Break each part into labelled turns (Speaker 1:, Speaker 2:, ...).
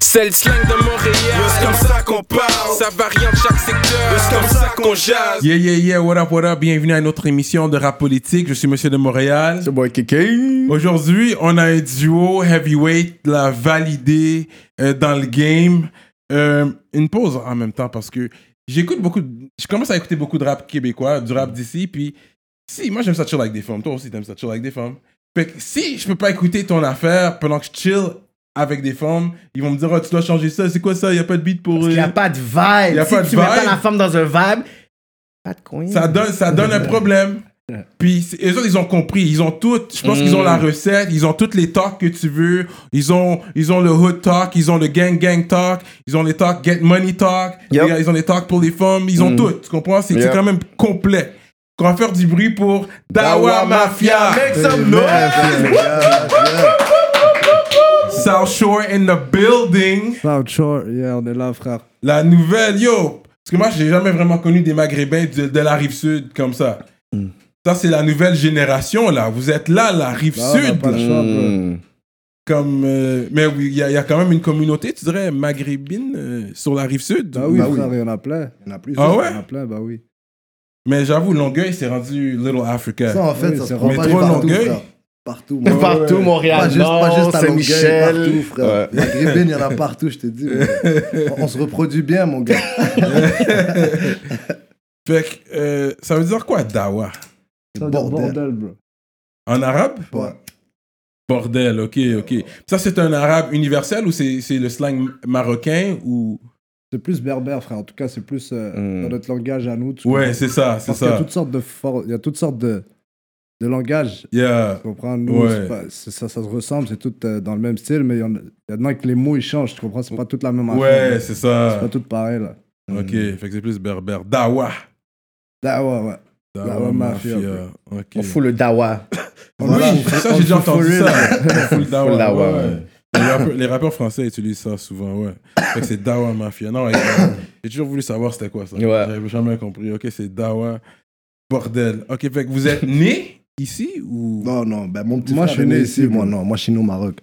Speaker 1: C'est le slang de Montréal.
Speaker 2: C'est comme ça qu'on parle.
Speaker 1: Ça varie en chaque secteur.
Speaker 2: C'est comme ça qu'on jase.
Speaker 3: Yeah, yeah, yeah, what up, what up, bienvenue à notre émission de rap politique, je suis Monsieur de Montréal.
Speaker 4: C'est moi, Kéké.
Speaker 3: Aujourd'hui, on a un duo heavyweight, la validé euh, dans le game. Euh, une pause en même temps parce que j'écoute beaucoup, de- je commence à écouter beaucoup de rap québécois, du rap d'ici, puis si, moi j'aime ça chill avec des femmes, toi aussi t'aimes ça chill avec des femmes. Fait que si je peux pas écouter ton affaire pendant que je chill avec des femmes, ils vont me dire, oh, tu dois changer ça, c'est quoi ça, y a pas de beat pour.
Speaker 4: Il n'y a
Speaker 3: euh,
Speaker 4: pas de vibe.
Speaker 3: Y a
Speaker 4: si
Speaker 3: pas de
Speaker 4: tu mets pas
Speaker 3: vibe.
Speaker 4: la femme dans un vibe, pas de coin.
Speaker 3: Ça donne, ça donne un problème. Puis c'est- eux autres, ils ont compris, ils ont tout, je pense qu'ils ont la recette, ils ont toutes les talks que tu veux, ils ont, ils ont le hood talk, ils ont le gang gang talk, ils ont les talks get money talk,
Speaker 4: Yep.
Speaker 3: ils ont les talks pour les femmes, ils ont tout, tu comprends? C'est c'est
Speaker 4: Yep.
Speaker 3: quand même complet. Qu'on va faire du bruit pour Dawa Mafia,
Speaker 4: Make some noise.
Speaker 3: South Shore in the building,
Speaker 5: South Shore, yeah, on est là, frère.
Speaker 3: la nouvelle, yo! Parce que moi, j'ai jamais vraiment connu des Maghrébins de, de la rive sud comme ça.
Speaker 5: Hmm.
Speaker 3: Ça, c'est la nouvelle génération, là. Vous êtes là, la rive
Speaker 5: Là, Ah, on a
Speaker 3: sud.
Speaker 5: pas le choix, bro.
Speaker 3: comme euh, mais oui, il y, a- il y a quand même une communauté tu dirais maghrébine euh, sur la rive sud
Speaker 5: Bah oui,
Speaker 4: Bah oui.
Speaker 5: frère, il y en a plein.
Speaker 4: Il y en a plus.
Speaker 3: Ah
Speaker 5: Il y en
Speaker 3: ouais
Speaker 5: a plein, bah oui.
Speaker 3: mais j'avoue Longueuil s'est rendu Little Africa
Speaker 6: Ça, en fait,
Speaker 5: Oui,
Speaker 6: ça se
Speaker 5: c'est
Speaker 6: prend pas
Speaker 3: métro
Speaker 6: partout,
Speaker 3: Longueuil.
Speaker 6: frère. Partout.
Speaker 4: Ouais, Partout,
Speaker 6: ouais.
Speaker 4: Montréal,
Speaker 6: Pas juste, pas
Speaker 4: Nord,
Speaker 6: juste à Longueuil,
Speaker 4: Saint-Michel.
Speaker 6: partout, frère. La Grébine, il y en a partout, je te dis. mon gars. On, on se reproduit bien, mon gars.
Speaker 3: fait que, euh, ça veut dire quoi Dawa
Speaker 5: Ça veut dire
Speaker 6: Bordel.
Speaker 5: bordel, bro.
Speaker 3: en arabe
Speaker 6: Ouais.
Speaker 3: bordel ok ok ça c'est un arabe universel ou c'est c'est le slang marocain ou
Speaker 5: C'est plus berbère, frère. En tout cas, c'est plus euh,
Speaker 4: Mm.
Speaker 5: dans notre langage à nous. tu
Speaker 3: ouais
Speaker 5: comprends.
Speaker 3: c'est ça c'est
Speaker 5: Parce qu'il y a
Speaker 3: ça
Speaker 5: toutes sortes de for- Il y a toutes sortes de, de langages.
Speaker 3: yeah
Speaker 5: Tu comprends Nous,
Speaker 3: Ouais.
Speaker 5: c'est pas- c'est- ça, ça se ressemble, c'est tout euh, dans le même style, mais il y en a il y en a que les mots ils changent, tu comprends C'est pas toute la même affaire.
Speaker 3: ouais c'est
Speaker 5: C'est
Speaker 3: ça
Speaker 5: pas tout pareil, là.
Speaker 3: ok fait que c'est plus berbère Dawa
Speaker 5: Ah ouais, ouais.
Speaker 3: Dawa
Speaker 5: Dawa mafia,
Speaker 3: mafia ok
Speaker 4: On fout le dawa.
Speaker 5: Voilà.
Speaker 3: Oui, ça j'ai déjà
Speaker 5: On fout
Speaker 3: entendu
Speaker 5: full
Speaker 3: ça.
Speaker 5: real.
Speaker 3: On fout le dawa.
Speaker 4: le dawa,
Speaker 3: ouais,
Speaker 4: ouais.
Speaker 3: ouais. Les, rappeurs, les rappeurs français utilisent ça souvent, ouais. Fait que c'est Dawa Mafia. Non, ouais, ouais. j'ai toujours voulu savoir c'était quoi ça.
Speaker 4: Ouais.
Speaker 3: J'avais jamais compris. Ok, c'est Dawa. Bordel. Ok, fait que vous êtes né ici ou
Speaker 6: Non, non, ben mon petit
Speaker 5: Moi,
Speaker 6: frère
Speaker 5: je suis
Speaker 6: est
Speaker 5: né ici, moi.
Speaker 6: moi, non. Moi, je suis né au Maroc.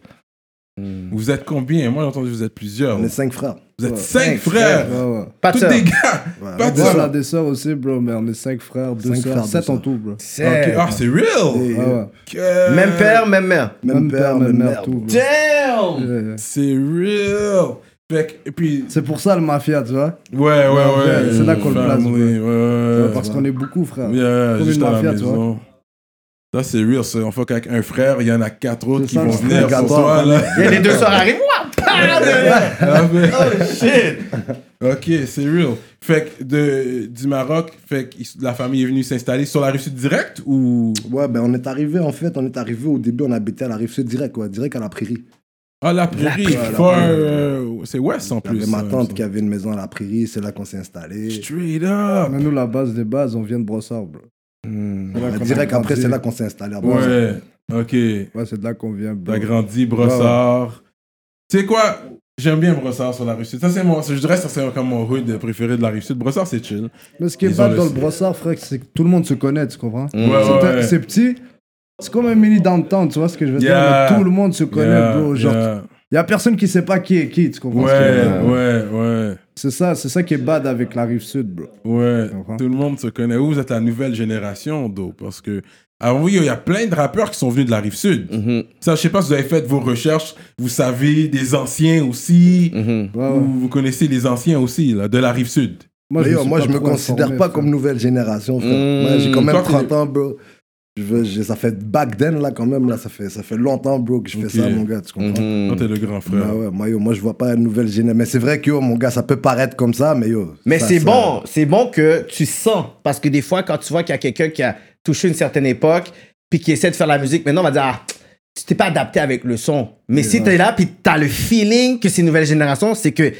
Speaker 3: vous êtes combien Moi j'ai entendu que vous êtes plusieurs.
Speaker 6: On est cinq frères.
Speaker 3: Vous êtes
Speaker 5: ouais.
Speaker 3: cinq
Speaker 6: Cinq
Speaker 3: frères.
Speaker 5: Ouais, ouais.
Speaker 4: Pas de
Speaker 3: Tous
Speaker 4: sœur.
Speaker 3: des gars.
Speaker 6: Ouais.
Speaker 3: Pas de
Speaker 5: Ouais, on a
Speaker 3: sœurs.
Speaker 5: des sœurs aussi, bro, mais on est cinq frères, deux
Speaker 6: Cinq frères,
Speaker 5: sœurs,
Speaker 6: deux
Speaker 5: sept en
Speaker 6: sœurs.
Speaker 5: tout, bro.
Speaker 4: C'est-
Speaker 3: Ok, Ah, c'est real.
Speaker 6: Et,
Speaker 5: Ouais, ouais.
Speaker 3: Ok.
Speaker 4: Même père, même mère.
Speaker 6: Même père, même mère.
Speaker 5: tout, bro.
Speaker 4: Damn!
Speaker 5: Yeah, yeah.
Speaker 3: C'est real. Fait que, et puis,
Speaker 5: C'est pour ça le mafia, tu vois
Speaker 3: ouais, ouais, ouais.
Speaker 5: c'est là qu'on le place,
Speaker 3: Family, ouais, ouais.
Speaker 5: Parce qu'on est beaucoup, frère.
Speaker 3: Yeah,
Speaker 5: Comme
Speaker 3: juste
Speaker 5: une
Speaker 3: à la
Speaker 5: mafia, tu vois.
Speaker 3: maison. Ça, c'est real. ça. On fuck avec un frère, il y en a quatre autres
Speaker 5: C'est
Speaker 3: qui
Speaker 5: ça,
Speaker 3: vont
Speaker 5: le
Speaker 3: venir
Speaker 5: frère
Speaker 3: pour
Speaker 5: gâteau,
Speaker 3: toi. Là.
Speaker 4: Et les deux sœurs arrivent. Ouah, pah, de- Oh shit!
Speaker 3: ok, c'est real. Fait que de, du Maroc, fait que ils- la famille est venue s'installer sur la rive sud directe ou.
Speaker 6: Ouais, ben on est arrivé, en fait, on est arrivé au début, on habitait à la rive sud direct, ouais, direct à la prairie.
Speaker 3: Ah, la prairie.
Speaker 6: prairie.
Speaker 3: far, euh, c'est ouest en plus.
Speaker 6: J'avais ma
Speaker 3: ça,
Speaker 6: tante
Speaker 3: ça.
Speaker 6: qui avait une maison à la prairie, c'est là qu'on s'est installé.
Speaker 3: Straight up.
Speaker 5: Mais nous, la base des bases, on vient de Brossard, bro. C'est là
Speaker 6: Ouais,
Speaker 5: qu'on a
Speaker 6: direct
Speaker 5: grandi.
Speaker 6: après, c'est là qu'on s'est installé à Brossard.
Speaker 3: Ouais. Ok.
Speaker 5: Ouais, c'est de là qu'on vient, bro.
Speaker 3: T'as grandi, Brossard. Tu sais quoi? J'aime bien Brossard sur la rive sud. Ça, c'est mon. Je dirais que ça, c'est comme mon hood préféré de la rive sud. Brossard, c'est chill.
Speaker 5: Mais ce qui
Speaker 3: Ils
Speaker 5: est
Speaker 3: ont
Speaker 5: pas
Speaker 3: le-
Speaker 5: dans le Brossard, frère, c'est que tout le monde se connaît, tu comprends
Speaker 3: Ouais, ouais,
Speaker 5: C'est un-
Speaker 3: ouais.
Speaker 5: C'est petit. C'est comme un mini downtown, tu vois ce que je veux
Speaker 3: Yeah.
Speaker 5: dire mais Tout le monde se connaît,
Speaker 3: Yeah,
Speaker 5: bro. Genre,
Speaker 3: yeah.
Speaker 5: y a personne qui sait pas qui est qui, tu comprends
Speaker 3: Ouais,
Speaker 5: ce que je veux dire
Speaker 3: ouais, ouais,
Speaker 5: C'est ça, c'est ça qui est bad avec la rive sud, bro.
Speaker 3: ouais.
Speaker 5: Tu comprends
Speaker 3: Tout le monde se connaît. Vous, vous êtes la nouvelle génération, d'eau. Parce que, avant vous, il y a plein de rappeurs qui sont venus de la rive sud. Ça, je sais pas si vous avez fait vos recherches. Vous savez des anciens aussi.
Speaker 5: Ouais, ouais.
Speaker 3: Ou Vous connaissez les anciens aussi, là, de la rive sud.
Speaker 5: Moi,
Speaker 6: D'ailleurs,
Speaker 5: suis
Speaker 6: moi,
Speaker 5: pas
Speaker 6: je me
Speaker 5: trop
Speaker 6: considère
Speaker 5: informé,
Speaker 6: pas
Speaker 5: frère.
Speaker 6: comme nouvelle génération, frère.
Speaker 4: Mmh.
Speaker 6: Moi, j'ai quand même
Speaker 3: Toi, t'es-
Speaker 6: 30 ans, bro. Je veux, j'ai- ça fait back then, là, quand même, là, ça fait, ça fait longtemps, bro, que je fais
Speaker 3: Ok.
Speaker 6: ça, mon gars, tu comprends
Speaker 5: Mmh.
Speaker 3: Toi, t'es le grand frère.
Speaker 6: Bah ouais, moi, yo, moi, je vois pas la nouvelle génération. Mais c'est vrai que, yo, mon gars, ça peut paraître comme ça, mais yo.
Speaker 4: Mais
Speaker 5: Ben,
Speaker 6: ça,
Speaker 4: c'est
Speaker 6: ça-
Speaker 4: bon, c'est bon que tu sens. Parce que des fois, quand tu vois qu'il y a quelqu'un qui a touché une certaine époque, puis qui essaie de faire la musique, maintenant on va dire, ah, tu t'es pas adapté avec le son. Mais si t'es là, puis t'as le feeling que c'est une nouvelle génération, c'est que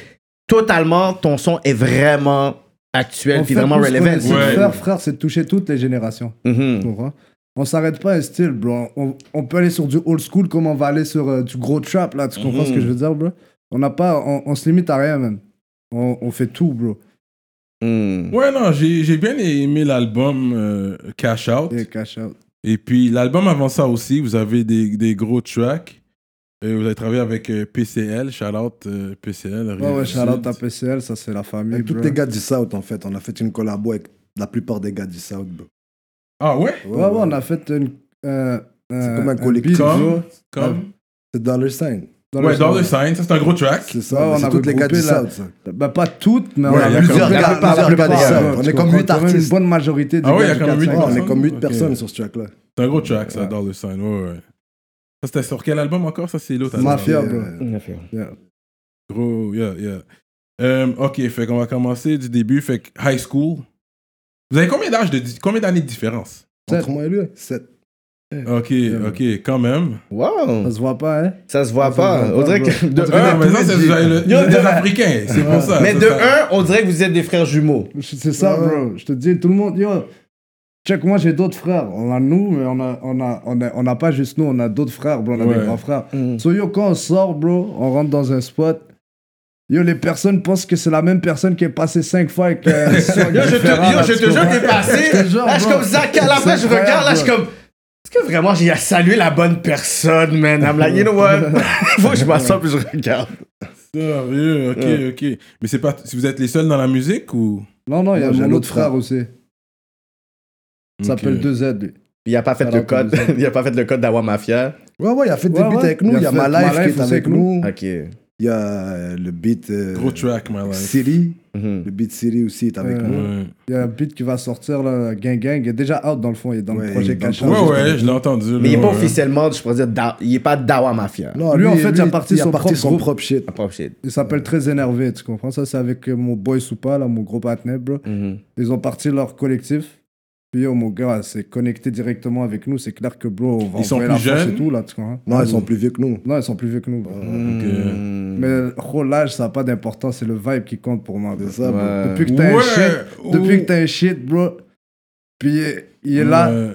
Speaker 4: totalement ton son est vraiment actuel,
Speaker 5: En
Speaker 4: puis
Speaker 5: fait,
Speaker 4: vraiment
Speaker 5: nous, ce qu'on
Speaker 4: relevant.
Speaker 5: essaie de
Speaker 3: Ouais.
Speaker 5: faire, frère, c'est de toucher toutes les générations. Tu
Speaker 3: Mm.
Speaker 4: Mhm.
Speaker 5: comprends On s'arrête pas à un style, bro. On, on peut aller sur du old school comme on va aller sur euh, du gros trap, là. Tu
Speaker 3: Mm-hmm.
Speaker 5: comprends ce que je veux dire, bro On n'a pas... On, on se limite à rien, man. On, on fait tout, bro.
Speaker 4: Mhm.
Speaker 3: Ouais, non, j'ai j'ai bien aimé l'album euh, Cash Out.
Speaker 5: Et cash out.
Speaker 3: Et puis l'album avant ça aussi, vous avez des, des gros tracks. Euh, vous avez travaillé avec euh, PCL, shout out euh, PCL.
Speaker 5: Ouais,
Speaker 3: Rive
Speaker 5: ouais,
Speaker 3: du
Speaker 5: shout-out
Speaker 3: Sud.
Speaker 5: à PCL, ça c'est la famille.
Speaker 6: Avec tous
Speaker 5: bro.
Speaker 6: les gars du South, en fait. On a fait une collabo avec la plupart des gars du South, bro.
Speaker 3: Ah ouais?
Speaker 5: Ouais, ouais, on a fait une. euh, euh,
Speaker 6: comme un
Speaker 5: beat,
Speaker 6: collectif. hein?
Speaker 5: bro,
Speaker 3: Comme, comme.
Speaker 6: C'est Dollar Sign.
Speaker 5: dans le
Speaker 3: Ouais,
Speaker 5: son.
Speaker 3: Dollar Sign, ça c'est un gros track.
Speaker 6: C'est ça.
Speaker 5: Ouais, on
Speaker 6: mais c'est
Speaker 5: a
Speaker 6: tous les gars du
Speaker 5: regroupé, là.
Speaker 6: South, ça.
Speaker 5: Bah, pas toutes, mais
Speaker 3: Ouais,
Speaker 5: on a
Speaker 3: il y a
Speaker 5: vu
Speaker 3: plusieurs
Speaker 5: la
Speaker 6: gars-
Speaker 5: plupart- la
Speaker 6: plusieurs gars
Speaker 5: plupart,
Speaker 6: des
Speaker 5: ouais,
Speaker 6: Saints. On
Speaker 5: tu
Speaker 6: est comme
Speaker 5: comprends,
Speaker 6: huit
Speaker 5: quand même
Speaker 6: artistes.
Speaker 5: Une bonne majorité des
Speaker 3: Ah ouais, il y
Speaker 5: gars
Speaker 3: a quand
Speaker 5: du
Speaker 3: même huit
Speaker 5: 4-5.
Speaker 6: Ouais, on est
Speaker 3: personnes,
Speaker 6: comme 8
Speaker 3: ok.
Speaker 6: personnes sur ce track-là.
Speaker 3: C'est un gros track ça, Dollar Sign, ouais ouais. Ça c'était sur quel album encore? Ça c'est l'autre. album.
Speaker 5: Mafia,
Speaker 6: Et,
Speaker 5: bro.
Speaker 6: euh,
Speaker 3: Gros, yeah, yeah. Euh, ok, fait qu'on va commencer du début, fait que high school. Vous avez combien d'âges de, di- combien d'années de différence?
Speaker 6: Entre moi et lui, 7.
Speaker 3: Ok, ok, quand même.
Speaker 5: Ça
Speaker 4: Wow!
Speaker 5: se voit pas, hein.
Speaker 4: Ça se voit
Speaker 5: se voit
Speaker 4: pas.
Speaker 5: pas,
Speaker 4: On dirait
Speaker 5: bro.
Speaker 4: que. de
Speaker 3: Ah,
Speaker 4: un,
Speaker 3: mais ça, c'est vous avez le-
Speaker 4: Yo,
Speaker 3: vous êtes
Speaker 4: de
Speaker 3: des
Speaker 4: un.
Speaker 3: Africains, c'est pour ça.
Speaker 4: Mais
Speaker 3: ça,
Speaker 4: de
Speaker 3: ça-
Speaker 4: un, on dirait que vous êtes des frères jumeaux.
Speaker 5: C'est ça,
Speaker 6: Ouais,
Speaker 5: bro. Je te dis, tout le monde, yo. Check, moi j'ai d'autres frères. On a nous, mais on a, on a, on a, on a pas juste nous, on a d'autres frères, bro. On a
Speaker 3: Ouais.
Speaker 5: des grands frères.
Speaker 4: Mm.
Speaker 5: So yo, quand on sort, bro, on rentre dans un spot. Yo, les personnes pensent que c'est la même personne qui est passée cinq fois avec. euh, cinq
Speaker 4: Yo, je te,
Speaker 5: différents,
Speaker 4: yo,
Speaker 5: là,
Speaker 4: je
Speaker 5: tu
Speaker 4: te jure,
Speaker 5: comprends?
Speaker 4: t'es passé.
Speaker 5: Je te jure,
Speaker 4: Là, je suis
Speaker 5: bro.
Speaker 4: comme Zach. à la fin, je
Speaker 5: C'est
Speaker 4: regarde, là, je suis
Speaker 5: incroyable,
Speaker 4: comme. Est-ce que vraiment j'ai salué la bonne personne, man? I'm like, you know what? Faut que je m'assoie puis je regarde.
Speaker 3: Sérieux, Ah, ok, ok. Mais c'est pas si vous êtes les seuls dans la musique ou.
Speaker 5: Non, non, il y a
Speaker 6: Non, j'ai
Speaker 5: mon
Speaker 6: un
Speaker 5: autre
Speaker 6: autre
Speaker 5: frère
Speaker 6: frère.
Speaker 5: aussi. Il s'appelle
Speaker 3: Ok.
Speaker 5: 2Z, lui.
Speaker 4: Il a pas fait
Speaker 5: Ça
Speaker 4: le
Speaker 5: rappelle
Speaker 4: code. Il a pas fait le code d'Awa Mafia.
Speaker 6: Ouais, ouais, il a fait des
Speaker 5: Ouais,
Speaker 6: beats
Speaker 5: ouais.
Speaker 6: avec nous.
Speaker 5: Il a
Speaker 6: Il y a
Speaker 5: fait
Speaker 6: Ma
Speaker 5: Ma Life
Speaker 6: Life qui
Speaker 5: aussi
Speaker 6: est avec
Speaker 5: avec
Speaker 6: nous.
Speaker 4: Ok. Mhm.
Speaker 6: Il y a euh, le beat euh,
Speaker 3: Gros track, my life.
Speaker 6: City.
Speaker 4: Mhm.
Speaker 6: Le beat City aussi est avec
Speaker 5: Ouais.
Speaker 6: nous.
Speaker 3: Ouais,
Speaker 5: Il y a un beat qui va sortir, là, Gang Gang. Il est déjà out dans le fond, il est dans le
Speaker 6: Ouais,
Speaker 5: projet
Speaker 6: il est dans le
Speaker 5: Cacha.
Speaker 3: ouais, ouais, je l'ai entendu.
Speaker 4: Mais il
Speaker 3: là,
Speaker 4: est pas
Speaker 3: ouais.
Speaker 4: officiellement, je pourrais dire, da- il est pas d'Awa Mafia. Ah,
Speaker 6: Non,
Speaker 5: Lui, en fait, il a parti son propre groupe.
Speaker 6: shit.
Speaker 4: Pas shit.
Speaker 5: Il s'appelle Très Énervé, tu comprends ça C'est avec euh, mon boy Soupa, là, mon gros partenaire, bro.
Speaker 4: Mhm.
Speaker 5: Ils ont parti leur collectif. Puis yo, mon gars, c'est connecté directement avec nous. C'est clair que, bro, on va
Speaker 3: Ils sont
Speaker 5: envoyer
Speaker 3: plus
Speaker 5: la force
Speaker 3: jeunes
Speaker 5: et tout, là, tu comprends
Speaker 6: Non, ils sont plus vieux que nous.
Speaker 5: Non, ils sont plus vieux que nous. bro.
Speaker 4: Mhm.
Speaker 5: Mais gros, l'âge, ça n'a pas d'importance. C'est le vibe qui compte pour moi. bro.
Speaker 6: C'est ça, bro.
Speaker 4: Ouais.
Speaker 5: Depuis que t'as un
Speaker 3: Ouais,
Speaker 5: shit,
Speaker 3: ou-
Speaker 5: depuis que t'as un shit, bro. Puis euh, il est là,
Speaker 3: Ouais.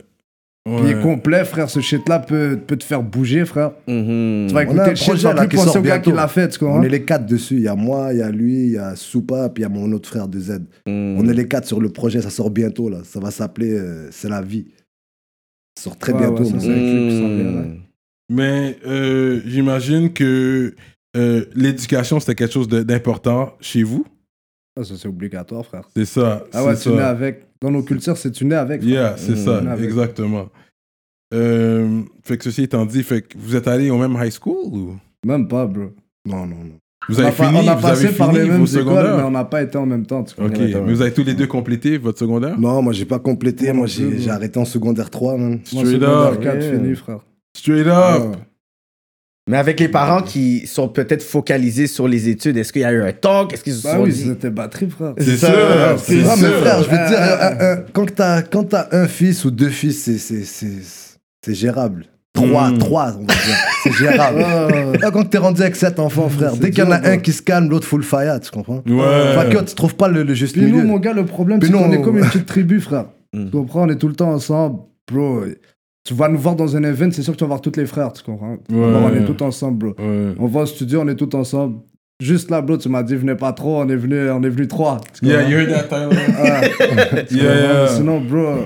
Speaker 5: puis il est
Speaker 3: Ouais.
Speaker 5: complet, frère. Ce shit-là peut, peut te faire bouger, frère.
Speaker 4: Mhm.
Speaker 5: Tu vas
Speaker 6: On a
Speaker 5: écouter
Speaker 6: un
Speaker 5: le shit, tu
Speaker 6: projet,
Speaker 5: vas
Speaker 6: là,
Speaker 5: plus
Speaker 6: qui
Speaker 5: penser
Speaker 6: sort
Speaker 5: au gars
Speaker 6: bientôt.
Speaker 5: qui l'a fait, tu comprends
Speaker 6: On est les quatre dessus. Il y a moi, il y a lui, il y a Soupa, puis il y a mon autre frère de Z.
Speaker 5: Mm.
Speaker 4: Mhm.
Speaker 6: On est les quatre sur le projet. Ça sort bientôt, là. Ça va s'appeler euh, C'est la vie. Ça sort très
Speaker 5: Ouais,
Speaker 6: bientôt.
Speaker 5: ouais, ça,
Speaker 6: mon
Speaker 5: c'est
Speaker 6: gars.
Speaker 5: un clip qui s'en vient, là.
Speaker 4: Mhm.
Speaker 3: Mais euh, j'imagine que euh, l'éducation, c'était quelque chose de- d'important chez vous.
Speaker 5: Ah, ça, c'est obligatoire, frère.
Speaker 3: C'est ça.
Speaker 5: Ah ouais,
Speaker 3: c'est
Speaker 5: tu
Speaker 3: ça.
Speaker 5: nais avec. Dans nos cultures, c'est tu nais avec. frère.
Speaker 3: Yeah, c'est
Speaker 4: Mm,
Speaker 3: ça,
Speaker 5: avec.
Speaker 3: exactement. Euh, fait que ceci étant dit, fait que vous êtes allé au même high school ou
Speaker 5: Même pas, bro.
Speaker 6: Non, non, non.
Speaker 3: vous avez
Speaker 5: on a, pas-
Speaker 3: fini,
Speaker 5: on a
Speaker 3: vous
Speaker 5: passé
Speaker 3: avez
Speaker 5: par
Speaker 3: fini
Speaker 5: les mêmes
Speaker 3: vos
Speaker 5: écoles, mais
Speaker 3: secondaires.
Speaker 5: on n'a pas été en même temps. Tu comprends
Speaker 3: ok, mais vous avez tous les deux complété votre secondaire.
Speaker 6: Non, moi, j'ai pas complété.
Speaker 5: Moi non
Speaker 6: Moi,
Speaker 5: plus,
Speaker 6: j'ai
Speaker 5: moi.
Speaker 6: j'ai arrêté en secondaire 3, man.
Speaker 5: Moi,
Speaker 3: Straight
Speaker 5: secondaire
Speaker 3: up.
Speaker 5: quatre,
Speaker 4: Yeah.
Speaker 5: fini, frère. Ah, bah
Speaker 3: Straight up.
Speaker 4: Mais avec les parents qui sont peut-être focalisés sur les études, est-ce qu'il y a eu un talk? Est-ce qu'ils se
Speaker 5: Bah
Speaker 4: sont
Speaker 5: oui,
Speaker 4: dit...
Speaker 5: c'était batterie, frère.
Speaker 3: C'est
Speaker 4: ça,
Speaker 3: ça,
Speaker 4: c'est
Speaker 3: c'est
Speaker 6: Ah,
Speaker 3: ça.
Speaker 4: ça.
Speaker 6: mais frère, je veux
Speaker 5: Ah,
Speaker 6: te dire,
Speaker 5: ah,
Speaker 6: un- un- un- quand t'as quand t'as un fils ou deux fils, c'est- c'est- c'est c'est gérable. Trois,
Speaker 5: Hmm.
Speaker 3: Mm.
Speaker 6: trois, on va dire. C'est gérable.
Speaker 5: Ah,
Speaker 6: Là, quand t'es rendu avec sept enfants, frère,
Speaker 5: C'est
Speaker 6: dès qu'il y en a
Speaker 5: dur,
Speaker 6: un
Speaker 5: bro.
Speaker 6: qui se calme, l'autre full fire, tu comprends
Speaker 3: Ouais.
Speaker 6: Fait que tu trouves pas le, le juste
Speaker 5: Puis nous,
Speaker 6: milieu.
Speaker 5: mon gars, le problème,
Speaker 6: Puis
Speaker 5: c'est
Speaker 6: nous,
Speaker 5: qu'on est
Speaker 6: on-
Speaker 5: comme une petite tribu, frère.
Speaker 3: Hmm.
Speaker 4: Mm.
Speaker 5: Tu comprends, on est tout le temps ensemble, bro. Tu vas nous voir dans un event, c'est sûr que tu vas voir tous les frères, tu comprends Bon, On est tous ensemble, bro.
Speaker 3: Ouais.
Speaker 5: On va au studio, on est tous ensemble. Juste là, bro, tu m'as dit, venez pas trop, on est venu, on est venu trois. tu
Speaker 3: Yeah,
Speaker 5: comprends
Speaker 3: you heard that, Tyler.
Speaker 5: Ah.
Speaker 3: yeah, yeah.
Speaker 5: Sinon, bro,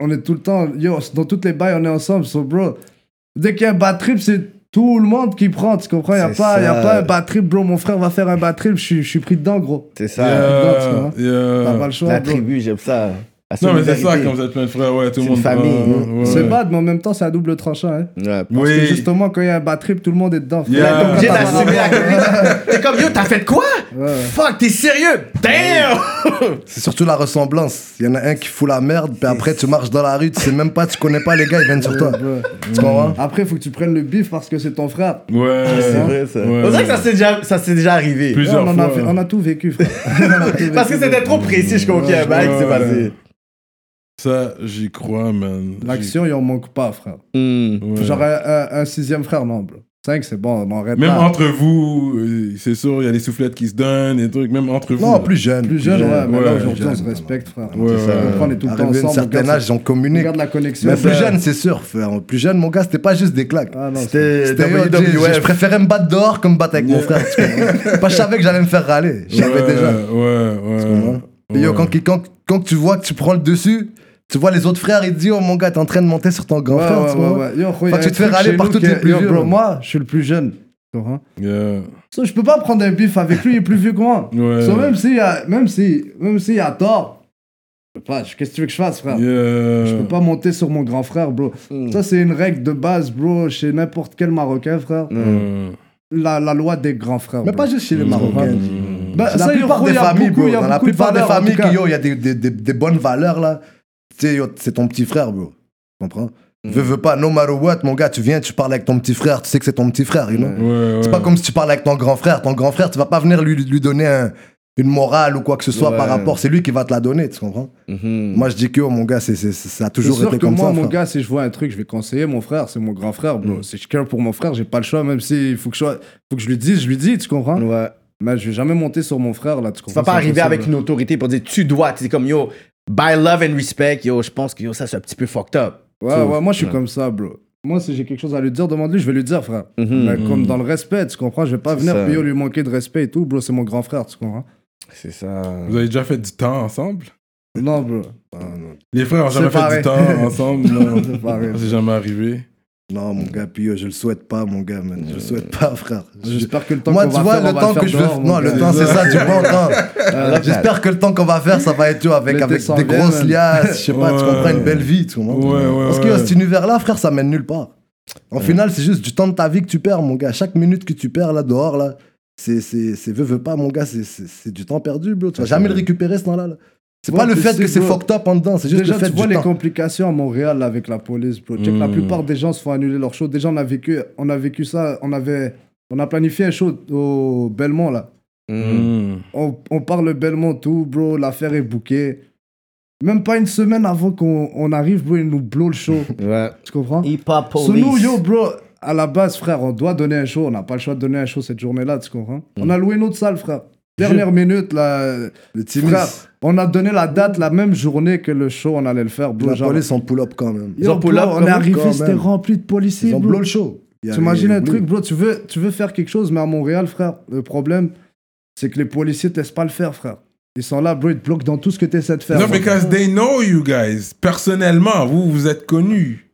Speaker 5: on est tout le temps, yo, dans toutes les bails, on est ensemble. So, bro, dès qu'il y a un bad trip, c'est tout le monde qui prend, tu comprends? Il n'y a,
Speaker 4: C'est
Speaker 5: pas- y a
Speaker 4: ça.
Speaker 5: pas un bad trip, bro. Mon frère va faire un bad trip, je suis- je suis pris dedans, gros.
Speaker 4: C'est ça.
Speaker 5: Ah,
Speaker 3: Yeah,
Speaker 5: tu T'as pas
Speaker 3: yeah.
Speaker 5: le choix,
Speaker 4: La
Speaker 5: bro.
Speaker 4: tribu, j'aime ça. La
Speaker 3: Non, mais c'est ça,
Speaker 4: solidarité.
Speaker 3: quand vous êtes plein de frères, ouais, tout le
Speaker 4: C'est
Speaker 3: monde.
Speaker 4: une famille.
Speaker 3: Ouais, ouais.
Speaker 5: C'est bad, mais en même temps, c'est à double tranchant, hein.
Speaker 4: Ouais.
Speaker 5: Parce que
Speaker 3: Oui.
Speaker 5: justement, quand il y a un bad trip, tout le monde est dedans. frère.
Speaker 3: Yeah.
Speaker 5: T'es
Speaker 4: Obligé
Speaker 5: obligé
Speaker 4: d'assumer la
Speaker 5: d'assumer
Speaker 4: communauté. T'es comme, yo, t'as fait quoi?
Speaker 5: la- Ouais.
Speaker 4: Fuck, t'es sérieux? Damn!
Speaker 6: C'est surtout la ressemblance. Il y en a un qui fout la merde, puis après tu marches dans la rue, tu sais même pas, tu connais pas les gars, ils viennent sur toi.
Speaker 5: Ouais.
Speaker 6: Tu comprends
Speaker 5: Après, faut que tu prennes le bif parce que c'est ton frère.
Speaker 3: Ouais.
Speaker 4: Ah,
Speaker 3: Ouais.
Speaker 4: On dirait que ça s'est déjà, ça s'est déjà arrivé.
Speaker 5: Ouais,
Speaker 3: Plusieurs
Speaker 5: on, en a
Speaker 3: fois.
Speaker 5: fait- on a tout vécu, frère. On a tout
Speaker 4: Parce que
Speaker 5: vécu.
Speaker 4: c'était trop précis, je hein, comprends.
Speaker 5: Ouais,
Speaker 4: Mike, c'est
Speaker 3: ouais.
Speaker 4: passé.
Speaker 3: Ça, j'y crois, man.
Speaker 5: L'action, il en manque pas, frère.
Speaker 4: Hmm.
Speaker 3: J'y- ouais.
Speaker 5: Genre un, un- un sixième frère, non, bro. Cinq, c'est bon, on en arrête
Speaker 3: Même
Speaker 5: là.
Speaker 3: entre vous, euh, c'est sûr, il y a des soufflettes qui se donnent, des trucs, même entre vous.
Speaker 6: Non,
Speaker 3: là.
Speaker 6: plus jeune.
Speaker 5: Plus jeune, ouais, mais là
Speaker 3: ouais,
Speaker 5: aujourd'hui on
Speaker 6: jeune,
Speaker 5: se
Speaker 6: non,
Speaker 5: respecte, frère.
Speaker 3: Ouais,
Speaker 5: Tu
Speaker 3: ouais.
Speaker 5: comprends, on est tout le temps
Speaker 6: Arrivé à un
Speaker 5: ensemble.
Speaker 6: certain âge, ils ont communiqué.
Speaker 5: regarde la connexion.
Speaker 6: Mais plus
Speaker 5: frère.
Speaker 6: jeune, c'est sûr. frère. Plus jeune, mon gars, c'était pas juste des claques.
Speaker 5: Ah non,
Speaker 4: C'était E.
Speaker 6: C'était yo,
Speaker 5: E.
Speaker 6: j'ai- j'ai- Je
Speaker 4: WWF.
Speaker 6: préférais me battre dehors que me battre avec mon frère. tu comprends. Pas je savais que j'allais me faire râler. Je
Speaker 3: ouais,
Speaker 6: savais déjà.
Speaker 3: Ouais, ouais.
Speaker 6: comprends Et yo, quand, qui- quand, quand tu vois que tu prends le dessus, Tu vois, les autres frères, ils disent, oh mon gars, t'es en train de monter sur ton grand
Speaker 5: Ouais,
Speaker 6: frère,
Speaker 5: ouais,
Speaker 6: tu vois.
Speaker 5: ouais, ouais. Yo, gros,
Speaker 6: Fait
Speaker 5: y a
Speaker 6: que tu
Speaker 5: un
Speaker 6: te fais
Speaker 5: truc
Speaker 6: râler
Speaker 5: chez
Speaker 6: partout,
Speaker 5: nous
Speaker 6: t'es
Speaker 5: que-
Speaker 6: le plus
Speaker 5: yo,
Speaker 6: vieux,
Speaker 5: bro,
Speaker 6: man.
Speaker 5: Moi, je suis le plus jeune. Tu comprends?
Speaker 3: Yeah.
Speaker 5: So, je peux pas prendre un bif avec lui, il est plus vieux que moi.
Speaker 3: Ouais.
Speaker 5: So, même s'il y a, même si, même s'il y a tort, je peux pas, je- qu'est-ce que tu veux que je fasse, frère?
Speaker 3: Yeah.
Speaker 5: Ah. Je peux pas monter sur mon grand frère, bro. Ça, c'est une règle de base, bro, chez n'importe quel Marocain, frère.
Speaker 3: Mm.
Speaker 5: La, la loi des grands frères.
Speaker 6: Mais
Speaker 5: bro.
Speaker 6: pas juste chez les Marocains.
Speaker 5: Bah,
Speaker 6: Dans la
Speaker 5: ça, yo,
Speaker 6: plupart
Speaker 5: gros,
Speaker 6: des
Speaker 5: y a
Speaker 6: familles,
Speaker 5: beaucoup-
Speaker 6: bro,
Speaker 5: y a
Speaker 6: dans la
Speaker 5: beaucoup de
Speaker 6: plupart des
Speaker 5: valeurs, en
Speaker 6: familles,
Speaker 5: tout cas.
Speaker 6: que, yo, il y a des, des, des, des bonnes valeurs là. Tu sais, yo, c'est ton petit frère, bro. Tu comprends
Speaker 5: Mm.
Speaker 6: Veux, veux pas, no matter what, mon gars, tu viens, tu parles avec ton petit frère, tu sais que c'est ton petit frère, you know
Speaker 3: Ouais, ouais.
Speaker 6: C'est pas comme si tu parles avec ton grand frère. Ton grand frère, tu vas pas venir lui, lui donner un- une morale ou quoi que ce soit
Speaker 4: Ouais. Mm.
Speaker 6: par rapport. C'est lui qui va te la donner, tu comprends
Speaker 3: Mm-hmm.
Speaker 6: Moi, je dis que, yo, mon gars, c'est, c'est- c'est- ça a
Speaker 5: C'est
Speaker 6: toujours
Speaker 5: sûr
Speaker 6: été
Speaker 5: que
Speaker 6: comme
Speaker 5: moi,
Speaker 6: ça.
Speaker 5: mon
Speaker 6: frère. Mm.
Speaker 5: gars, si je vois un truc, je vais conseiller mon frère, c'est mon grand frère, bro. Si je care pour mon frère, j'ai pas le choix, même s'il faut que je sois- faut que je lui dise, je lui dis, tu comprends?
Speaker 4: Mm-hmm.
Speaker 6: Mm.
Speaker 4: Ouais.
Speaker 5: Mais je vais jamais monter sur mon frère, là, tu
Speaker 4: Tu
Speaker 5: comprends?
Speaker 4: vas pas
Speaker 5: C'est
Speaker 4: arriver
Speaker 5: impossible,
Speaker 4: avec une autorité pour dire tu dois. Tu dis comme yo, by love and respect, yo, je pense que yo, ça c'est un petit peu fucked up.
Speaker 5: Ouais,
Speaker 4: So,
Speaker 5: ouais, moi je suis
Speaker 4: ouais.
Speaker 5: comme ça, bro. Moi, si j'ai quelque chose à lui dire, demande-lui, je vais lui dire, frère.
Speaker 6: Mm.
Speaker 4: Mhm.
Speaker 5: Mais comme dans le respect, tu comprends? Je vais pas
Speaker 4: C'est
Speaker 5: venir
Speaker 4: ça.
Speaker 5: puis, yo, lui manquer de respect et tout, bro. C'est mon grand frère, tu comprends?
Speaker 4: C'est ça.
Speaker 3: Vous avez déjà fait du temps ensemble
Speaker 5: Non, bro.
Speaker 3: Les frères ont jamais fait
Speaker 5: Séparés.
Speaker 3: du temps ensemble. Non.
Speaker 5: Séparés.
Speaker 3: Ça, C'est jamais arrivé.
Speaker 6: Non, mon gars, puis yo, je le souhaite pas, mon gars, man. Je le souhaite pas, frère. Je-
Speaker 5: J'espère que le temps
Speaker 6: moi,
Speaker 5: qu'on
Speaker 6: tu
Speaker 5: va
Speaker 6: vois,
Speaker 5: faire, on
Speaker 6: le
Speaker 5: va
Speaker 6: temps
Speaker 5: faire
Speaker 6: que je veux.
Speaker 5: dehors, mon
Speaker 6: Non, le
Speaker 5: gars.
Speaker 6: temps, c'est ça, du bon temps. Euh, J'espère que le temps qu'on va faire, ça va être tu vois, avec,
Speaker 5: Les
Speaker 6: avec des
Speaker 5: descendants,
Speaker 6: grosses
Speaker 5: man.
Speaker 6: liasses, je sais pas, tu
Speaker 3: Ouais.
Speaker 6: comprends, une belle vie, tu comprends.
Speaker 3: Ouais, ouais,
Speaker 6: Parce que
Speaker 3: ouais.
Speaker 6: cet univers-là, frère, ça mène nulle part. En final, c'est juste du temps de ta vie que tu perds, mon gars. Chaque minute que tu perds là dehors, là, c'est c'est- c'est veux, veux pas, mon gars, c'est- c'est c'est du temps perdu, bro. Tu vas jamais le récupérer, ce temps-là. là. C'est
Speaker 5: Ouais,
Speaker 6: pas le
Speaker 5: tu
Speaker 6: fait
Speaker 5: sais,
Speaker 6: que c'est
Speaker 5: bro.
Speaker 6: fucked up en dedans, c'est juste
Speaker 5: Déjà,
Speaker 6: le fait
Speaker 5: tu vois
Speaker 6: du
Speaker 5: les
Speaker 6: temps. Hmm.
Speaker 5: complications à Montréal là, avec la police, bro. Check, La
Speaker 3: Mm.
Speaker 5: plupart des gens se font annuler leur show. Déjà, on a vécu, on a vécu ça. On, avait, on a planifié un show au Belmont, là.
Speaker 3: Mm.
Speaker 5: On, on parle de Belmont, tout, bro. L'affaire est bouquée. Même pas une semaine avant qu'on on arrive, bro, ils nous blow le show.
Speaker 4: Ouais.
Speaker 5: tu comprends
Speaker 4: Hip Hop
Speaker 5: Sous
Speaker 4: Police.
Speaker 5: nous, yo, bro, à la base, frère, on doit donner un show. On n'a pas le choix de donner un show cette journée-là, tu comprends
Speaker 6: Hmm.
Speaker 5: On a loué notre salle, frère. Dernière minute, là.
Speaker 6: Le Timis,
Speaker 5: Frère, on a donné la date la même journée que le show, on allait le faire. Bro,
Speaker 6: la
Speaker 5: genre,
Speaker 6: police en pull-up quand même.
Speaker 5: Yo,
Speaker 4: ont pull
Speaker 5: bro,
Speaker 4: up
Speaker 5: on
Speaker 4: quand
Speaker 5: est
Speaker 4: même,
Speaker 5: arrivé,
Speaker 6: quand
Speaker 5: c'était
Speaker 6: même.
Speaker 5: rempli de policiers,
Speaker 6: Ils ont blow
Speaker 5: bro.
Speaker 6: le show. Il y a
Speaker 5: T'imagines
Speaker 6: les
Speaker 5: un
Speaker 6: bleus.
Speaker 5: truc, bro, tu veux, tu veux faire quelque chose, mais à Montréal, frère, le problème, c'est que les policiers te laissent pas le faire, frère. Ils sont là, bro, ils te bloquent dans tout ce que tu essaies de faire.
Speaker 3: Non,
Speaker 5: bro.
Speaker 3: because they know you guys. Personnellement, vous, vous êtes connus.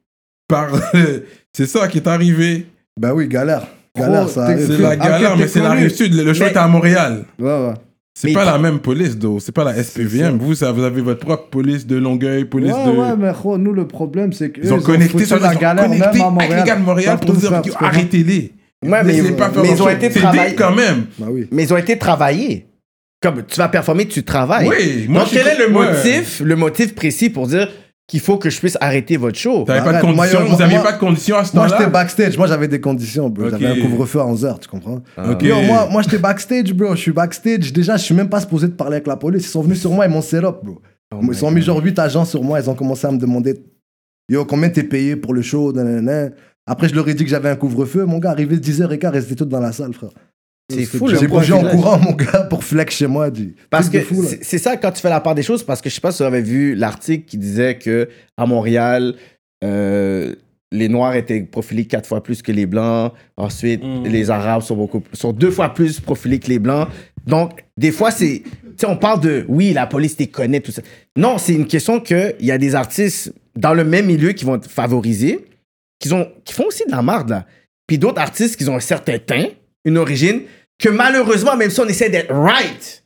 Speaker 3: Par... c'est ça qui est arrivé.
Speaker 6: Ben oui, galère.
Speaker 5: Gros,
Speaker 4: Oh,
Speaker 6: Galère, ça
Speaker 5: t'es-
Speaker 6: arrive.
Speaker 3: C'est la
Speaker 5: Ah,
Speaker 3: galère,
Speaker 5: ok,
Speaker 3: mais
Speaker 5: t'es
Speaker 3: c'est la
Speaker 5: connu.
Speaker 3: rive sud. Le le show
Speaker 4: Mais-
Speaker 3: est à Montréal.
Speaker 5: Ouais, ouais.
Speaker 3: C'est
Speaker 4: Mais
Speaker 3: pas
Speaker 4: il-
Speaker 3: la même police, d'eau. C'est pas la SPVM. Vous, ça, vous avez votre propre police de Longueuil, police
Speaker 5: ouais,
Speaker 3: de.
Speaker 5: ouais, mais gros, nous, le problème, c'est que.
Speaker 3: Ils ont connecté sur
Speaker 5: sur la galère, même à
Speaker 3: avec les gars
Speaker 5: Montréal.
Speaker 3: de Montréal pour
Speaker 5: Partout,
Speaker 3: dire
Speaker 5: frère,
Speaker 3: qu'ils
Speaker 5: tu
Speaker 3: ont
Speaker 5: comprends
Speaker 3: arrêtez-les.
Speaker 4: Ouais, mais,
Speaker 3: Laissez-les pas faire
Speaker 4: mais ils
Speaker 3: leur
Speaker 4: ont
Speaker 3: show.
Speaker 4: été
Speaker 3: Ah, C'est
Speaker 4: travaillés.
Speaker 3: deep quand même.
Speaker 6: Ben oui.
Speaker 4: Mais ils ont été travaillés. Comme tu vas performer, tu travailles.
Speaker 3: Oui, moi,
Speaker 4: Donc
Speaker 3: je suis
Speaker 4: quel est le
Speaker 3: co- ouais.
Speaker 4: motif, le motif précis pour dire qu'il faut que je puisse arrêter votre show
Speaker 3: T'avais pas de
Speaker 6: Arrête, moi,
Speaker 3: conditions.
Speaker 6: yo,
Speaker 3: Vous aviez
Speaker 6: moi-
Speaker 3: pas de conditions à ce
Speaker 6: Moi, j'étais
Speaker 3: temps-là.
Speaker 6: backstage. Moi, j'avais des conditions, bro.
Speaker 3: Ok.
Speaker 6: J'avais un couvre-feu à 11h, tu comprends
Speaker 3: Ok.
Speaker 6: Yo, moi, moi j'étais backstage, bro. Je suis backstage. Déjà, je suis même pas supposé de parler avec la police. Ils sont venus sur moi, ils m'ont set-up, bro.
Speaker 4: Oh
Speaker 6: ils sont mis genre 8 agents sur moi. Ils ont commencé à me demander Yo, combien t'es payé pour le show nanana. Après, je leur ai dit que j'avais un couvre-feu. Mon gars, arrivé 10h15, ils étaient tous dans la salle, frère.
Speaker 4: C'est fou le
Speaker 6: J'ai bougé en
Speaker 4: profilage.
Speaker 6: courant, mon gars, pour flex chez moi. Du...
Speaker 4: Parce que
Speaker 6: truc de fou, là.
Speaker 4: c'est- c'est ça quand tu fais la part des choses, parce que je sais pas si vous avez vu l'article qui disait que à Montréal, euh, les Noirs étaient profilés quatre fois plus que les Blancs. Ensuite,
Speaker 6: Mm.
Speaker 4: les Arabes sont beaucoup sont deux fois plus profilés que les Blancs. Donc, des fois, c'est. Tu sais, on parle de oui, la police les connaît, tout ça. Non, c'est une question qu'il y a des artistes dans le même milieu qui vont être favorisés, qui, ont, qui font aussi de la marde, là. Puis d'autres artistes qui ont un certain teint, une origine, que malheureusement, même si on essaie d'être right,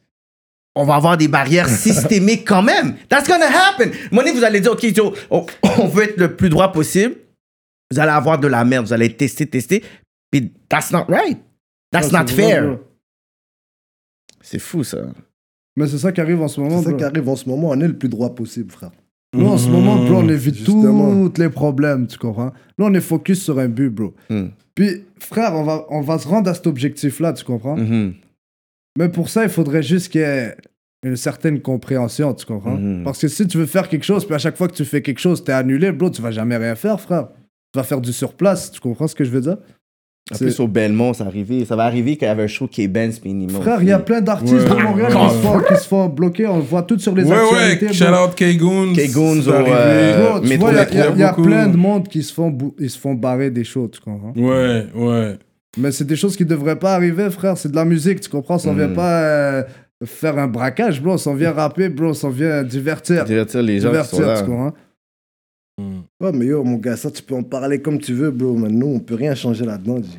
Speaker 4: on va avoir des barrières systémiques quand même. That's gonna happen. Money, vous allez dire, OK, yo, on, on veut être le plus droit possible. Vous allez avoir de la merde. Vous allez tester, tester. Puis that's not right. That's
Speaker 5: Ouais,
Speaker 4: not
Speaker 5: c'est vrai,
Speaker 4: fair.
Speaker 5: bro.
Speaker 4: C'est fou, ça.
Speaker 5: Mais c'est ça qui arrive en ce moment,
Speaker 6: C'est ça
Speaker 5: bro.
Speaker 6: qui arrive en ce moment. On est le plus droit possible, frère.
Speaker 5: Nous, en ce
Speaker 3: Mm.
Speaker 5: moment, bro, on évite
Speaker 6: Mhm. Justement.
Speaker 5: tous les problèmes, tu comprends? Là, on est focus sur un but, bro.
Speaker 4: Mm.
Speaker 5: Puis, frère, on va, on va se rendre à cet objectif-là, tu comprends?
Speaker 4: Mhm.
Speaker 5: Mais pour ça, il faudrait juste qu'il y ait une certaine compréhension, tu comprends?
Speaker 4: Mhm.
Speaker 5: Parce que si tu veux faire quelque chose, puis à chaque fois que tu fais quelque chose, t'es annulé, bro, tu vas jamais rien faire, frère. Tu vas faire du surplace, tu comprends ce que je veux dire?
Speaker 3: Ah,
Speaker 4: En
Speaker 5: C'est-
Speaker 4: plus, au Belmont, ça, arrivait, ça va arriver qu'il y avait un show qui est Ben Benz minimum.
Speaker 5: Frère, il y a plein d'artistes
Speaker 3: Ouais.
Speaker 5: de Montréal qui se, font, qui se font bloquer, on le voit tout sur les
Speaker 3: Ouais,
Speaker 5: actualités.
Speaker 3: ouais.
Speaker 5: bro.
Speaker 3: Shout out K-Goons.
Speaker 4: K-Goons
Speaker 3: C'est
Speaker 4: au,
Speaker 3: arrivé.
Speaker 4: euh,
Speaker 5: Bro, tu
Speaker 4: Métro,
Speaker 5: vois, il y a-
Speaker 4: métro,
Speaker 5: il y a, il y a
Speaker 3: beaucoup.
Speaker 5: plein de monde qui se font, bou- ils se font barrer des shows, tu comprends?
Speaker 3: Ouais, ouais. Mhm.
Speaker 5: Mais c'est des choses qui devraient pas arriver, frère. C'est de la musique, tu comprends? Ça vient pas euh, faire un braquage, bro. On s'en vient rapper, bro. On s'en vient divertir.
Speaker 4: Divertir les gens qui sont
Speaker 5: Divertir,
Speaker 4: là.
Speaker 5: tu comprends
Speaker 6: Ouais, mais yo, mon gars, ça, tu peux en parler comme tu veux, bro. Mais nous, on peut rien changer là-dedans. dis.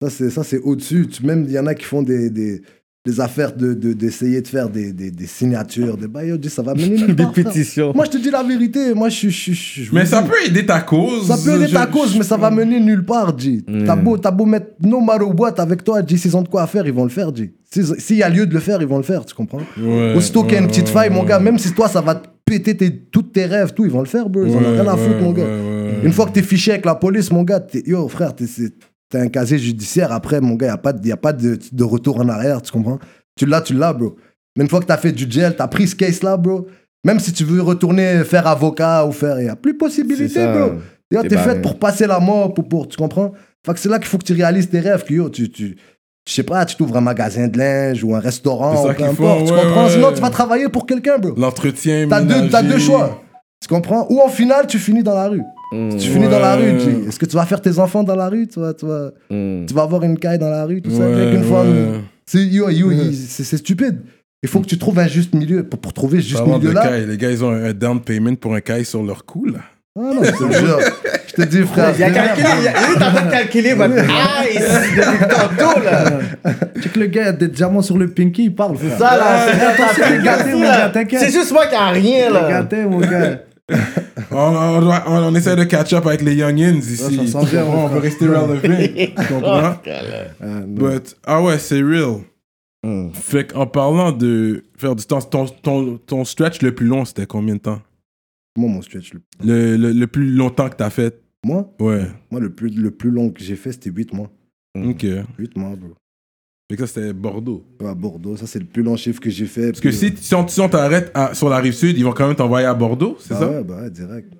Speaker 6: Ça, c'est, ça, c'est au-dessus. Tu- Même, il y en a qui font des, des, des affaires de, de- d'essayer de faire des, des, des signatures, des bails. Yo, dis, ça va mener nulle
Speaker 4: Mm. Des
Speaker 6: part, frère.
Speaker 4: pétitions.
Speaker 6: Moi, je te dis la vérité. Moi, je suis.
Speaker 3: Mais ça peut aider ta cause.
Speaker 6: Ça peut aider ta
Speaker 3: Je-
Speaker 6: cause, mais ça va mener nulle part, G.
Speaker 3: Hmm.
Speaker 6: T'as beau, t'as beau mettre nos mal aux boîtes avec toi, G. S'ils ont de quoi faire, ils vont le faire, G. S'ils- S'il y a lieu de le faire, ils vont le faire, tu comprends
Speaker 3: Ouais,
Speaker 6: Aussitôt qu'il y a une petite
Speaker 3: ouais,
Speaker 6: faille, mon
Speaker 3: ouais,
Speaker 6: gars,
Speaker 3: ouais.
Speaker 6: même si toi, ça va te péter tes, toutes tes rêves, tout, ils vont le faire, bro. Ils en ont
Speaker 3: Ouais,
Speaker 6: rien à
Speaker 3: ouais,
Speaker 6: foutre, mon
Speaker 3: ouais,
Speaker 6: gars.
Speaker 3: ouais, ouais.
Speaker 6: Une fois que t'es fiché avec la police, mon gars, t'es- yo, frère, t'es c'est- t'as un casier judiciaire. Après, mon gars, y a pas, de- y a pas de, de retour en arrière, tu comprends Tu l'as, tu l'as, bro. Mais une fois que t'as fait du gel, t'as pris ce case-là, bro. Même si tu veux retourner faire avocat ou faire, y a plus
Speaker 4: C'est
Speaker 6: possibilité,
Speaker 4: ça.
Speaker 6: bro. Yo,
Speaker 4: T'es
Speaker 6: T'es
Speaker 4: barré.
Speaker 6: fait pour passer la mort, pour, pour, tu comprends Fait que c'est là qu'il faut que tu réalises tes rêves, que yo, tu, tu, je sais pas, tu t'ouvres un magasin de linge ou un
Speaker 3: C'est
Speaker 6: restaurant,
Speaker 3: ça
Speaker 6: ou peu
Speaker 3: qu'il faut,
Speaker 6: importe, tu
Speaker 3: ouais,
Speaker 6: comprends
Speaker 3: ouais.
Speaker 6: Sinon, tu vas travailler pour quelqu'un, bro.
Speaker 3: L'entretien.
Speaker 6: T'as deux, t'as deux
Speaker 3: ménager.
Speaker 6: choix, tu comprends Ou en finale, tu finis dans la rue.
Speaker 4: Mm,
Speaker 6: Tu finis dans la
Speaker 3: Ouais.
Speaker 6: rue, tu- est-ce que tu vas faire tes enfants dans la rue, tu vas, tu vas,
Speaker 4: mm.
Speaker 6: tu vas avoir une caille dans la rue, tout ça,
Speaker 3: Ouais,
Speaker 6: avec une
Speaker 3: ouais.
Speaker 6: femme. C'est yo, yo, il- c'est c'est stupide. Il faut que tu trouves un juste milieu. Pour, pour trouver ce juste
Speaker 3: Parlant de
Speaker 6: milieu là,
Speaker 3: caille, les gars, ils ont un un down payment pour un caille sur leur cou, là.
Speaker 6: ah non, je te jure. Je te dis, frère.
Speaker 4: Il a calculé, il a- il est en train de calculer votre Ah, il se- depuis tantôt, là.
Speaker 5: Check le gars, il y a des diamants sur le pinky, il parle. frère.
Speaker 4: Ça, là, c'est
Speaker 5: Attends,
Speaker 4: ça,
Speaker 5: c'est
Speaker 4: ça,
Speaker 5: gâté,
Speaker 4: ça,
Speaker 5: mon
Speaker 4: là.
Speaker 5: gars, t'inquiète.
Speaker 4: C'est juste moi qui a rien,
Speaker 5: T'es
Speaker 4: là.
Speaker 5: gâté, mon gars.
Speaker 3: On, on, doit- on- on essaie de catch up avec les youngins ici.
Speaker 5: Ouais, ça sent bien,
Speaker 3: Tu comprends? on
Speaker 5: mon
Speaker 3: veut rester relevant. tu comprends? But, ah ouais, c'est real.
Speaker 5: Hmm.
Speaker 3: Fait qu'en parlant de faire du temps, ton, ton, ton stretch le plus long, c'était combien de temps?
Speaker 6: Moi, mon stretch, le-
Speaker 3: Le, le, le plus longtemps que t'as fait?
Speaker 6: moi,
Speaker 3: Ouais.
Speaker 6: moi le, plus, le plus long que j'ai fait, c'était 8 mois.
Speaker 5: Hmm.
Speaker 3: Ok. Fait
Speaker 6: 8 mois, bro.
Speaker 3: que ça, c'était Bordeaux.
Speaker 6: À Bordeaux, ça, c'est le plus long chiffre que j'ai fait.
Speaker 3: Parce que si,
Speaker 5: Hmm.
Speaker 3: si on, si on t'arrête à- sur la rive sud, ils vont quand même t'envoyer à Bordeaux, c'est
Speaker 6: Ah
Speaker 3: ça?
Speaker 6: ouais, bah ouais, direct.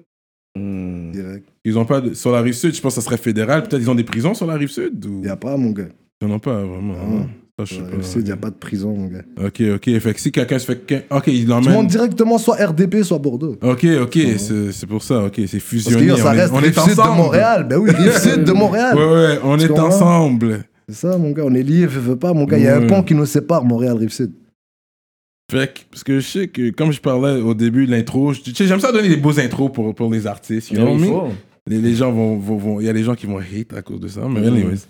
Speaker 4: Mm.
Speaker 6: Direct.
Speaker 3: Ils ont pas de- sur la rive sud, je pense que ça serait fédéral. Peut-être ils ont des prisons sur la rive sud ou
Speaker 6: Y a pas, mon gars.
Speaker 3: ils en ont pas vraiment. hein.
Speaker 6: Ah.
Speaker 3: Ça, je sais pas.
Speaker 6: Le sud, y a pas de prison, mon gars.
Speaker 3: Ok, ok. Fait que si quelqu'un se fait. que- Ok, il
Speaker 6: Tu montes
Speaker 3: l'emmène.
Speaker 6: directement soit RDP, soit Bordeaux.
Speaker 3: Ok, ok, c'est c'est pour ça, ok, c'est
Speaker 6: Mmh. Parce que
Speaker 3: fusionné.
Speaker 6: yo, ça
Speaker 3: on est-
Speaker 6: reste
Speaker 3: on est,
Speaker 6: rive sud de
Speaker 3: ensemble.
Speaker 6: Montréal. Ben oui, rive sud de Montréal.
Speaker 3: Ouais, ouais, on
Speaker 6: Tu
Speaker 3: est
Speaker 6: comprends?
Speaker 3: ensemble.
Speaker 6: C'est ça, mon gars, on est liés, veux, veux pas, mon gars. Il y a
Speaker 3: Ouais.
Speaker 6: un pont qui nous sépare, Montréal, Rive-Sud.
Speaker 3: Fait que, parce que je sais que, comme je parlais au début de l'intro, je- tu sais, j'aime ça donner des beaux intros pour, pour les artistes, you know what I mean? les, les gens vont, vont, vont- il y a des gens qui vont hate à cause de ça, mais anyways.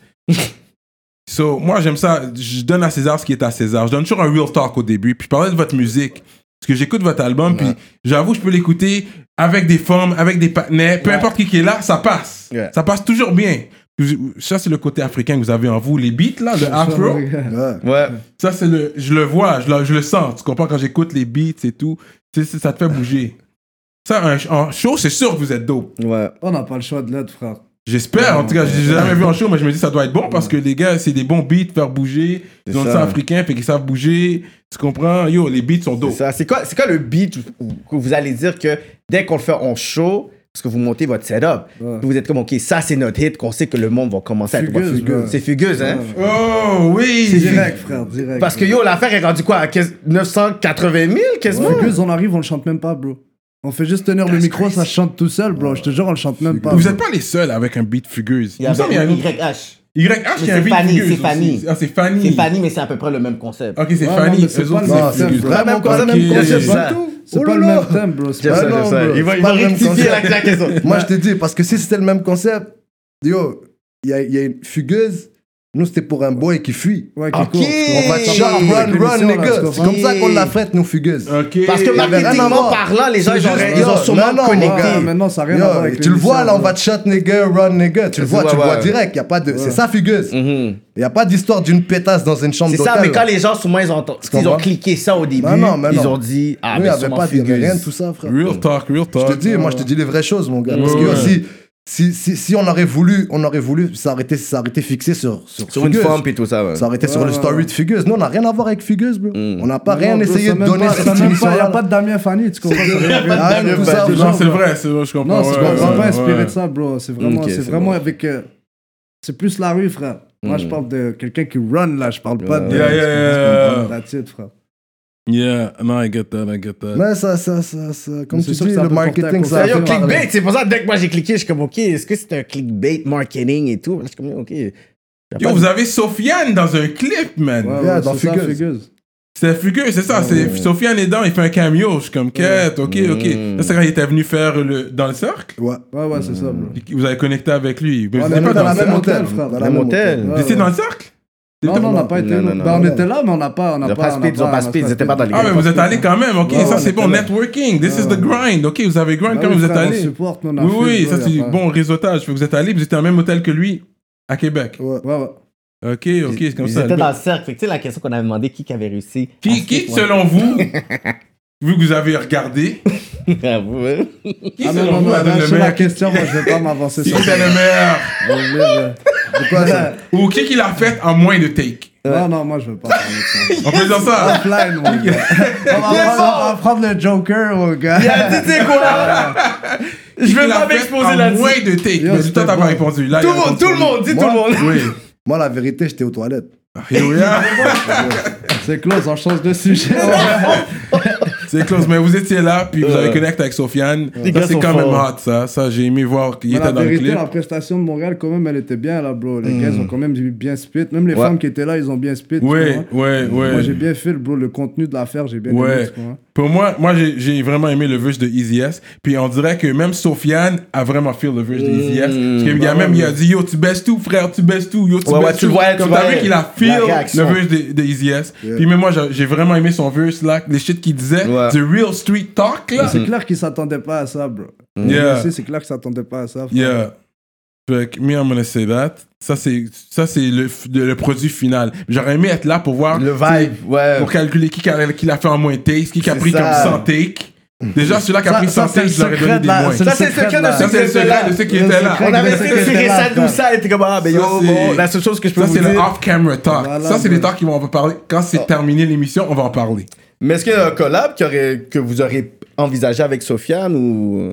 Speaker 3: so, moi, j'aime ça. Je donne à César ce qui est à César. Je donne toujours un real talk au début. Puis, parler de votre musique. Parce que j'écoute votre album, puis j'avoue, je peux l'écouter avec des formes, avec des partenaires. Peu importe qui, qui est là, ça passe.
Speaker 4: Ouais.
Speaker 3: Ça passe toujours bien. Vous- Ça, c'est le côté africain que vous avez en vous. Les beats, là, le afro.
Speaker 6: Ouais.
Speaker 4: Ouais.
Speaker 3: Ça, c'est le. Je le vois, je le, je le sens. Tu comprends quand j'écoute les beats et tout. tu sais, ça te fait bouger. Ça, un- en show, c'est sûr que vous êtes dope.
Speaker 4: Ouais.
Speaker 5: On n'a pas le choix de l'autre, frère.
Speaker 3: J'espère, en tout cas, j'ai jamais vu en show, mais je me dis ça doit être bon parce que les gars, c'est des bons beats, faire bouger. Ils
Speaker 4: C'est
Speaker 3: ont le
Speaker 4: ça.
Speaker 3: sang africain, fait qu'ils savent bouger. Tu comprends? Yo, les beats sont
Speaker 4: C'est
Speaker 3: dope.
Speaker 4: ça. C'est quoi, c'est quoi le beat où- que vous allez dire que dès qu'on le fait en show, parce que vous montez votre setup,
Speaker 5: Ouais.
Speaker 4: vous êtes comme, OK, ça c'est notre hit, qu'on sait que le monde va commencer à
Speaker 5: Fugueuse,
Speaker 4: être-
Speaker 5: ouais.
Speaker 4: C'est fugueuse, hein?
Speaker 3: Oh, oui!
Speaker 5: Direct, frère, direct.
Speaker 4: Parce que yo, l'affaire est rendue quoi? à 15 980 000 quasiment?
Speaker 5: Fugueuse, on arrive, on le chante même pas, bro. On fait juste tenir le micro, ça chante tout seul, bro. Je te jure, on le chante même pas.
Speaker 3: Vous
Speaker 5: bro.
Speaker 3: n'êtes pas les seuls avec un beat fugueuse. Il
Speaker 4: Il y
Speaker 3: me
Speaker 4: a
Speaker 3: semble qu'il y a un autre.
Speaker 4: YH.
Speaker 3: YH, il y a un
Speaker 4: c'est
Speaker 3: beat
Speaker 4: Fanny,
Speaker 3: fugueuse.
Speaker 4: c'est
Speaker 3: aussi.
Speaker 4: Fanny.
Speaker 3: Ah, c'est Fanny.
Speaker 4: C'est Fanny, mais c'est à peu près le même concept.
Speaker 3: Ok, c'est
Speaker 5: Ouais, non,
Speaker 3: Fanny.
Speaker 5: mais c'est
Speaker 3: Eux
Speaker 5: pas
Speaker 3: autres,
Speaker 5: le même
Speaker 3: c'est
Speaker 6: thème,
Speaker 3: fugueuse.
Speaker 6: frère.
Speaker 4: Vraiment
Speaker 6: Vraiment pas
Speaker 4: concept, même
Speaker 3: ok.
Speaker 4: concept.
Speaker 5: C'est pas,
Speaker 4: ça.
Speaker 5: c'est
Speaker 6: Oh
Speaker 5: pas
Speaker 6: là
Speaker 5: le
Speaker 6: là.
Speaker 5: même thème, bro. C'est
Speaker 4: J'aime
Speaker 5: pas-
Speaker 4: ça,
Speaker 6: Ah
Speaker 4: j'aime
Speaker 6: non,
Speaker 4: ça.
Speaker 6: bro,
Speaker 4: Il va,
Speaker 6: c'est
Speaker 4: il va
Speaker 6: pas le même
Speaker 4: rectifier la,
Speaker 6: concept.
Speaker 4: la question.
Speaker 6: Moi, je te dis, parce que si c'était le même concept, yo, il y a, il y a une fugueuse. Nous, c'était pour un boy qui fuit.
Speaker 5: Ouais, qui
Speaker 4: Ok.
Speaker 5: court.
Speaker 6: On va
Speaker 4: Hey.
Speaker 6: te genre, run, run,
Speaker 5: L'émission, là,
Speaker 6: nigga.
Speaker 5: tu
Speaker 6: C'est comme ça qu'on l'a faite, nous, fugueuses.
Speaker 3: Ok.
Speaker 4: Parce que
Speaker 6: Il y avait rien à
Speaker 4: marketingment
Speaker 6: voir.
Speaker 4: parlant, les gens,
Speaker 6: C'est
Speaker 4: ils ont,
Speaker 6: juste-
Speaker 4: ils ont
Speaker 6: Non,
Speaker 4: sûrement
Speaker 6: non, non,
Speaker 4: connecté.
Speaker 5: Ouais, maintenant, ça a rien
Speaker 6: Yo,
Speaker 5: à voir avec
Speaker 6: tu le vois, là, on
Speaker 5: l'émission,
Speaker 6: va te shot, nigga, run, nigga. Tu le
Speaker 4: C'est
Speaker 6: vois,
Speaker 4: ça,
Speaker 6: tu le vois
Speaker 4: ouais.
Speaker 6: direct. Y a pas de... C'est ça, fugueuse.
Speaker 4: Mhm.
Speaker 6: Y a pas d'histoire d'une pétasse dans une chambre
Speaker 4: C'est
Speaker 6: d'hôtel.
Speaker 4: ça, mais
Speaker 6: là.
Speaker 4: quand les gens, sûrement, ils ont, ils ont
Speaker 6: comprends?
Speaker 4: cliqué ça au début,
Speaker 6: Non, non, mais
Speaker 4: ils
Speaker 6: non.
Speaker 4: ont dit, ah,
Speaker 6: Nous,
Speaker 4: mais
Speaker 6: y
Speaker 4: c'est
Speaker 6: avait pas y avait rien de tout
Speaker 4: fugueuse.
Speaker 6: ça, frère.
Speaker 3: Real talk, real talk.
Speaker 6: Je te dis, moi je te dis les vraies choses, mon gars. Parce que
Speaker 3: Ouais,
Speaker 6: yo,
Speaker 3: ouais.
Speaker 6: si, si, si, si on aurait voulu, on aurait voulu, ça aurait été, ça aurait été fixé sur, sur,
Speaker 4: Sur une
Speaker 6: Fugueuse.
Speaker 4: forme et tout ça, ouais.
Speaker 6: Ça aurait été sur
Speaker 5: Ouais,
Speaker 6: le
Speaker 5: ouais,
Speaker 6: story
Speaker 5: ouais.
Speaker 6: de Fugueuse. Nous, on n'a rien à voir avec Fugueuse, bro. On n'a pas
Speaker 5: Non,
Speaker 6: rien
Speaker 5: bro,
Speaker 6: essayé
Speaker 5: ça
Speaker 6: de
Speaker 5: même
Speaker 6: donner
Speaker 5: pas-
Speaker 6: cette
Speaker 5: ça même pas. Y
Speaker 6: émission-là.
Speaker 5: a pas de Damien Fanny, tu comprends
Speaker 6: Ah,
Speaker 5: Rien
Speaker 6: tout
Speaker 5: de
Speaker 6: ça,
Speaker 5: ce genre,
Speaker 6: genre,
Speaker 3: Bah, Non, c'est
Speaker 5: bro.
Speaker 3: vrai, c'est vrai, je comprends.
Speaker 5: Non, c'est
Speaker 3: ouais,
Speaker 5: pas- c'est
Speaker 3: ouais,
Speaker 5: pas inspiré
Speaker 3: ouais.
Speaker 5: de ça, bro. C'est vraiment,
Speaker 4: Ok,
Speaker 5: c'est
Speaker 4: c'est
Speaker 5: vraiment
Speaker 4: bon.
Speaker 5: avec. euh, C'est plus la rue, frère. Moi, je parle de quelqu'un qui run, là. Je parle pas de.
Speaker 3: Yeah, yeah, yeah, yeah.
Speaker 5: That's it, frère.
Speaker 3: Yeah, no, I get that, I get that.
Speaker 6: Mais ça, ça, ça, ça- comme
Speaker 5: Mais
Speaker 6: tu
Speaker 5: c'est sûr
Speaker 6: dis,
Speaker 5: que ça
Speaker 6: le
Speaker 5: peut porter à
Speaker 6: marketing, ça a
Speaker 5: conseil.
Speaker 4: Yo,
Speaker 6: fait parler.
Speaker 4: clickbait, c'est pour ça, dès que moi j'ai cliqué, je suis comme, ok, est-ce que c'est un clickbait marketing et tout? Là, Je suis comme, ok.
Speaker 3: Yo, vous avez Sofiane dans un clip, man.
Speaker 5: Ouais,
Speaker 6: Yeah,
Speaker 5: ouais,
Speaker 6: dans
Speaker 5: c'est ça,
Speaker 6: Fugueuse.
Speaker 5: Fugueuse.
Speaker 3: C'est fugueux, c'est ça. C'est Sofiane est dedans, il fait un cameo. Je suis comme quête, ok, ok.
Speaker 5: Mm.
Speaker 3: Ça, c'est quand il était venu faire le, dans le cercle.
Speaker 6: Ouais.
Speaker 5: Ouais, ouais, c'est ça, bro.
Speaker 3: puis Vous avez connecté avec lui. Mais
Speaker 6: Ouais,
Speaker 3: vous
Speaker 6: mais
Speaker 3: n'êtes pas
Speaker 6: nous,
Speaker 3: dans,
Speaker 6: dans la
Speaker 3: le
Speaker 6: même
Speaker 3: cercle.
Speaker 6: hôtel,
Speaker 5: hôtel,
Speaker 6: frère. Dans
Speaker 4: Le
Speaker 6: la même
Speaker 4: motel.
Speaker 6: hôtel.
Speaker 5: Ouais,
Speaker 3: Vous étiez
Speaker 5: ouais.
Speaker 3: dans le cercle
Speaker 5: Non, non, on n'a pas
Speaker 4: Non,
Speaker 5: été.
Speaker 4: non,
Speaker 5: non.
Speaker 4: non,
Speaker 5: Ben, on
Speaker 4: non.
Speaker 5: était là, mais on n'a pas. On
Speaker 4: Ils
Speaker 5: n'a
Speaker 4: ont pas
Speaker 5: pas, on n'a
Speaker 4: speed, ils ont pas speed, ils étaient pas dans le
Speaker 3: Ah, mais
Speaker 4: game.
Speaker 3: vous êtes allé quand même. Ok,
Speaker 5: Ouais,
Speaker 3: ça,
Speaker 5: ouais,
Speaker 3: c'est
Speaker 5: on
Speaker 3: bon.
Speaker 5: était là.
Speaker 3: Networking. This is
Speaker 5: Ouais.
Speaker 3: the grind. Ok, vous avez grind
Speaker 5: Ben
Speaker 3: quand
Speaker 5: oui,
Speaker 3: vous êtes
Speaker 5: frère, on
Speaker 3: allé.
Speaker 5: supporte, nous, on a
Speaker 3: Oui,
Speaker 5: fait,
Speaker 3: oui, ça,
Speaker 5: bro,
Speaker 3: c'est
Speaker 5: y
Speaker 3: du
Speaker 5: a pas-
Speaker 3: bon réseautage. Vous êtes allé, vous étiez dans le même hôtel que lui à Québec.
Speaker 6: Ouais.
Speaker 5: Ouais, ouais.
Speaker 3: Ok, ok, c'est comme
Speaker 4: Ils
Speaker 3: ça.
Speaker 4: étaient dans le cercle. Fait que, tu sais, la question qu'on avait demandé, qui qui avait réussi à
Speaker 3: Qui,
Speaker 5: Ah,
Speaker 4: skip,
Speaker 3: qui
Speaker 4: ouais.
Speaker 3: selon vous, vu que vous avez regardé,
Speaker 4: J'avoue, hein.
Speaker 3: qui
Speaker 5: Ah, non,
Speaker 3: selon
Speaker 5: non,
Speaker 3: vous
Speaker 5: non,
Speaker 3: a donné
Speaker 5: là,
Speaker 3: le
Speaker 5: sur la
Speaker 3: meilleur
Speaker 5: question, moi, je vais pas m'avancer
Speaker 3: Qui
Speaker 5: sur
Speaker 3: était le meilleur
Speaker 5: C'est quoi ça
Speaker 3: Ou qui qui l'a fait en moins de take
Speaker 5: Non, non, moi, je veux pas parler de ça.
Speaker 3: En faisant ça.
Speaker 5: Offline, mon gars. On va prendre- on va prendre le Joker, mon gars.
Speaker 4: Il a dit, tu sais quoi Je
Speaker 3: Qui
Speaker 4: veux
Speaker 3: l'a
Speaker 4: pas
Speaker 3: fait
Speaker 4: m'exposer
Speaker 3: en
Speaker 4: là-dessus.
Speaker 3: moins de take.
Speaker 5: Yo,
Speaker 3: Mais
Speaker 5: c'était
Speaker 3: toi, t'as
Speaker 5: bon.
Speaker 3: pas répondu. Là,
Speaker 4: Tout
Speaker 3: il
Speaker 4: le
Speaker 3: a
Speaker 4: monde, tout le monde, dis tout le
Speaker 6: Moi,
Speaker 4: monde.
Speaker 3: Oui.
Speaker 6: Moi, la vérité, j'étais aux toilettes.
Speaker 3: Here we are.
Speaker 5: C'est close, on change de sujet.
Speaker 3: C'est close, mais vous étiez là, puis vous avez
Speaker 4: Ouais.
Speaker 3: connecté avec Sofiane.
Speaker 4: Les
Speaker 3: Ça,
Speaker 4: gars
Speaker 3: c'est
Speaker 4: sont
Speaker 3: quand même
Speaker 4: forts.
Speaker 3: hot, ça. Ça, j'ai aimé voir qu'il
Speaker 5: Mais
Speaker 3: était
Speaker 5: la
Speaker 3: dans le
Speaker 5: vérité,
Speaker 3: clip. Mm.
Speaker 5: la prestation de Montréal, quand même, elle était bien là, bro. Les gars, ils ont quand même bien spit. Même les
Speaker 4: Ouais.
Speaker 5: femmes qui étaient là, ils ont bien spit. tu
Speaker 3: Ouais,
Speaker 5: vois.
Speaker 3: ouais,
Speaker 5: Moi, j'ai
Speaker 3: ouais.
Speaker 5: bien fait, bro. Le contenu de l'affaire, j'ai bien aimé.
Speaker 3: Ouais.
Speaker 5: tu
Speaker 4: hein.
Speaker 5: vois.
Speaker 3: Pour moi, moi j'ai j'ai vraiment aimé le verse de Easy S. Puis on dirait que même Sofiane a vraiment fait le verse de Easy S. Parce qu'il y a même, il a dit Yo, tu baisses tout, frère, tu baisses tout. Yo, tu
Speaker 4: Mm. Bah Ouais,
Speaker 3: baisses
Speaker 4: ouais, tu
Speaker 3: tout.
Speaker 4: le voyais, tu
Speaker 3: Comme t'as
Speaker 4: voyais
Speaker 3: vu qu'il a feel
Speaker 4: la
Speaker 3: le
Speaker 4: réaction.
Speaker 3: verse de, de Easy S. Puis même moi, j'ai j'ai vraiment aimé son verse là, les shit qu'il disait,
Speaker 4: Ouais.
Speaker 3: du real street talk là.
Speaker 5: C'est clair qu'ils s'attendaient pas à ça, bro.
Speaker 3: Mm. Yeah.
Speaker 5: Tu sais, C'est clair qu'ils s'attendaient pas à ça. frère.
Speaker 3: Yeah. Fait que, me, I'm gonna say that. Ça, c'est ça, c'est le, f- de- le produit final. J'aurais aimé être là pour voir.
Speaker 4: Le vibe, ouais.
Speaker 3: Pour calculer qui, a- qui l'a fait en moins de takes, qui a
Speaker 4: Euh, C'est
Speaker 3: pris
Speaker 4: ça.
Speaker 3: comme 100 takes. Déjà, celui-là qui a
Speaker 5: Ça-
Speaker 3: pris
Speaker 5: ça,
Speaker 3: 100
Speaker 5: c'est
Speaker 3: takes,
Speaker 5: le
Speaker 3: je leur ai donné
Speaker 5: secret
Speaker 3: des
Speaker 5: de la-
Speaker 3: moins.
Speaker 5: c'est
Speaker 4: Ça, c'est le secret de
Speaker 3: Ça,
Speaker 4: ceux qui
Speaker 3: c'est le
Speaker 4: étaient
Speaker 3: secret
Speaker 4: là.
Speaker 3: de ceux qui
Speaker 5: Le
Speaker 3: étaient là.
Speaker 5: secret
Speaker 4: On
Speaker 5: de-
Speaker 4: avait
Speaker 5: Ça,
Speaker 4: essayé de
Speaker 5: c'est
Speaker 4: tirer
Speaker 5: là,
Speaker 4: ça d'où
Speaker 5: ça.
Speaker 4: ça, et t'es comme, ah, ben
Speaker 3: Ça,
Speaker 4: yo,
Speaker 3: c'est-
Speaker 4: bon, la seule chose que je peux
Speaker 3: Ça,
Speaker 4: vous
Speaker 3: c'est le
Speaker 4: dire.
Speaker 3: off-camera talk.
Speaker 5: Voilà,
Speaker 3: ça, c'est des
Speaker 5: voilà.
Speaker 3: talks qui vont en parler. Quand c'est terminé l'émission, on va en parler.
Speaker 4: Mais est-ce qu'il y a un collab qui aurait- que vous auriez envisagé avec Sofiane ou.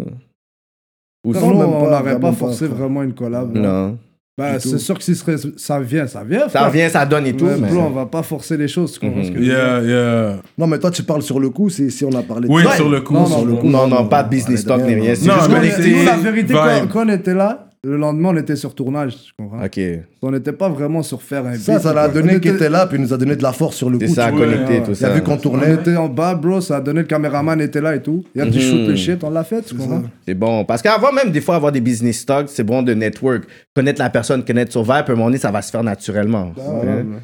Speaker 4: ou
Speaker 5: Non, non,
Speaker 6: même
Speaker 5: on
Speaker 6: pas,
Speaker 5: n'aurait pas
Speaker 6: vraiment
Speaker 5: forcé
Speaker 6: pas, frère.
Speaker 5: vraiment une collab. bro.
Speaker 4: Non.
Speaker 5: Bah,
Speaker 4: hein. du tout.
Speaker 5: c'est sûr que si ce serait- ça vient, ça vient.
Speaker 4: Ça
Speaker 5: frère.
Speaker 4: revient, ça donne et tout.
Speaker 5: Ouais,
Speaker 4: mais-
Speaker 5: bro, on va pas forcer les choses. Tu comprends
Speaker 4: Mhm.
Speaker 5: ce que je veux dire
Speaker 3: Mm-hmm. Yeah, yeah.
Speaker 6: Non, mais toi, tu parles sur le coup, c'est si on a parlé de
Speaker 3: Oui,
Speaker 6: ça.
Speaker 3: sur le coup.
Speaker 5: Non,
Speaker 3: sur
Speaker 5: non,
Speaker 3: le
Speaker 6: non.
Speaker 3: coup.
Speaker 4: Non, non,
Speaker 6: Non,
Speaker 4: pas de
Speaker 6: non,
Speaker 4: business
Speaker 6: arrête
Speaker 4: talk
Speaker 6: de
Speaker 4: ni
Speaker 6: rien,
Speaker 4: rien.
Speaker 6: non.
Speaker 4: C'est
Speaker 3: Non,
Speaker 4: juste
Speaker 5: Nous,
Speaker 3: Ah, mais
Speaker 5: on
Speaker 3: les-
Speaker 4: connecté.
Speaker 5: est- nous, la vérité, quand,
Speaker 3: vibe.
Speaker 5: quand on était là, le lendemain, on était sur tournage. Tu comprends
Speaker 4: Ok.
Speaker 5: On n'était pas vraiment sur faire un
Speaker 6: Ça,
Speaker 5: beat,
Speaker 6: ça l'a
Speaker 5: on
Speaker 6: donné
Speaker 5: était-
Speaker 6: qu'il était là, puis il nous a donné de la force sur le coup.
Speaker 4: C'est ça,
Speaker 6: tu
Speaker 3: Ouais,
Speaker 6: vois.
Speaker 4: connecté
Speaker 5: ouais.
Speaker 4: tout
Speaker 6: Il a
Speaker 4: ça.
Speaker 6: vu qu'on
Speaker 5: On
Speaker 6: tournait.
Speaker 5: était en bas, bro, ça a donné le caméraman était là et tout. Il y a du
Speaker 4: Mhm.
Speaker 5: shoot, le shit, on l'a fait, tu comprends
Speaker 4: C'est bon. Parce qu'avant même, des fois, avoir des business talks, c'est bon de network. Connaître la personne, connaître son vibe, à un moment donné, ça va se faire naturellement.
Speaker 5: Ah, Ouais, Ben,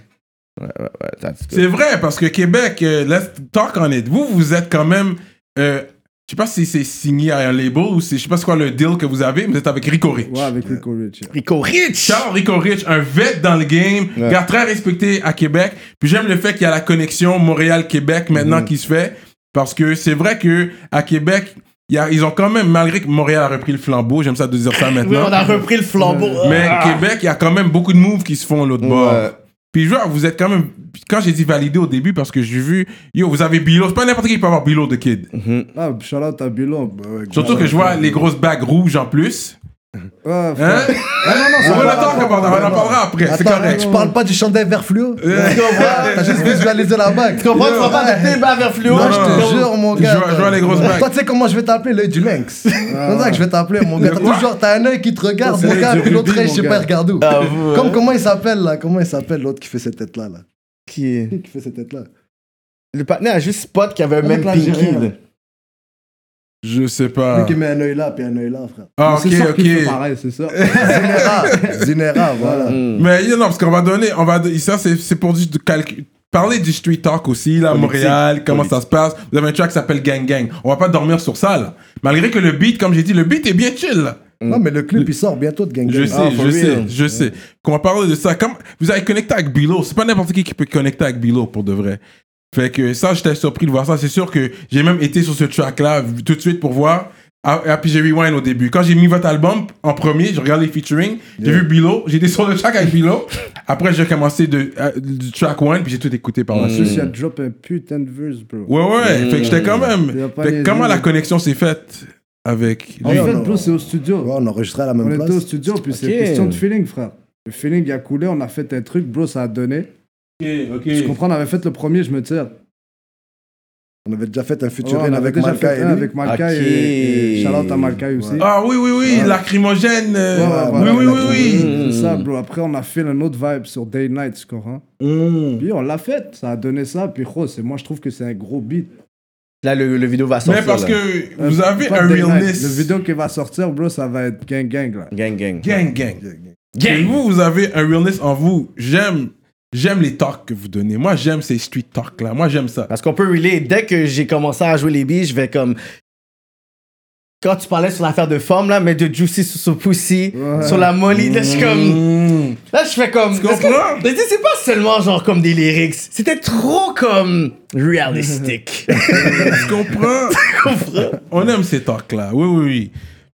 Speaker 4: Ouais,
Speaker 5: ouais.
Speaker 4: ouais, that's good.
Speaker 3: C'est vrai, parce que Québec, euh, let's talk on it. Vous, vous êtes quand même. euh, je sais pas si c'est signé à un label ou c'est- je sais pas c'est quoi le deal que vous avez, mais vous êtes avec Rico Rich.
Speaker 5: Ouais, avec Rico Rich. yeah.
Speaker 4: Rico Rich!
Speaker 3: Charles Rico Rich, un vet dans le game,
Speaker 4: Ouais.
Speaker 3: gars très respecté à Québec. Puis j'aime le fait qu'il y a la connexion Montréal-Québec maintenant qui se fait. Parce que c'est vrai que à Québec, il y a- ils ont quand même, malgré que Montréal a repris le flambeau, j'aime ça de dire ça
Speaker 4: Oui,
Speaker 3: maintenant.
Speaker 4: on Ah. a repris le flambeau.
Speaker 3: Euh, Mais Québec, il y a quand même beaucoup de moves qui se font de l'autre bord. Puis genre, vous êtes quand même. Quand j'ai dit validé au début, parce que j'ai vu, yo, vous avez Bilo. C'est pas n'importe qui qui peut avoir Bilo de kid.
Speaker 5: Ah, shout out à Bilon.
Speaker 3: Surtout que je vois les grosses bagues rouges en plus.
Speaker 5: Ouais, frère.
Speaker 3: Hein?
Speaker 5: Ah, non, non,
Speaker 3: On
Speaker 5: c'est
Speaker 3: va
Speaker 5: pas-
Speaker 3: l'attendre, on en parlera après. C'est
Speaker 6: Attends,
Speaker 3: correct.
Speaker 6: tu parles pas du chandail vert fluo Ah,
Speaker 3: Ouais.
Speaker 6: T'as juste visualisé la bague.
Speaker 4: Tu comprends? Tu vas pas de débat vers Fluo.
Speaker 6: Non,
Speaker 3: Non,
Speaker 6: je
Speaker 3: non.
Speaker 6: te jure, mon
Speaker 3: Je
Speaker 6: gars.
Speaker 3: vois- je vois les grosses bagues.
Speaker 6: Toi, tu sais comment je vais t'appeler l'œil du lynx.
Speaker 5: Ah.
Speaker 6: C'est ça que je vais t'appeler, mon gars. T'as
Speaker 3: quoi
Speaker 6: toujours t'as un œil qui te regarde,
Speaker 5: C'est
Speaker 6: mon
Speaker 5: l'œil
Speaker 6: gars,
Speaker 5: du
Speaker 6: puis l'autre
Speaker 5: rubis,
Speaker 6: œil,
Speaker 5: mon
Speaker 6: je sais
Speaker 5: gars.
Speaker 6: pas, regarde où.
Speaker 4: Ah, vous,
Speaker 6: Comme
Speaker 4: hein.
Speaker 6: comment il s'appelle, là Comment il s'appelle, l'autre qui fait cette tête-là, là
Speaker 4: Qui est-
Speaker 6: Qui qui fait cette tête-là
Speaker 4: Le partenaire a juste Spot qui avait un même
Speaker 6: Avec
Speaker 4: pinky.
Speaker 6: l'Algérien,
Speaker 4: là.
Speaker 6: là.
Speaker 3: Je sais
Speaker 6: Lui
Speaker 5: Ah.
Speaker 3: pas.
Speaker 6: qui met un œil là, puis un œil là, frère.
Speaker 3: Ah, ok,
Speaker 5: C'est sûr qu'il fait
Speaker 3: ok.
Speaker 5: pareil, c'est ça.
Speaker 6: Zinera, Zinera, voilà.
Speaker 4: Mm.
Speaker 3: Mais you know, parce qu'on va donner, on va, ça c'est c'est pour du, du calcul. Parler du street talk aussi, là, à
Speaker 4: Politique.
Speaker 3: Montréal, comment
Speaker 4: Politique.
Speaker 3: ça se passe. Vous avez un track qui s'appelle Gang Gang. On va pas dormir sur ça, là. Malgré que le beat, comme j'ai dit, le beat est bien chill. là.
Speaker 6: Non, mais le clip, il sort bientôt de Gang
Speaker 3: Je
Speaker 6: Gang.
Speaker 3: sais,
Speaker 4: Ah, for
Speaker 3: je sais,
Speaker 4: real.
Speaker 3: je sais. Qu'on va parler de ça. Comme, vous avez connecté avec Bilo. C'est pas n'importe qui qui peut connecter avec Bilo, pour de vrai. Fait que ça, j'étais surpris de voir ça. C'est sûr que j'ai même été sur ce track-là vu- tout de suite pour voir. Ah, ah, puis j'ai rewind au début. Quand j'ai mis votre album en premier, je regardais les featuring, j'ai vu Bilo, j'étais sur le track avec Bilo. Après, j'ai commencé de, à- du track one, puis j'ai tout écouté par la
Speaker 5: Juste,
Speaker 3: suite.
Speaker 5: il a drop un putain de verse, bro.
Speaker 3: Ouais, ouais. Fait que j'étais quand
Speaker 5: Il y a
Speaker 3: même.
Speaker 5: pas
Speaker 3: Fait que
Speaker 5: les
Speaker 3: comment
Speaker 5: deux. Ah,
Speaker 3: la connexion s'est faite avec
Speaker 5: En
Speaker 3: lui
Speaker 5: fait,
Speaker 6: non.
Speaker 5: bro, c'est au studio.
Speaker 6: Ouais, on enregistrait à la
Speaker 5: On
Speaker 6: même
Speaker 5: était au
Speaker 6: place.
Speaker 5: studio, puis c'est
Speaker 4: Ok.
Speaker 5: question de feeling, frère. Le feeling a coulé, on a fait un truc, bro, ça a donné.
Speaker 3: Ok, ok.
Speaker 5: Tu comprends, on avait fait le premier, je me tire.
Speaker 6: On avait déjà fait un
Speaker 5: Ouais, on
Speaker 6: featuring
Speaker 5: avait
Speaker 6: avec
Speaker 5: déjà
Speaker 6: Malka
Speaker 5: fait
Speaker 6: et
Speaker 5: un
Speaker 6: lui.
Speaker 5: avec Malka
Speaker 4: Ok.
Speaker 5: et, et shout out à Malka aussi.
Speaker 3: Ah oui, oui, oui, lacrymogène. euh,
Speaker 5: Ouais, ouais,
Speaker 3: oui, oui,
Speaker 5: ouais,
Speaker 3: oui, oui,
Speaker 4: lacrymogène.
Speaker 6: Mm.
Speaker 5: C'est ça, bro. Après, on a fait un autre vibe sur Day Night, tu comprends?
Speaker 3: Mm.
Speaker 5: Puis on l'a fait, ça a donné ça. Puis gros, c'est moi je trouve que c'est un gros beat. Euh,
Speaker 4: Là, le, le vidéo va sortir.
Speaker 3: Mais parce
Speaker 4: là.
Speaker 3: que vous avez
Speaker 5: Pas
Speaker 3: un
Speaker 5: Day Night.
Speaker 3: realness.
Speaker 5: Le vidéo qui va sortir, bro, ça va être gang gang là.
Speaker 4: Gang, gang.
Speaker 3: Gang, gang. Et vous, vous avez un realness en vous. J'aime. J'aime les talks que vous donnez. Moi, j'aime ces street talks là. Moi, j'aime ça.
Speaker 4: Parce qu'on peut relay. Dès que j'ai commencé à jouer les billes, je vais comme. Quand tu parlais sur l'affaire de forme, là, mais de Juicy sur son pussy, sur la molly, là, je suis comme.
Speaker 3: Mmh.
Speaker 4: Là, je fais comme. parce que-
Speaker 3: comprends?
Speaker 4: mais tu sais, c'est pas seulement genre comme des lyrics. C'était trop comme. Realistic.
Speaker 3: Tu comprends? On aime ces talks là. Oui, oui, oui.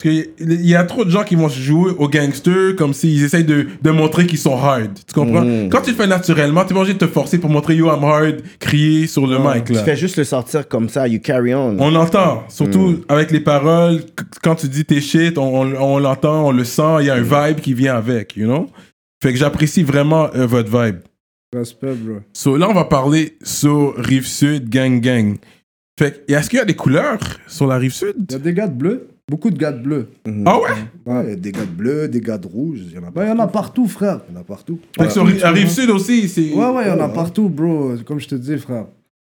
Speaker 3: Parce que Il y a trop de gens qui vont se jouer aux gangsters comme s'ils essayent de, de montrer qu'ils sont hard. Tu comprends? Quand tu le fais naturellement, tu es obligé de te forcer pour montrer yo, I'm hard, crier sur le mic.
Speaker 4: tu
Speaker 3: Là.
Speaker 4: fais juste le sortir comme ça, you carry on.
Speaker 3: On entend, surtout
Speaker 4: Mm.
Speaker 3: avec les paroles, qu- quand tu dis tes shit, on, on- on l'entend, on le sent, il y a un
Speaker 4: Mm.
Speaker 3: vibe qui vient avec, you know? Fait que j'apprécie vraiment euh, votre vibe.
Speaker 5: Respect, bro.
Speaker 3: So, là, on va parler sur Rive-Sud, gang gang. Fait que, est-ce qu'il y a des couleurs sur la
Speaker 5: Il y a
Speaker 3: Rive-Sud?
Speaker 5: des gars de bleu, beaucoup de gars de bleu.
Speaker 3: Ah ouais?
Speaker 6: Ouais, des gars de bleus, des gars de rouges, il y en a
Speaker 5: Bah, il y en a partout, frère.
Speaker 6: Il y en a partout.
Speaker 3: Fait que sur Ri- à Rive-Sud aussi, c'est...
Speaker 5: Ah, Ouais, ouais, il y en a
Speaker 6: Ouais.
Speaker 5: partout, bro. Comme je te dis, frère.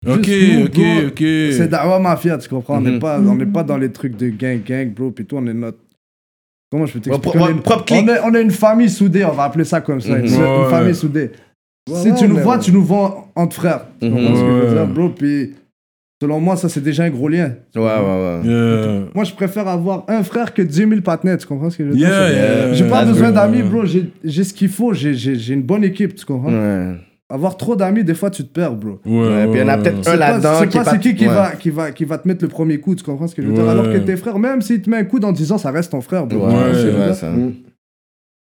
Speaker 3: Ok,
Speaker 5: Juste nous,
Speaker 3: ok,
Speaker 5: bro,
Speaker 3: ok.
Speaker 5: C'est Dawa Mafia, tu comprends? On
Speaker 6: Mm-hmm.
Speaker 4: Mhm.
Speaker 5: n'est pas, on n'est pas dans les trucs de gang, gang, bro. Puis toi, on est notre. Comment je peux t'expliquer?
Speaker 4: Ouais,
Speaker 5: on, est une-
Speaker 4: propre clique.
Speaker 5: on est- on est une famille soudée, on va appeler ça comme ça. une-
Speaker 6: Mm-hmm.
Speaker 4: Mhm.
Speaker 5: Une,
Speaker 3: Ouais.
Speaker 5: famille soudée.
Speaker 6: Ouais,
Speaker 5: si
Speaker 6: ouais,
Speaker 5: tu nous
Speaker 6: mais-
Speaker 5: vois, tu nous vois entre frères. Tu
Speaker 4: Mhm.
Speaker 5: comprends ce que je veux dire,
Speaker 3: Ouais.
Speaker 5: bro? Puis selon moi, ça, c'est déjà un gros lien.
Speaker 4: Ouais, ouais, ouais.
Speaker 3: Yeah.
Speaker 5: Moi, je préfère avoir un frère que 10 000 partenaires, tu comprends ce que je veux dire?
Speaker 3: Yeah,
Speaker 4: yeah.
Speaker 3: yeah.
Speaker 5: J'ai pas
Speaker 4: That's
Speaker 5: besoin
Speaker 3: good.
Speaker 5: d'amis, bro. J'ai j'ai ce qu'il faut. J'ai- J'ai j'ai une bonne équipe, tu comprends?
Speaker 4: Ouais.
Speaker 5: Avoir trop d'amis, des fois, tu te perds, bro.
Speaker 3: Ouais,
Speaker 4: Ouais, puis il y en a
Speaker 3: ouais,
Speaker 4: peut-être
Speaker 3: ouais.
Speaker 4: un
Speaker 5: C'est pas-
Speaker 4: là-dedans
Speaker 5: c'est
Speaker 4: qui est
Speaker 5: pas
Speaker 4: pas-
Speaker 5: c'est qui qui,
Speaker 4: Ouais.
Speaker 5: va, qui, va, qui va te mettre le premier coup, tu comprends ce que je veux dire
Speaker 3: Ouais.
Speaker 5: Alors que tes frères, même s'il te met un coup dans 10 ans, ça reste ton frère.
Speaker 4: Ouais,
Speaker 5: bro. Tu comprends ce que je veux
Speaker 3: ouais,
Speaker 5: dire
Speaker 4: ça.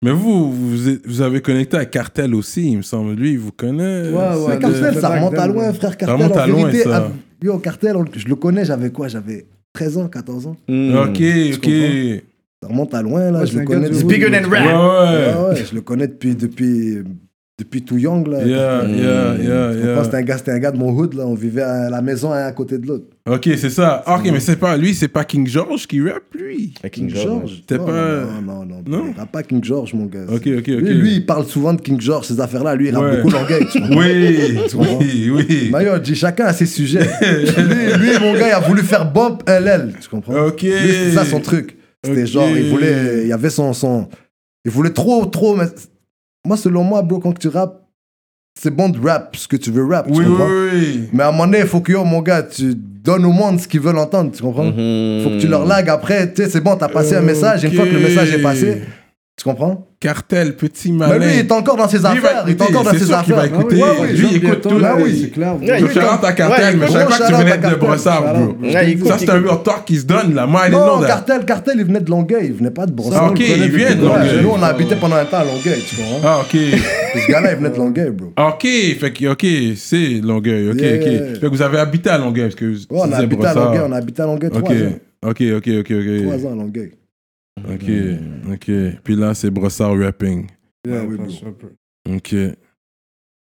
Speaker 3: Mais vous, vous, êtes- vous avez connecté à Cartel aussi, il me semble. Lui, il vous connaît.
Speaker 5: Ouais, ouais,
Speaker 3: C'est
Speaker 6: Mais
Speaker 5: de-
Speaker 3: que-
Speaker 6: Cartel,
Speaker 5: de
Speaker 6: ça
Speaker 5: Black
Speaker 6: remonte à
Speaker 5: Dahlia.
Speaker 6: loin, frère. Cartel,
Speaker 3: remonte
Speaker 6: en
Speaker 3: à loin,
Speaker 6: vérité,
Speaker 3: ça.
Speaker 6: av- Yo, Cartel, on- je le connais, j'avais quoi J'avais 13 ans, 14 ans.
Speaker 4: Mm.
Speaker 3: Ok, ok. Ouais,
Speaker 6: Ça remonte à loin, là.
Speaker 5: Ouais,
Speaker 6: je
Speaker 5: c'est
Speaker 6: le
Speaker 5: un
Speaker 6: connais
Speaker 5: gars du
Speaker 6: depuis-
Speaker 4: It's bigger than
Speaker 3: ouais.
Speaker 4: rap.
Speaker 6: Ah Ouais, ouais, je le connais depuis, depuis, depuis tout young, là.
Speaker 3: Yeah, yeah, yeah,
Speaker 6: Je
Speaker 3: yeah.
Speaker 6: pense que c'était un gars- c'était un gars de mon hood, là. On vivait à la maison, un à côté de l'autre.
Speaker 3: Ok, c'est ça. Ah, Ok, mais c'est pas lui, c'est pas King George qui rappe, lui.
Speaker 4: King George.
Speaker 3: T'es
Speaker 6: non,
Speaker 3: pas-
Speaker 6: Non, non, non.
Speaker 3: Non
Speaker 6: Il rappe pas King George, mon gars.
Speaker 3: Ok, ok, ok.
Speaker 6: Lui, lui, il parle souvent de King George, ces affaires-là. Lui, il rappe
Speaker 3: Ouais.
Speaker 6: beaucoup l'orgueil. tu comprends
Speaker 3: Oui,
Speaker 6: comprends?
Speaker 3: oui, oui.
Speaker 6: Mais yo, dis, chacun a ses sujets. lui, lui, mon gars, il a voulu faire bump LL. Tu comprends
Speaker 3: Ok.
Speaker 6: Lui, c'était ça son truc. C'était
Speaker 3: Ok.
Speaker 6: genre, il voulait. Il y avait son, son. Il voulait trop, trop. Mais... Moi, selon moi, bro, quand tu rappes, c'est bon de rap ce que tu veux rap.
Speaker 3: Oui,
Speaker 6: tu
Speaker 3: oui,
Speaker 6: comprends
Speaker 3: oui.
Speaker 6: Mais à un moment donné, il faut que, yo, mon gars, tu donnes au monde ce qu'ils veulent entendre. Tu comprends
Speaker 4: Mhm.
Speaker 6: Faut que tu leur lagues après. Tu sais, c'est bon, t'as passé un message. Une fois que le message est passé, tu comprends
Speaker 3: Cartel, petit
Speaker 6: mais
Speaker 3: malin.
Speaker 6: lui, il est encore dans ses
Speaker 3: Lui, il va
Speaker 6: affaires. Il est
Speaker 3: écouter,
Speaker 6: encore dans
Speaker 3: c'est
Speaker 6: ses
Speaker 3: sûr qu'il va
Speaker 6: affaires.
Speaker 5: Ah oui,
Speaker 3: Écoutez,
Speaker 5: ouais, ouais,
Speaker 3: lui,
Speaker 5: j'aime
Speaker 3: il écoute
Speaker 5: bientôt,
Speaker 3: tout,
Speaker 5: là,
Speaker 3: là,
Speaker 5: oui,
Speaker 3: oui.
Speaker 5: c'est clair. bro.
Speaker 4: Ouais,
Speaker 3: Je
Speaker 4: il-
Speaker 3: shout-out à Cartel,
Speaker 4: Ouais,
Speaker 3: mais
Speaker 6: gros
Speaker 3: chaque fois que tu
Speaker 6: shout-out à
Speaker 3: venais de
Speaker 6: Cartel.
Speaker 3: brossard,
Speaker 5: Shout-out,
Speaker 3: bro.
Speaker 5: bro.
Speaker 4: Ouais, il
Speaker 3: Ça, c'est un real talk qui se donne, là. Moi, I didn't
Speaker 6: Non,
Speaker 3: know that.
Speaker 6: cartel, cartel, il venait de Longueuil, il venait pas de Brossard.
Speaker 3: Ah, ok,
Speaker 6: On le connaît
Speaker 3: il vient de
Speaker 6: depuis- Ouais,
Speaker 3: Longueuil.
Speaker 6: Nous, on a habité pendant un temps à Longueuil, tu comprends
Speaker 3: Ah, ok. Ah,
Speaker 6: Ce gars-là, il venait de Longueuil, bro.
Speaker 3: Ok, fait que, ok, c'est Longueuil, ok,
Speaker 6: Yeah.
Speaker 3: ok. Fait que vous avez habité à Longueuil, parce que vous
Speaker 6: Ouais, on a habité à Longueuil, on a habité à Longueuil trois ans.
Speaker 3: Ok, ok, ok,
Speaker 6: Trois
Speaker 3: ok,
Speaker 6: ans à Longueuil.
Speaker 3: ok. Ok, ok. Puis là, c'est Brossard rapping.
Speaker 5: Yeah,
Speaker 6: oui, bro.
Speaker 5: franchement, bro.
Speaker 3: Ok.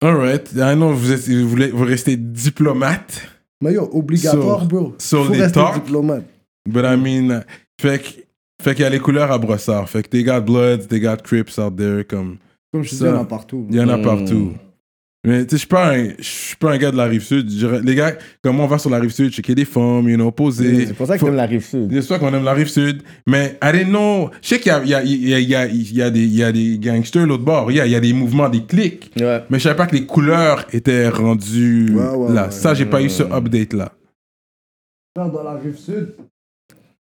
Speaker 3: Alright, I know vous, êtes- vous, voulez- vous restez diplomate,
Speaker 6: Mais yo, obligatoire,
Speaker 3: Sur-
Speaker 6: bro.
Speaker 3: sur
Speaker 6: Faut
Speaker 3: les
Speaker 6: rester
Speaker 3: talks.
Speaker 6: diplomate.
Speaker 3: but I mean, fait que- fait qu'il y a les couleurs à Brossard. Fait que they got Bloods, they got Crips out there, comme,
Speaker 5: Comme je te dis,
Speaker 3: Ça.
Speaker 5: il y en a partout. bro.
Speaker 3: il y en a
Speaker 4: Mm.
Speaker 3: partout. Mais tu sais, je suis pas un- je suis pas un gars de la Rive-Sud. Je dirais- Les gars, comme on va sur la Rive-Sud, checker des femmes, you know, poser.
Speaker 4: C'est pour ça que t'aimes la rive sud.
Speaker 3: Je sais qu'on aime la rive sud, mais I didn't know. Je sais qu'il y a, il y, a, il y, a, il y, a, il y a des- il y a des gangsters l'autre bord, il y, a, il y a des mouvements, des clics,
Speaker 4: Ouais.
Speaker 3: mais je savais pas que les couleurs étaient rendues
Speaker 6: Ouais, ouais,
Speaker 3: là.
Speaker 6: ouais.
Speaker 3: Ça, j'ai pas eu ce update là.
Speaker 5: Frère, Dans la rive sud,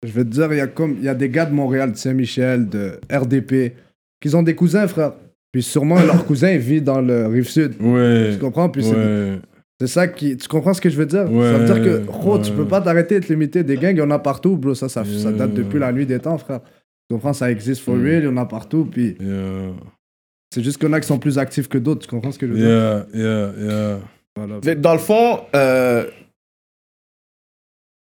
Speaker 5: je vais te dire, il y, a comme- il y a des gars de Montréal, de Saint-Michel, de RDP, qui ont des cousins, frère. Puis sûrement, leur cousin, il vit dans le rive sud.
Speaker 3: Ouais.
Speaker 5: Tu comprends? Puis c'est
Speaker 3: Ouais.
Speaker 5: C'est ça qui. Tu comprends ce que je veux dire?
Speaker 3: Ouais,
Speaker 5: ça veut dire que, gros, tu
Speaker 3: ouais.
Speaker 5: peux pas t'arrêter de te limiter. Des gangs, il y en a partout, bro. Ça, ça, ça date
Speaker 3: Yeah.
Speaker 5: depuis la nuit des temps, frère. Tu comprends? Ça existe for real, il y en a partout. Puis
Speaker 3: Yeah.
Speaker 5: c'est juste qu'il y en a qui sont plus actifs que d'autres. Tu comprends ce que je veux dire?
Speaker 3: Yeah, yeah, yeah.
Speaker 5: Voilà.
Speaker 4: Fait que Dans le fond, euh,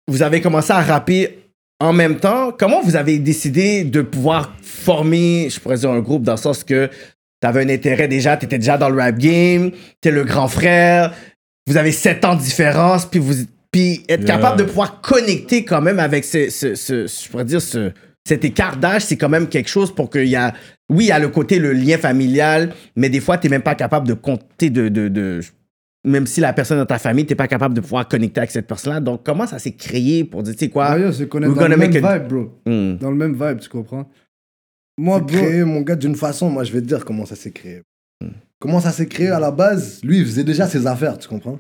Speaker 4: vous avez commencé à rapper en même temps. Comment vous avez décidé de pouvoir former, je pourrais dire, un groupe dans le sens que t'avais un intérêt déjà, t'étais déjà dans le rap game, t'es le grand frère, vous avez 7 ans de différence, puis vous puis être
Speaker 3: Yeah.
Speaker 4: capable de pouvoir connecter quand même avec ce, ce, ce- ce- je pourrais dire ce- cet écart d'âge, c'est quand même quelque chose pour qu'il y a, oui, il y a le côté, le lien familial, mais des fois, tu n'es même pas capable de compter de, de, de- même si la personne dans ta famille, tu n'es pas capable de pouvoir connecter avec cette personne-là. Donc, comment ça s'est créé pour dire, tu sais quoi,
Speaker 5: Mario se connaît
Speaker 4: We're
Speaker 5: dans le
Speaker 4: gonna
Speaker 5: même
Speaker 4: make a-
Speaker 5: vibe, bro.
Speaker 4: hmm,
Speaker 5: Dans le même vibe, tu comprends? Moi,
Speaker 6: C'est
Speaker 5: bro,
Speaker 6: créé, mon gars, d'une façon, moi, je vais te dire comment ça s'est créé. Comment ça s'est créé à la base Lui, il faisait déjà ses affaires, tu comprends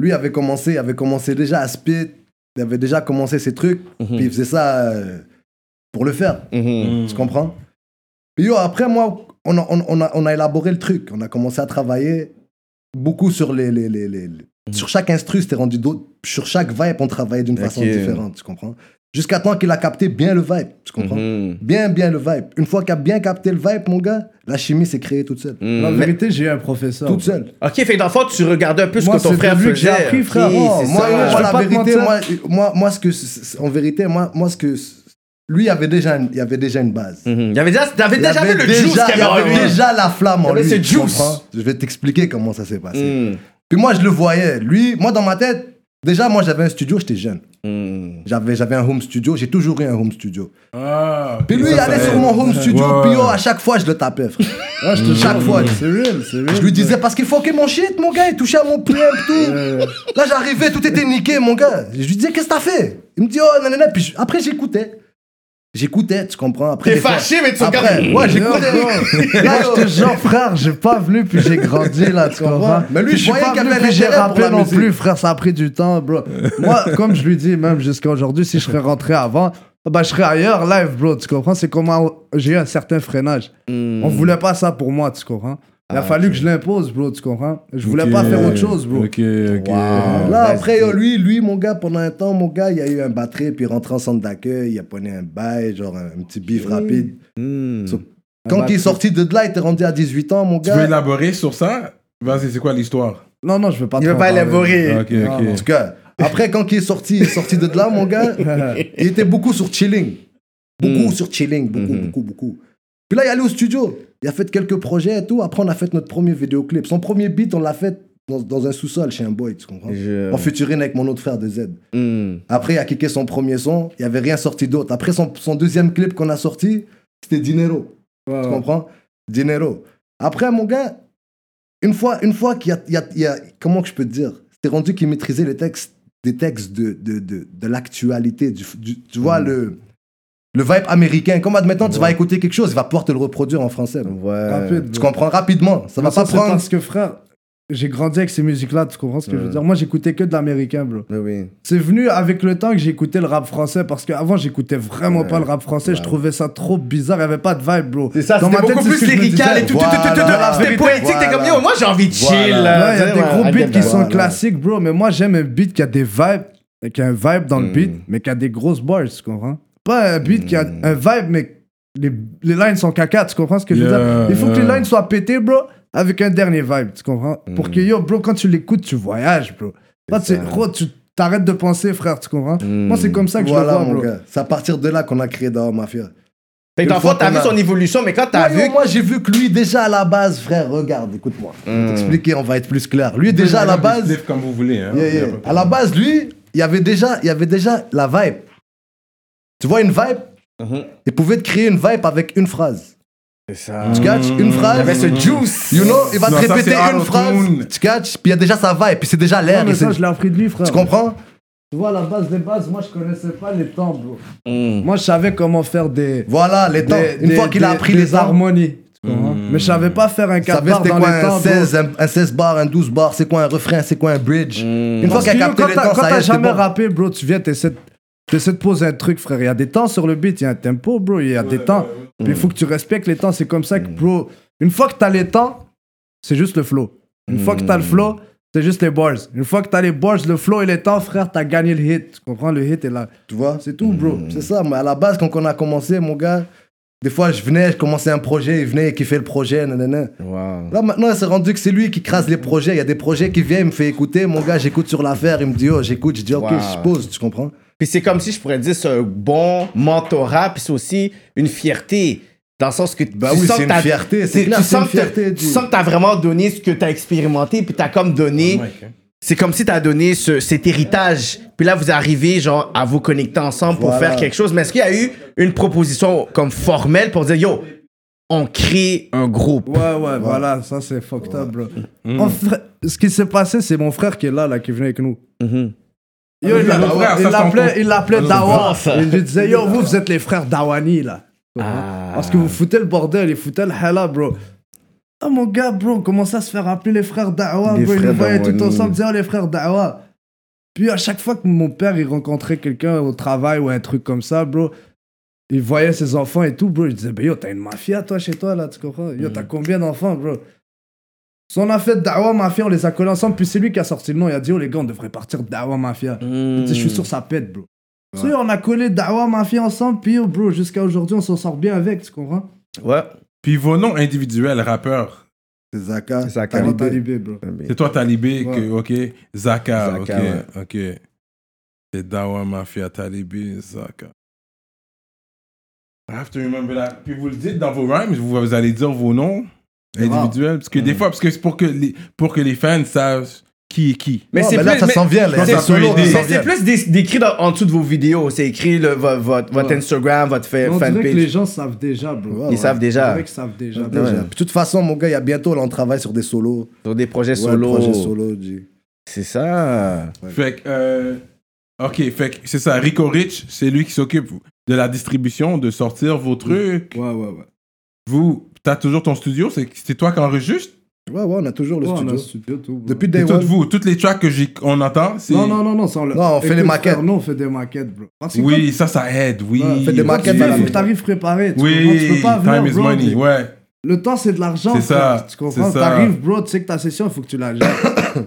Speaker 6: Lui avait commencé, avait commencé déjà à spit, il avait déjà commencé ses trucs,
Speaker 4: mhm,
Speaker 6: puis il faisait ça euh, pour le faire,
Speaker 4: mhm,
Speaker 3: Hmm.
Speaker 6: tu comprends Puis yo, après, moi, on a, on- on a- on a élaboré le truc, on a commencé à travailler beaucoup sur les... les- les- les- les- Sur chaque instru, c'était rendu d'autres. Sur chaque vibe, on travaillait d'une façon
Speaker 4: Ok.
Speaker 6: différente, tu comprends Jusqu'à temps qu'il a capté bien le vibe, tu comprends
Speaker 4: mhm,
Speaker 6: Bien, bien le vibe. Une fois qu'il a bien capté le vibe, mon gars, la chimie s'est créée toute seule.
Speaker 4: mhm.
Speaker 5: la
Speaker 4: Mais-
Speaker 5: vérité, j'ai eu un professeur.
Speaker 6: Toute seule.
Speaker 4: Ok, fait que dans le fond, tu regardais un peu ce
Speaker 5: Moi,
Speaker 4: que ton
Speaker 5: c'est
Speaker 4: frère
Speaker 5: de lui que
Speaker 4: faisait.
Speaker 5: j'ai appris, frère.
Speaker 4: Ok,
Speaker 5: Oh,
Speaker 4: c'est
Speaker 6: moi,
Speaker 4: ça.
Speaker 6: moi,
Speaker 5: Je peux
Speaker 6: la
Speaker 5: pas te
Speaker 6: vérité,
Speaker 5: mentir.
Speaker 6: moi, moi, moi, ce que, c'est- c'est- en vérité, moi, moi, ce que, lui, il avait déjà, une- il avait déjà une base.
Speaker 4: Mhm. Il y avait déjà, t'avais
Speaker 6: Il
Speaker 4: déjà
Speaker 6: avait
Speaker 4: vu le juice qu'il y
Speaker 6: il
Speaker 4: avait en
Speaker 6: avait
Speaker 4: lui.
Speaker 6: déjà la flamme
Speaker 4: Il y
Speaker 6: en
Speaker 4: avait
Speaker 6: lui.
Speaker 4: ce
Speaker 6: tu
Speaker 4: juice.
Speaker 6: comprends Je vais t'expliquer comment ça s'est passé.
Speaker 4: Mhm,
Speaker 6: Puis moi, je le voyais. Lui, moi, dans ma tête, déjà, moi, j'avais un studio, j'étais jeune.
Speaker 4: mhm.
Speaker 6: J'avais, j'avais un home studio, j'ai toujours eu un home studio.
Speaker 3: Ah,
Speaker 6: Puis lui, il
Speaker 3: ça,
Speaker 6: allait
Speaker 3: ça
Speaker 6: sur
Speaker 3: aide.
Speaker 6: mon home studio,
Speaker 3: Ouais,
Speaker 6: puis yo,
Speaker 3: ouais.
Speaker 6: à chaque fois, je le tapais, frère.
Speaker 5: Ah, je te
Speaker 6: Chaque
Speaker 5: jure,
Speaker 6: fois,
Speaker 5: bro. C'est real, c'est real.
Speaker 6: Je lui disais parce qu'il fuckait mon shit, mon gars, il touchait à mon preamp, tout.
Speaker 5: Euh,
Speaker 6: Là, j'arrivais, tout était niqué, mon gars. Je lui disais, qu'est-ce que t'as fait Il me dit, oh, nanana. Puis je- après, j'écoutais. J'écoutais, tu comprends. Après,
Speaker 4: T'es
Speaker 6: des fois-
Speaker 4: fâché, mais tu
Speaker 6: Après,
Speaker 4: regardes.
Speaker 6: ouais,
Speaker 5: Non,
Speaker 6: j'écoutais. Là,
Speaker 5: Moi, je te jure, frère, j'ai pas venu, puis j'ai grandi, là, tu comprends?
Speaker 6: Mais lui,
Speaker 5: Puis
Speaker 6: je
Speaker 5: suis
Speaker 6: voyais
Speaker 5: pas
Speaker 6: qu'il y
Speaker 5: venu,
Speaker 6: avait un
Speaker 5: puis j'ai
Speaker 6: intérêt pour
Speaker 5: rappé
Speaker 6: la
Speaker 5: non
Speaker 6: musique.
Speaker 5: plus, frère, ça a pris du temps, bro. Moi, comme je lui dis, même jusqu'à aujourd'hui, si je serais rentré avant, bah, je serais ailleurs, live, bro, tu comprends? C'est comment j'ai eu un certain freinage.
Speaker 4: Mmh.
Speaker 5: On
Speaker 4: Hmm.
Speaker 5: voulait pas ça pour moi, tu comprends? Il a fallu que je l'impose, bro, tu comprends? Je voulais pas
Speaker 3: Ok,
Speaker 5: faire autre chose, bro.
Speaker 3: Ok, ok.
Speaker 4: Wow.
Speaker 6: Là,
Speaker 4: Vas-y.
Speaker 6: après, yo, lui, lui, mon gars, pendant un temps, mon gars, il y a eu un batterie, puis il rentré en centre d'accueil, il a pogné un bail, genre un, un petit bif rapide.
Speaker 4: Mhm.
Speaker 6: So- Quand il est sorti de là, il était rendu à 18 ans, mon
Speaker 3: Tu veux
Speaker 6: gars.
Speaker 3: élaborer sur ça Vas-y, c'est quoi l'histoire
Speaker 5: Non, non, je veux pas
Speaker 4: Il
Speaker 5: trop
Speaker 4: veut pas
Speaker 5: en parler.
Speaker 4: élaborer.
Speaker 3: Ok,
Speaker 6: En
Speaker 3: ok.
Speaker 6: tout cas, après, quand il est sorti, il est sorti de là, mon gars, il était beaucoup sur chilling. Beaucoup
Speaker 5: Hmm.
Speaker 4: Mm.
Speaker 6: sur chilling, beaucoup,
Speaker 4: Mhm.
Speaker 6: beaucoup, beaucoup. Puis là, il est allé au studio, il a fait quelques projets et tout. Après, on a fait notre premier vidéoclip. Son premier beat, on l'a fait dans, dans un sous-sol chez un boy, tu comprends
Speaker 4: Je-
Speaker 6: En featuring avec mon autre frère de Z.
Speaker 4: Mhm.
Speaker 6: Après, il a kické son premier son, il n'y avait rien sorti d'autre. Après, son, son deuxième clip qu'on a sorti, c'était Dinero.
Speaker 5: Ouais,
Speaker 6: Tu
Speaker 5: ouais.
Speaker 6: comprends Dinero. Après, mon gars, une fois, une fois qu'il y a, il y a- il y a- Comment que je peux te dire C'est rendu qu'il maîtrisait les textes, des textes de, de, de, de l'actualité. Du, du- tu vois,
Speaker 5: Mm.
Speaker 6: le, le vibe américain. Comme admettons, tu vas écouter quelque chose, il va pouvoir te le reproduire en français. bro.
Speaker 4: Ouais.
Speaker 5: Rapide,
Speaker 6: Tu
Speaker 5: bro.
Speaker 6: comprends Rapidement. Ça
Speaker 5: Mais
Speaker 6: va
Speaker 5: ça,
Speaker 6: pas
Speaker 5: c'est
Speaker 6: prendre.
Speaker 5: Parce que, frère, j'ai grandi avec ces musiques-là, tu comprends ce que je veux
Speaker 4: Ouais.
Speaker 5: dire? Moi, j'écoutais que de l'américain, bro.
Speaker 4: Mais oui.
Speaker 5: C'est venu avec le temps que j'écoutais le rap français parce qu'avant j'écoutais vraiment
Speaker 4: Ouais.
Speaker 5: pas le rap français, je
Speaker 4: Ouais. Euh,
Speaker 5: trouvais ça trop bizarre, il y avait pas de vibe bro.
Speaker 4: C'est ça,
Speaker 5: Dans
Speaker 4: c'était
Speaker 5: ma tête,
Speaker 4: beaucoup
Speaker 5: c'est ce
Speaker 4: plus
Speaker 5: que je me
Speaker 4: lyrical et
Speaker 5: disais.
Speaker 4: tout, tout, tout, tout, tout,
Speaker 6: Voilà.
Speaker 4: C'était poétique,
Speaker 6: Voilà.
Speaker 4: t'es comme yo, moi j'ai envie de chill. là.
Speaker 6: Voilà.
Speaker 5: Ouais, il y a
Speaker 4: Ouais,
Speaker 5: des
Speaker 4: ouais,
Speaker 5: gros
Speaker 4: I
Speaker 5: beats
Speaker 4: get
Speaker 5: qui
Speaker 4: that.
Speaker 5: sont
Speaker 6: Voilà.
Speaker 5: classiques bro, mais moi j'aime un beat qui a des vibes, qui a un vibe dans le beat,
Speaker 4: Mm.
Speaker 5: mais qui a des grosses bars, tu comprends Pas un beat qui a un vibe mais les, les lines sont caca, tu comprends ce que je veux
Speaker 3: Yeah,
Speaker 5: dire Il faut que les
Speaker 3: yeah.
Speaker 5: lines soient pétées bro, avec un dernier vibe, tu comprends Pour que yo bro, quand tu l'écoutes, tu voyages bro. Là, tu,
Speaker 4: ça.
Speaker 5: gros, tu t'arrêtes de penser frère, tu comprends
Speaker 4: Mm.
Speaker 5: Moi c'est comme ça que
Speaker 6: Voilà,
Speaker 5: je le vois
Speaker 6: mon
Speaker 5: bro.
Speaker 6: gars. C'est à partir de là qu'on a créé Dao Mafia.
Speaker 4: Fait que dans le
Speaker 6: Une fois
Speaker 4: fond, t'as
Speaker 6: qu'on
Speaker 4: vu
Speaker 6: a-
Speaker 4: son évolution, mais quand t'as
Speaker 6: Ouais, yo,
Speaker 4: vu.
Speaker 6: Moi, j'ai vu que lui, déjà à la base, frère, regarde, écoute-moi. Je vais
Speaker 5: Hmm.
Speaker 4: Mm.
Speaker 6: t'expliquer, on va être plus clair. Lui, déjà à la base.
Speaker 3: Lève comme vous voulez. Hein.
Speaker 6: Yeah, yeah. À la base, lui, il y avait déjà, il y avait déjà la vibe. Tu vois une vibe
Speaker 5: Mm-hmm.
Speaker 4: Mhm.
Speaker 6: Il pouvait te créer une vibe avec une phrase.
Speaker 4: C'est ça.
Speaker 5: Hmm.
Speaker 6: Tu catches une
Speaker 4: Il y avait
Speaker 6: phrase Hmm.
Speaker 4: ce juice.
Speaker 6: You know, il va
Speaker 3: Non,
Speaker 6: te
Speaker 3: ça,
Speaker 6: répéter
Speaker 3: c'est
Speaker 6: une
Speaker 3: auto-tune.
Speaker 6: phrase. Tu catches Puis il y a déjà sa vibe. Puis c'est déjà l'air.
Speaker 5: Non, mais
Speaker 6: et Eh, c'est-
Speaker 5: ça, je l'ai appris de lui, frère.
Speaker 6: Tu comprends
Speaker 5: Tu vois, la base des bases, moi, je connaissais pas les temps, bro.
Speaker 4: Mm.
Speaker 5: Moi, je savais comment faire des.
Speaker 6: Voilà, les temps.
Speaker 5: des-
Speaker 6: une
Speaker 5: des-
Speaker 6: fois qu'il a
Speaker 5: des-
Speaker 6: appris
Speaker 5: des
Speaker 6: les armes,
Speaker 5: harmonies. tu comprends Mais je savais pas faire un
Speaker 6: il savait
Speaker 5: 4 barres
Speaker 6: c'était
Speaker 5: dans
Speaker 6: quoi
Speaker 5: les
Speaker 6: un
Speaker 5: temps, bro.
Speaker 6: 16, un, un 16 bar, un 12 bar, c'est quoi un refrain, c'est quoi un bridge. Une fois
Speaker 5: Parce
Speaker 6: qu'il a
Speaker 5: que, yo,
Speaker 6: capté
Speaker 5: quand
Speaker 6: les
Speaker 5: t'as-
Speaker 6: temps,
Speaker 5: Quand
Speaker 6: ça y
Speaker 5: t'as
Speaker 6: est, c'est
Speaker 5: jamais
Speaker 6: bon.
Speaker 5: rappé, bro, tu viens, t'essaies de- t'essaies de poser un truc, frère. Il y a des temps sur le beat, il y a un tempo, bro, il y a des temps. Puis il faut que tu respectes les temps. C'est comme ça que, bro, une fois que t'as les temps, c'est juste le flow. Une fois que t'as le flow, c'est juste les bars. Une fois que t'as les bars, le flow et les temps, frère, t'as gagné le hit. Tu comprends? Le hit est là.
Speaker 6: Tu vois
Speaker 5: C'est tout, bro.
Speaker 6: C'est ça, mais à la base, quand on a commencé, mon gars, des fois, je venais, je commençais un projet, il venait, il kiffait le projet, nanana.
Speaker 4: Wow.
Speaker 6: Là, maintenant, il s'est rendu que c'est lui qui crase les projets. Il y a des projets qui viennent, il me fait écouter. Mon gars, j'écoute sur l'affaire. Il me dit, oh, j'écoute. Je dis, ok,
Speaker 4: Wow.
Speaker 6: je pose, tu comprends
Speaker 4: Puis c'est comme si je pourrais dire c'est un bon mentorat, puis c'est aussi une fierté. Dans le sens que
Speaker 6: Bah
Speaker 4: tu
Speaker 6: oui,
Speaker 4: sens
Speaker 6: c'est
Speaker 4: que
Speaker 6: une
Speaker 4: t'as-
Speaker 6: fierté, c'est
Speaker 4: tu-
Speaker 6: clair,
Speaker 4: tu
Speaker 6: c'est
Speaker 4: sens
Speaker 6: une
Speaker 4: que t'as-
Speaker 6: fierté,
Speaker 4: Tu
Speaker 6: dis. Ah
Speaker 4: sens que t'as vraiment donné ce que t'as expérimenté, puis t'as comme donné c'est comme si t'as donné ce, cet héritage. Puis là, vous arrivez, genre, à vous connecter ensemble pour
Speaker 6: Voilà.
Speaker 4: faire quelque chose. Mais est-ce qu'il y a eu une proposition comme formelle pour dire, yo, on crée un groupe?
Speaker 5: Ouais, ouais, voilà, ça c'est fucked up, bro. En fait, ce qui s'est passé, c'est mon frère qui est là, là, qui venait avec nous.
Speaker 6: Mm-hmm.
Speaker 5: Yo, il
Speaker 3: Ah, bah, ouais,
Speaker 5: l'a- il
Speaker 3: ça, c'est
Speaker 5: l'appelait
Speaker 3: encore-
Speaker 5: il l'appelait
Speaker 3: Ah,
Speaker 5: Dawa.
Speaker 4: bah, ça.
Speaker 5: Il lui disait, yo, vous, vous êtes les frères Dawani, là. Parce que vous foutez le bordel, ils foutaient le hala, bro. Ah, mon gars, bro, on commençait à se faire appeler les frères Dawa,
Speaker 4: Les
Speaker 5: bro. Ils
Speaker 4: frères
Speaker 5: nous voyaient
Speaker 4: Dawani.
Speaker 5: tout ensemble, ils disaient, oh, les frères Dawa. Puis à chaque fois que mon père, il rencontrait quelqu'un au travail ou un truc comme ça, bro, il voyait ses enfants et tout, bro. Il disait, ben yo, t'as une mafia, toi, chez toi, là, tu comprends Yo, t'as combien d'enfants, bro Si on a fait Dawa Mafia, on les a collés ensemble, puis c'est lui qui a sorti le nom. Il a dit, oh, les gars, on devrait partir Dawa Mafia.
Speaker 4: Mm-hmm.
Speaker 5: Tu sais, Je suis
Speaker 4: Hmm.
Speaker 5: sûr, ça pète, bro. Tu sais, on a collé Dawa Mafia ensemble, puis yo, bro, jusqu'à aujourd'hui, on s'en sort bien avec, tu comprends
Speaker 4: Ouais.
Speaker 3: Puis vos noms individuels, rappeurs,
Speaker 6: C'est Zaka.
Speaker 4: C'est Zaka.
Speaker 5: Talibé.
Speaker 6: Talibé.
Speaker 5: Talibé, bro.
Speaker 4: Eh,
Speaker 3: c'est toi Talibé, que, ok, Zaka,
Speaker 4: Zaka,
Speaker 3: ok, ok. C'est Dawa Mafia, Talibé, Zaka. I have to remember that. Puis vous le dites dans vos rhymes, vous, vous allez dire vos noms individuels, parce que des fois, parce que c'est pour que les, pour que les fans savent qui est qui.
Speaker 6: Mais c'est là, ça s'en vient, là.
Speaker 3: pense que
Speaker 6: Ça
Speaker 3: ça peut
Speaker 6: solo,
Speaker 3: aider.
Speaker 6: ça
Speaker 4: Mais
Speaker 6: s'en
Speaker 4: c'est
Speaker 6: vient.
Speaker 4: plus dé- décrit dans- en dessous de vos vidéos. C'est écrit le- vo- votre, votre
Speaker 5: Ouais.
Speaker 4: Instagram, votre fa-
Speaker 5: On dirait que les
Speaker 4: fanpage.
Speaker 5: gens savent déjà, bro.
Speaker 6: Ouais,
Speaker 4: Ils
Speaker 6: ouais.
Speaker 4: savent
Speaker 5: On
Speaker 4: déjà.
Speaker 5: dirait qu'ils savent déjà.
Speaker 6: Déjà. Puis De toute façon, mon gars, il y a bientôt, là, on travaille sur des solos.
Speaker 4: Sur des projets
Speaker 6: Ouais,
Speaker 4: solo.
Speaker 6: projet solo, dis.
Speaker 4: C'est ça.
Speaker 3: Fait que, euh, ok, fait que c'est ça. Rico Rich, c'est lui qui s'occupe de la distribution, de sortir vos trucs.
Speaker 5: Ouais, ouais, ouais.
Speaker 3: Vous, t'as toujours ton studio, c'est c'est toi qui enregistre.
Speaker 6: Ouais, ouais, on a toujours le
Speaker 5: Ouais, on a
Speaker 6: studio.
Speaker 5: un studio, tout, bro.
Speaker 6: Depuis
Speaker 3: C'est
Speaker 6: Day
Speaker 3: toutes
Speaker 6: One.
Speaker 3: vous, toutes les tracks que j'ai- on entend, c'est.
Speaker 5: Non, non, non, non, ça, on, le-
Speaker 6: Non, on fait
Speaker 5: Écoute,
Speaker 6: les maquettes.
Speaker 5: frère, nous, on fait des maquettes, bro. Parce que
Speaker 3: Oui, ça, ça aide, oui.
Speaker 5: Ouais,
Speaker 6: faites des
Speaker 5: quand- quand tu
Speaker 6: maquettes
Speaker 5: viens,
Speaker 6: à la
Speaker 5: faut que
Speaker 6: maison.
Speaker 5: t'arrives préparé. Tu comprends?
Speaker 3: Oui,
Speaker 5: Tu peux pas venir,
Speaker 3: time is
Speaker 5: bro,
Speaker 3: money,
Speaker 5: t'es-
Speaker 3: ouais.
Speaker 5: Le temps, c'est de l'argent.
Speaker 3: C'est ça,
Speaker 5: frère, Tu
Speaker 3: c'est
Speaker 5: comprends
Speaker 3: ça.
Speaker 5: T'arrives, bro, tu sais que ta session, il faut que tu la gères.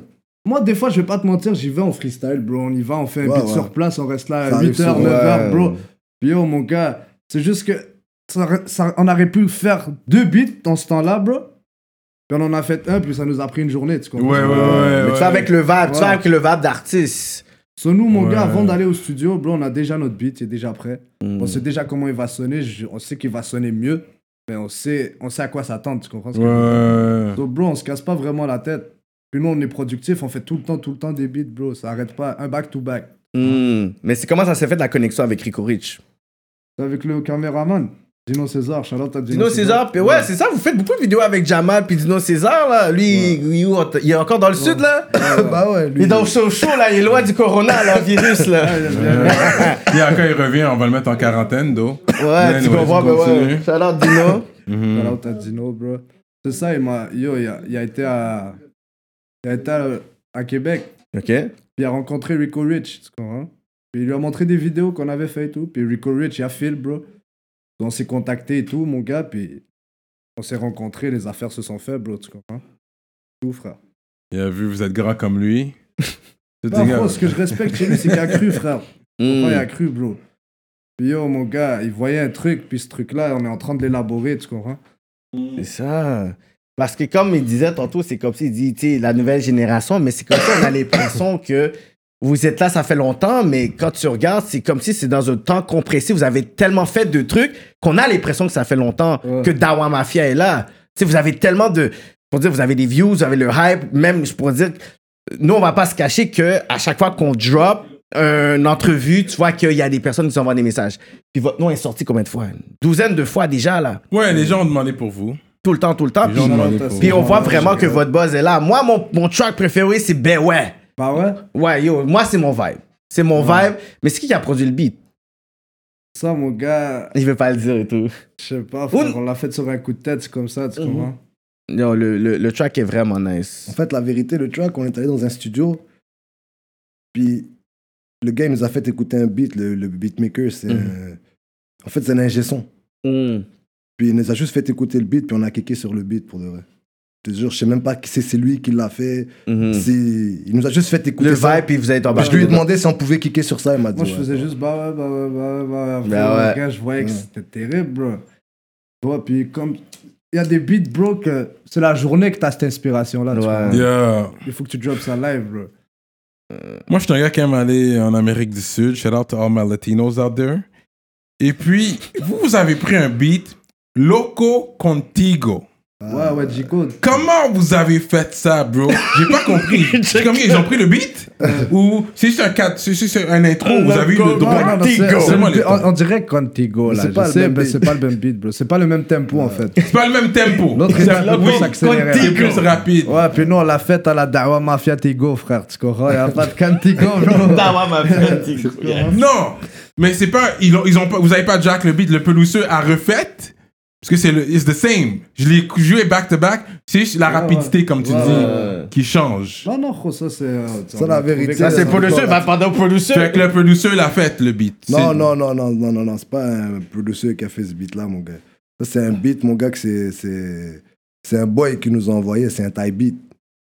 Speaker 5: Moi, des fois, je vais pas te mentir, j'y vais en freestyle, bro. On y va, on fait un
Speaker 6: Ouais,
Speaker 5: beat
Speaker 6: ouais.
Speaker 5: sur place, on reste là
Speaker 6: Ça
Speaker 5: à 8h,
Speaker 6: arrive souvent.
Speaker 5: 9h, bro.
Speaker 4: Ouais.
Speaker 5: Puis yo, mon gars, c'est juste que ça, ça- on aurait pu faire deux beats dans ce temps-là, bro. Puis on en a fait un, puis ça nous a pris une journée, tu
Speaker 3: Ouais,
Speaker 5: comprends
Speaker 3: ouais, ouais.
Speaker 4: Mais tu
Speaker 3: ouais.
Speaker 4: fais avec le vibe, tu fais
Speaker 5: Ouais.
Speaker 4: avec le vibe d'artiste.
Speaker 5: So, nous, mon
Speaker 3: Ouais.
Speaker 5: gars, avant d'aller au studio, bro, on a déjà notre beat, il est déjà prêt.
Speaker 6: Hmm.
Speaker 5: On sait déjà comment il va sonner, je- on sait qu'il va sonner mieux, mais on sait, on sait à quoi s'attendre, tu comprends ce que je veux dire
Speaker 3: Ouais.
Speaker 5: Donc, bro, on se casse pas vraiment la tête. Puis nous, on est productif, on fait tout le temps, tout le temps des beats, bro. Ça arrête pas, un back-to-back.
Speaker 4: Mm. Mais c'est comment ça s'est fait la connexion avec Rico Rich
Speaker 5: C'est Avec le caméraman, Dino César, Charlotte à
Speaker 4: Dino César, puis ouais, c'est ça, vous faites beaucoup de vidéos avec Jamal puis Dino César, là. Lui, il- il, il est encore dans le sud, là.
Speaker 6: bah ouais,
Speaker 4: Il
Speaker 6: lui.
Speaker 4: est dans le show chaud, là. Il est loin du corona, là, virus, là.
Speaker 3: Et quand il revient, on va le mettre en quarantaine, d'eau.
Speaker 4: Ouais, tu
Speaker 3: Anyway,
Speaker 4: comprends, mais ouais.
Speaker 3: continue.
Speaker 4: Shout-out Dino.
Speaker 5: Shout out à Dino, bro. C'est ça, il m'a. Yo, il a, il a été à. Il a été à, à Québec.
Speaker 4: OK.
Speaker 5: Puis il a rencontré Rico Rich, tu comprends? Puis il lui a montré des vidéos qu'on avait fait et tout. Puis Rico Rich, il a Phil, bro. On s'est contacté et tout, mon gars. Puis on s'est rencontrés, les affaires se sont faites, bro, tu comprends? Tout, frère.
Speaker 3: Il a vu, vous êtes grand comme lui. C'est hein.
Speaker 5: Bah,
Speaker 3: des gars.
Speaker 5: gros, ce que je respecte chez lui, c'est qu'il a cru, frère.
Speaker 4: Mm.
Speaker 5: Pourquoi il a cru, bro? Puis yo, mon gars, il voyait un truc, puis ce truc-là, on est en train de l'élaborer, tu comprends?
Speaker 4: C'est ça. Parce que comme il disait tantôt, c'est comme s'il dit, tu sais, la nouvelle génération, mais c'est comme ça, on a l'impression que vous êtes là, ça fait longtemps, mais quand tu regardes, c'est comme si c'est dans un temps compressé, vous avez tellement fait de trucs qu'on a l'impression que ça fait longtemps
Speaker 5: Ouais.
Speaker 4: que Dawa Mafia est là. Tu sais, vous avez tellement de... Pour dire, vous avez des views, vous avez le hype, même, je pourrais dire, nous, on va pas se cacher que à chaque fois qu'on drop une entrevue, tu vois qu'il y a des personnes qui nous envoient des messages. Puis votre nom est sorti combien de fois? Une douzaine de fois déjà, là.
Speaker 3: Ouais, les gens ont demandé pour vous.
Speaker 4: Tout le temps, tout le temps.
Speaker 3: Les
Speaker 4: Puis-
Speaker 3: gens ont demandé
Speaker 5: Puis
Speaker 3: pour
Speaker 4: puis
Speaker 3: vous.
Speaker 4: on voit vraiment que votre buzz est là. Moi, mon, mon track préféré, c'est Ben Ouais.
Speaker 5: Bah ouais?
Speaker 4: Ouais, yo, moi, c'est mon vibe. C'est mon vibe. Mais c'est qui qui a produit le beat?
Speaker 5: Ça, mon gars,
Speaker 4: Il veut pas le dire et tout.
Speaker 5: Je sais pas, frère,
Speaker 4: Ouh.
Speaker 5: on l'a fait sur un coup de tête, c'est comme ça,
Speaker 6: Mhm.
Speaker 5: tu comprends?
Speaker 4: Non, le, le, le track est vraiment nice.
Speaker 6: En fait, la vérité, le track, on est allé dans un studio. Puis le gars, il nous a fait écouter un beat. Le, le beatmaker, c'est.
Speaker 5: Mhm.
Speaker 6: un- En fait, c'est un ingé son.
Speaker 4: Mm.
Speaker 6: Puis il nous a juste fait écouter le beat, puis on a kické sur le beat pour de vrai. Je te jure, je sais même pas qui c'est, c'est lui qui l'a fait.
Speaker 4: Mhm.
Speaker 6: C'est- Il nous a juste fait écouter
Speaker 4: Le
Speaker 6: ça.
Speaker 4: vibe, puis vous êtes
Speaker 6: Puis
Speaker 4: embarqué.
Speaker 6: je lui ai demandé si on pouvait kicker sur ça, il m'a dit.
Speaker 5: Moi, je
Speaker 6: ouais.
Speaker 5: faisais juste bah ouais, bah ouais, bah ouais, bah
Speaker 4: Bah
Speaker 5: ouais. Après,
Speaker 4: ouais.
Speaker 5: mon gars, je voyais que
Speaker 6: Ouais. Mhm.
Speaker 5: c'était terrible, bro. Tu vois, puis comme. Il y a des beats, bro, que c'est la journée que t'as cette inspiration-là. tu
Speaker 4: Ouais.
Speaker 5: vois.
Speaker 3: Yeah.
Speaker 5: Il faut que tu drops ça live, bro.
Speaker 3: Moi, je suis un gars qui aime aller en Amérique du Sud. Shout out to all my Latinos out there. Et puis, vous, vous avez pris un beat, Loco Contigo.
Speaker 6: Ah.
Speaker 5: Ouais, ouais, J-Code.
Speaker 3: Comment vous avez fait ça, bro J'ai pas compris. J'ai compris, ils ont pris le beat Ou c'est juste un, cadre- c'est juste un intro, vous avez eu le droit.
Speaker 5: Euh, Non, non, c'est-
Speaker 3: Contigo.
Speaker 5: c'est
Speaker 3: Vraiment, les
Speaker 5: le-
Speaker 3: temps.
Speaker 5: On on dirait Contigo,
Speaker 6: Mais
Speaker 5: là.
Speaker 6: c'est pas
Speaker 5: Je
Speaker 6: le
Speaker 5: sais,
Speaker 6: même
Speaker 5: mais
Speaker 6: beat.
Speaker 5: c'est pas le même beat, bro. C'est pas le même tempo, en fait.
Speaker 3: C'est pas le même tempo.
Speaker 5: L'autre
Speaker 3: C'est
Speaker 5: est
Speaker 3: un peu
Speaker 5: Contigo.
Speaker 3: plus accéléré, c'est plus rapide.
Speaker 5: Ouais, puis nous, on l'a fait à la Dawa Mafia Tigo, frère. Tu comprends? Y'a pas de Contigo, bro.
Speaker 4: Dawa Mafia Tigo.
Speaker 3: Non, mais c'est pas. Ils ont, ils ont pas- vous avez pas Jack le beat, le pelouseux à refaite Parce que c'est le. It's the same. Je l'ai joué back-to-back. C'est juste la rapidité, comme tu dis, qui change.
Speaker 5: Non, non, gros, ça, c'est. euh,
Speaker 6: Ça,
Speaker 5: on
Speaker 6: la
Speaker 5: a trouvé
Speaker 6: vérité,
Speaker 5: que-
Speaker 4: Ça, c'est
Speaker 6: Ouais,
Speaker 4: pour le
Speaker 6: encore.
Speaker 4: seul. Va pendant pour le seul.
Speaker 3: Fait que le pelouseux l'a fait, le beat.
Speaker 6: Non,
Speaker 3: C'est-
Speaker 6: non, non, non, non, non, non, c'est pas un producer qui a fait ce beat-là, mon gars. Ça, c'est un beat, mon gars, que c'est- c'est. C'est un boy qui nous a envoyé, c'est un Thai beat.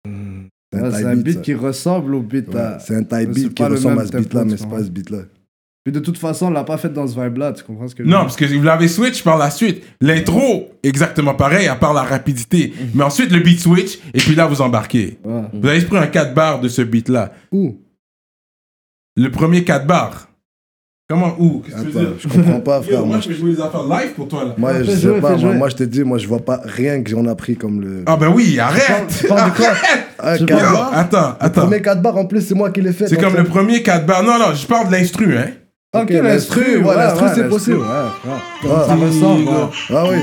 Speaker 6: C'est
Speaker 5: Mhm. Ouais,
Speaker 6: Thai
Speaker 5: C'est un beat
Speaker 6: ça.
Speaker 5: qui ressemble au beat. euh,
Speaker 6: Ouais,
Speaker 5: à-
Speaker 6: C'est un
Speaker 5: Bah, Mais
Speaker 6: Thai
Speaker 5: c'est
Speaker 6: beat qui
Speaker 5: pas le
Speaker 6: ressemble
Speaker 5: même
Speaker 6: à ce
Speaker 5: tempo,
Speaker 6: beat-là,
Speaker 5: tu
Speaker 6: mais c'est
Speaker 5: vois.
Speaker 6: pas ce beat-là.
Speaker 5: Puis de toute façon, on l'a pas fait dans ce vibe-là, tu comprends ce que je veux
Speaker 3: Non,
Speaker 5: dire?
Speaker 3: parce que vous l'avez switch par la suite. L'intro, exactement pareil, à part la rapidité. Mais ensuite, le beat switch, et puis là, vous embarquez.
Speaker 5: Ouais.
Speaker 3: Vous avez pris un 4 barres de ce beat-là.
Speaker 5: Où
Speaker 3: Le premier 4 barres. Comment Où Qu'est-ce que tu veux
Speaker 6: Attends,
Speaker 3: dire
Speaker 6: je comprends pas,
Speaker 3: Yo,
Speaker 6: frère.
Speaker 3: moi,
Speaker 6: Moi,
Speaker 3: je peux jouer les affaires live pour toi, là.
Speaker 6: moi, je
Speaker 5: Fais
Speaker 6: sais
Speaker 5: jouer,
Speaker 6: pas,
Speaker 5: fais
Speaker 6: moi,
Speaker 5: jouer.
Speaker 6: moi, je te dis, moi, je vois pas rien que j'en a pris comme le.
Speaker 3: Ah ben oui, arrête
Speaker 5: Tu parles de quoi
Speaker 6: Ah,
Speaker 5: je
Speaker 6: quatre
Speaker 3: Yo,
Speaker 6: barres.
Speaker 3: Attends,
Speaker 6: Le
Speaker 3: attends.
Speaker 6: premier 4 barres, en plus, c'est moi qui l'ai fait.
Speaker 3: C'est
Speaker 6: donc
Speaker 3: comme
Speaker 6: ça-
Speaker 3: le premier 4 barres. Non, non, je parle de l'instru, hein.
Speaker 5: Ok, l'instru,
Speaker 6: ouais, l'instru, c'est
Speaker 5: l'instru.
Speaker 6: possible.
Speaker 5: Ouais, ouais.
Speaker 6: Ah,
Speaker 5: Ça me semble. ouais.
Speaker 6: Ah oui.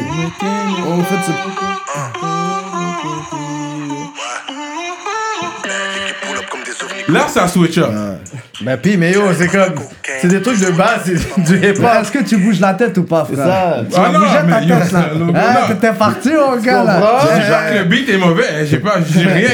Speaker 6: En fait, c'est.
Speaker 3: Là, ça switch up. Ah,
Speaker 4: Bah, puis, mais yo, c'est comme. C'est des trucs de base, c'est du hip
Speaker 5: Mais Est-ce que tu bouges la tête ou pas, frère
Speaker 4: ça.
Speaker 5: Tu as
Speaker 3: Ah non,
Speaker 5: bougé ta
Speaker 3: mais yo,
Speaker 5: tête, là.
Speaker 3: c'est un logo,
Speaker 5: Hein,
Speaker 3: non.
Speaker 5: T'étais parti, mon gars, là.
Speaker 4: comprends?
Speaker 3: Je dis pas que le beat est mauvais, hein. j'ai pas, j'ai rien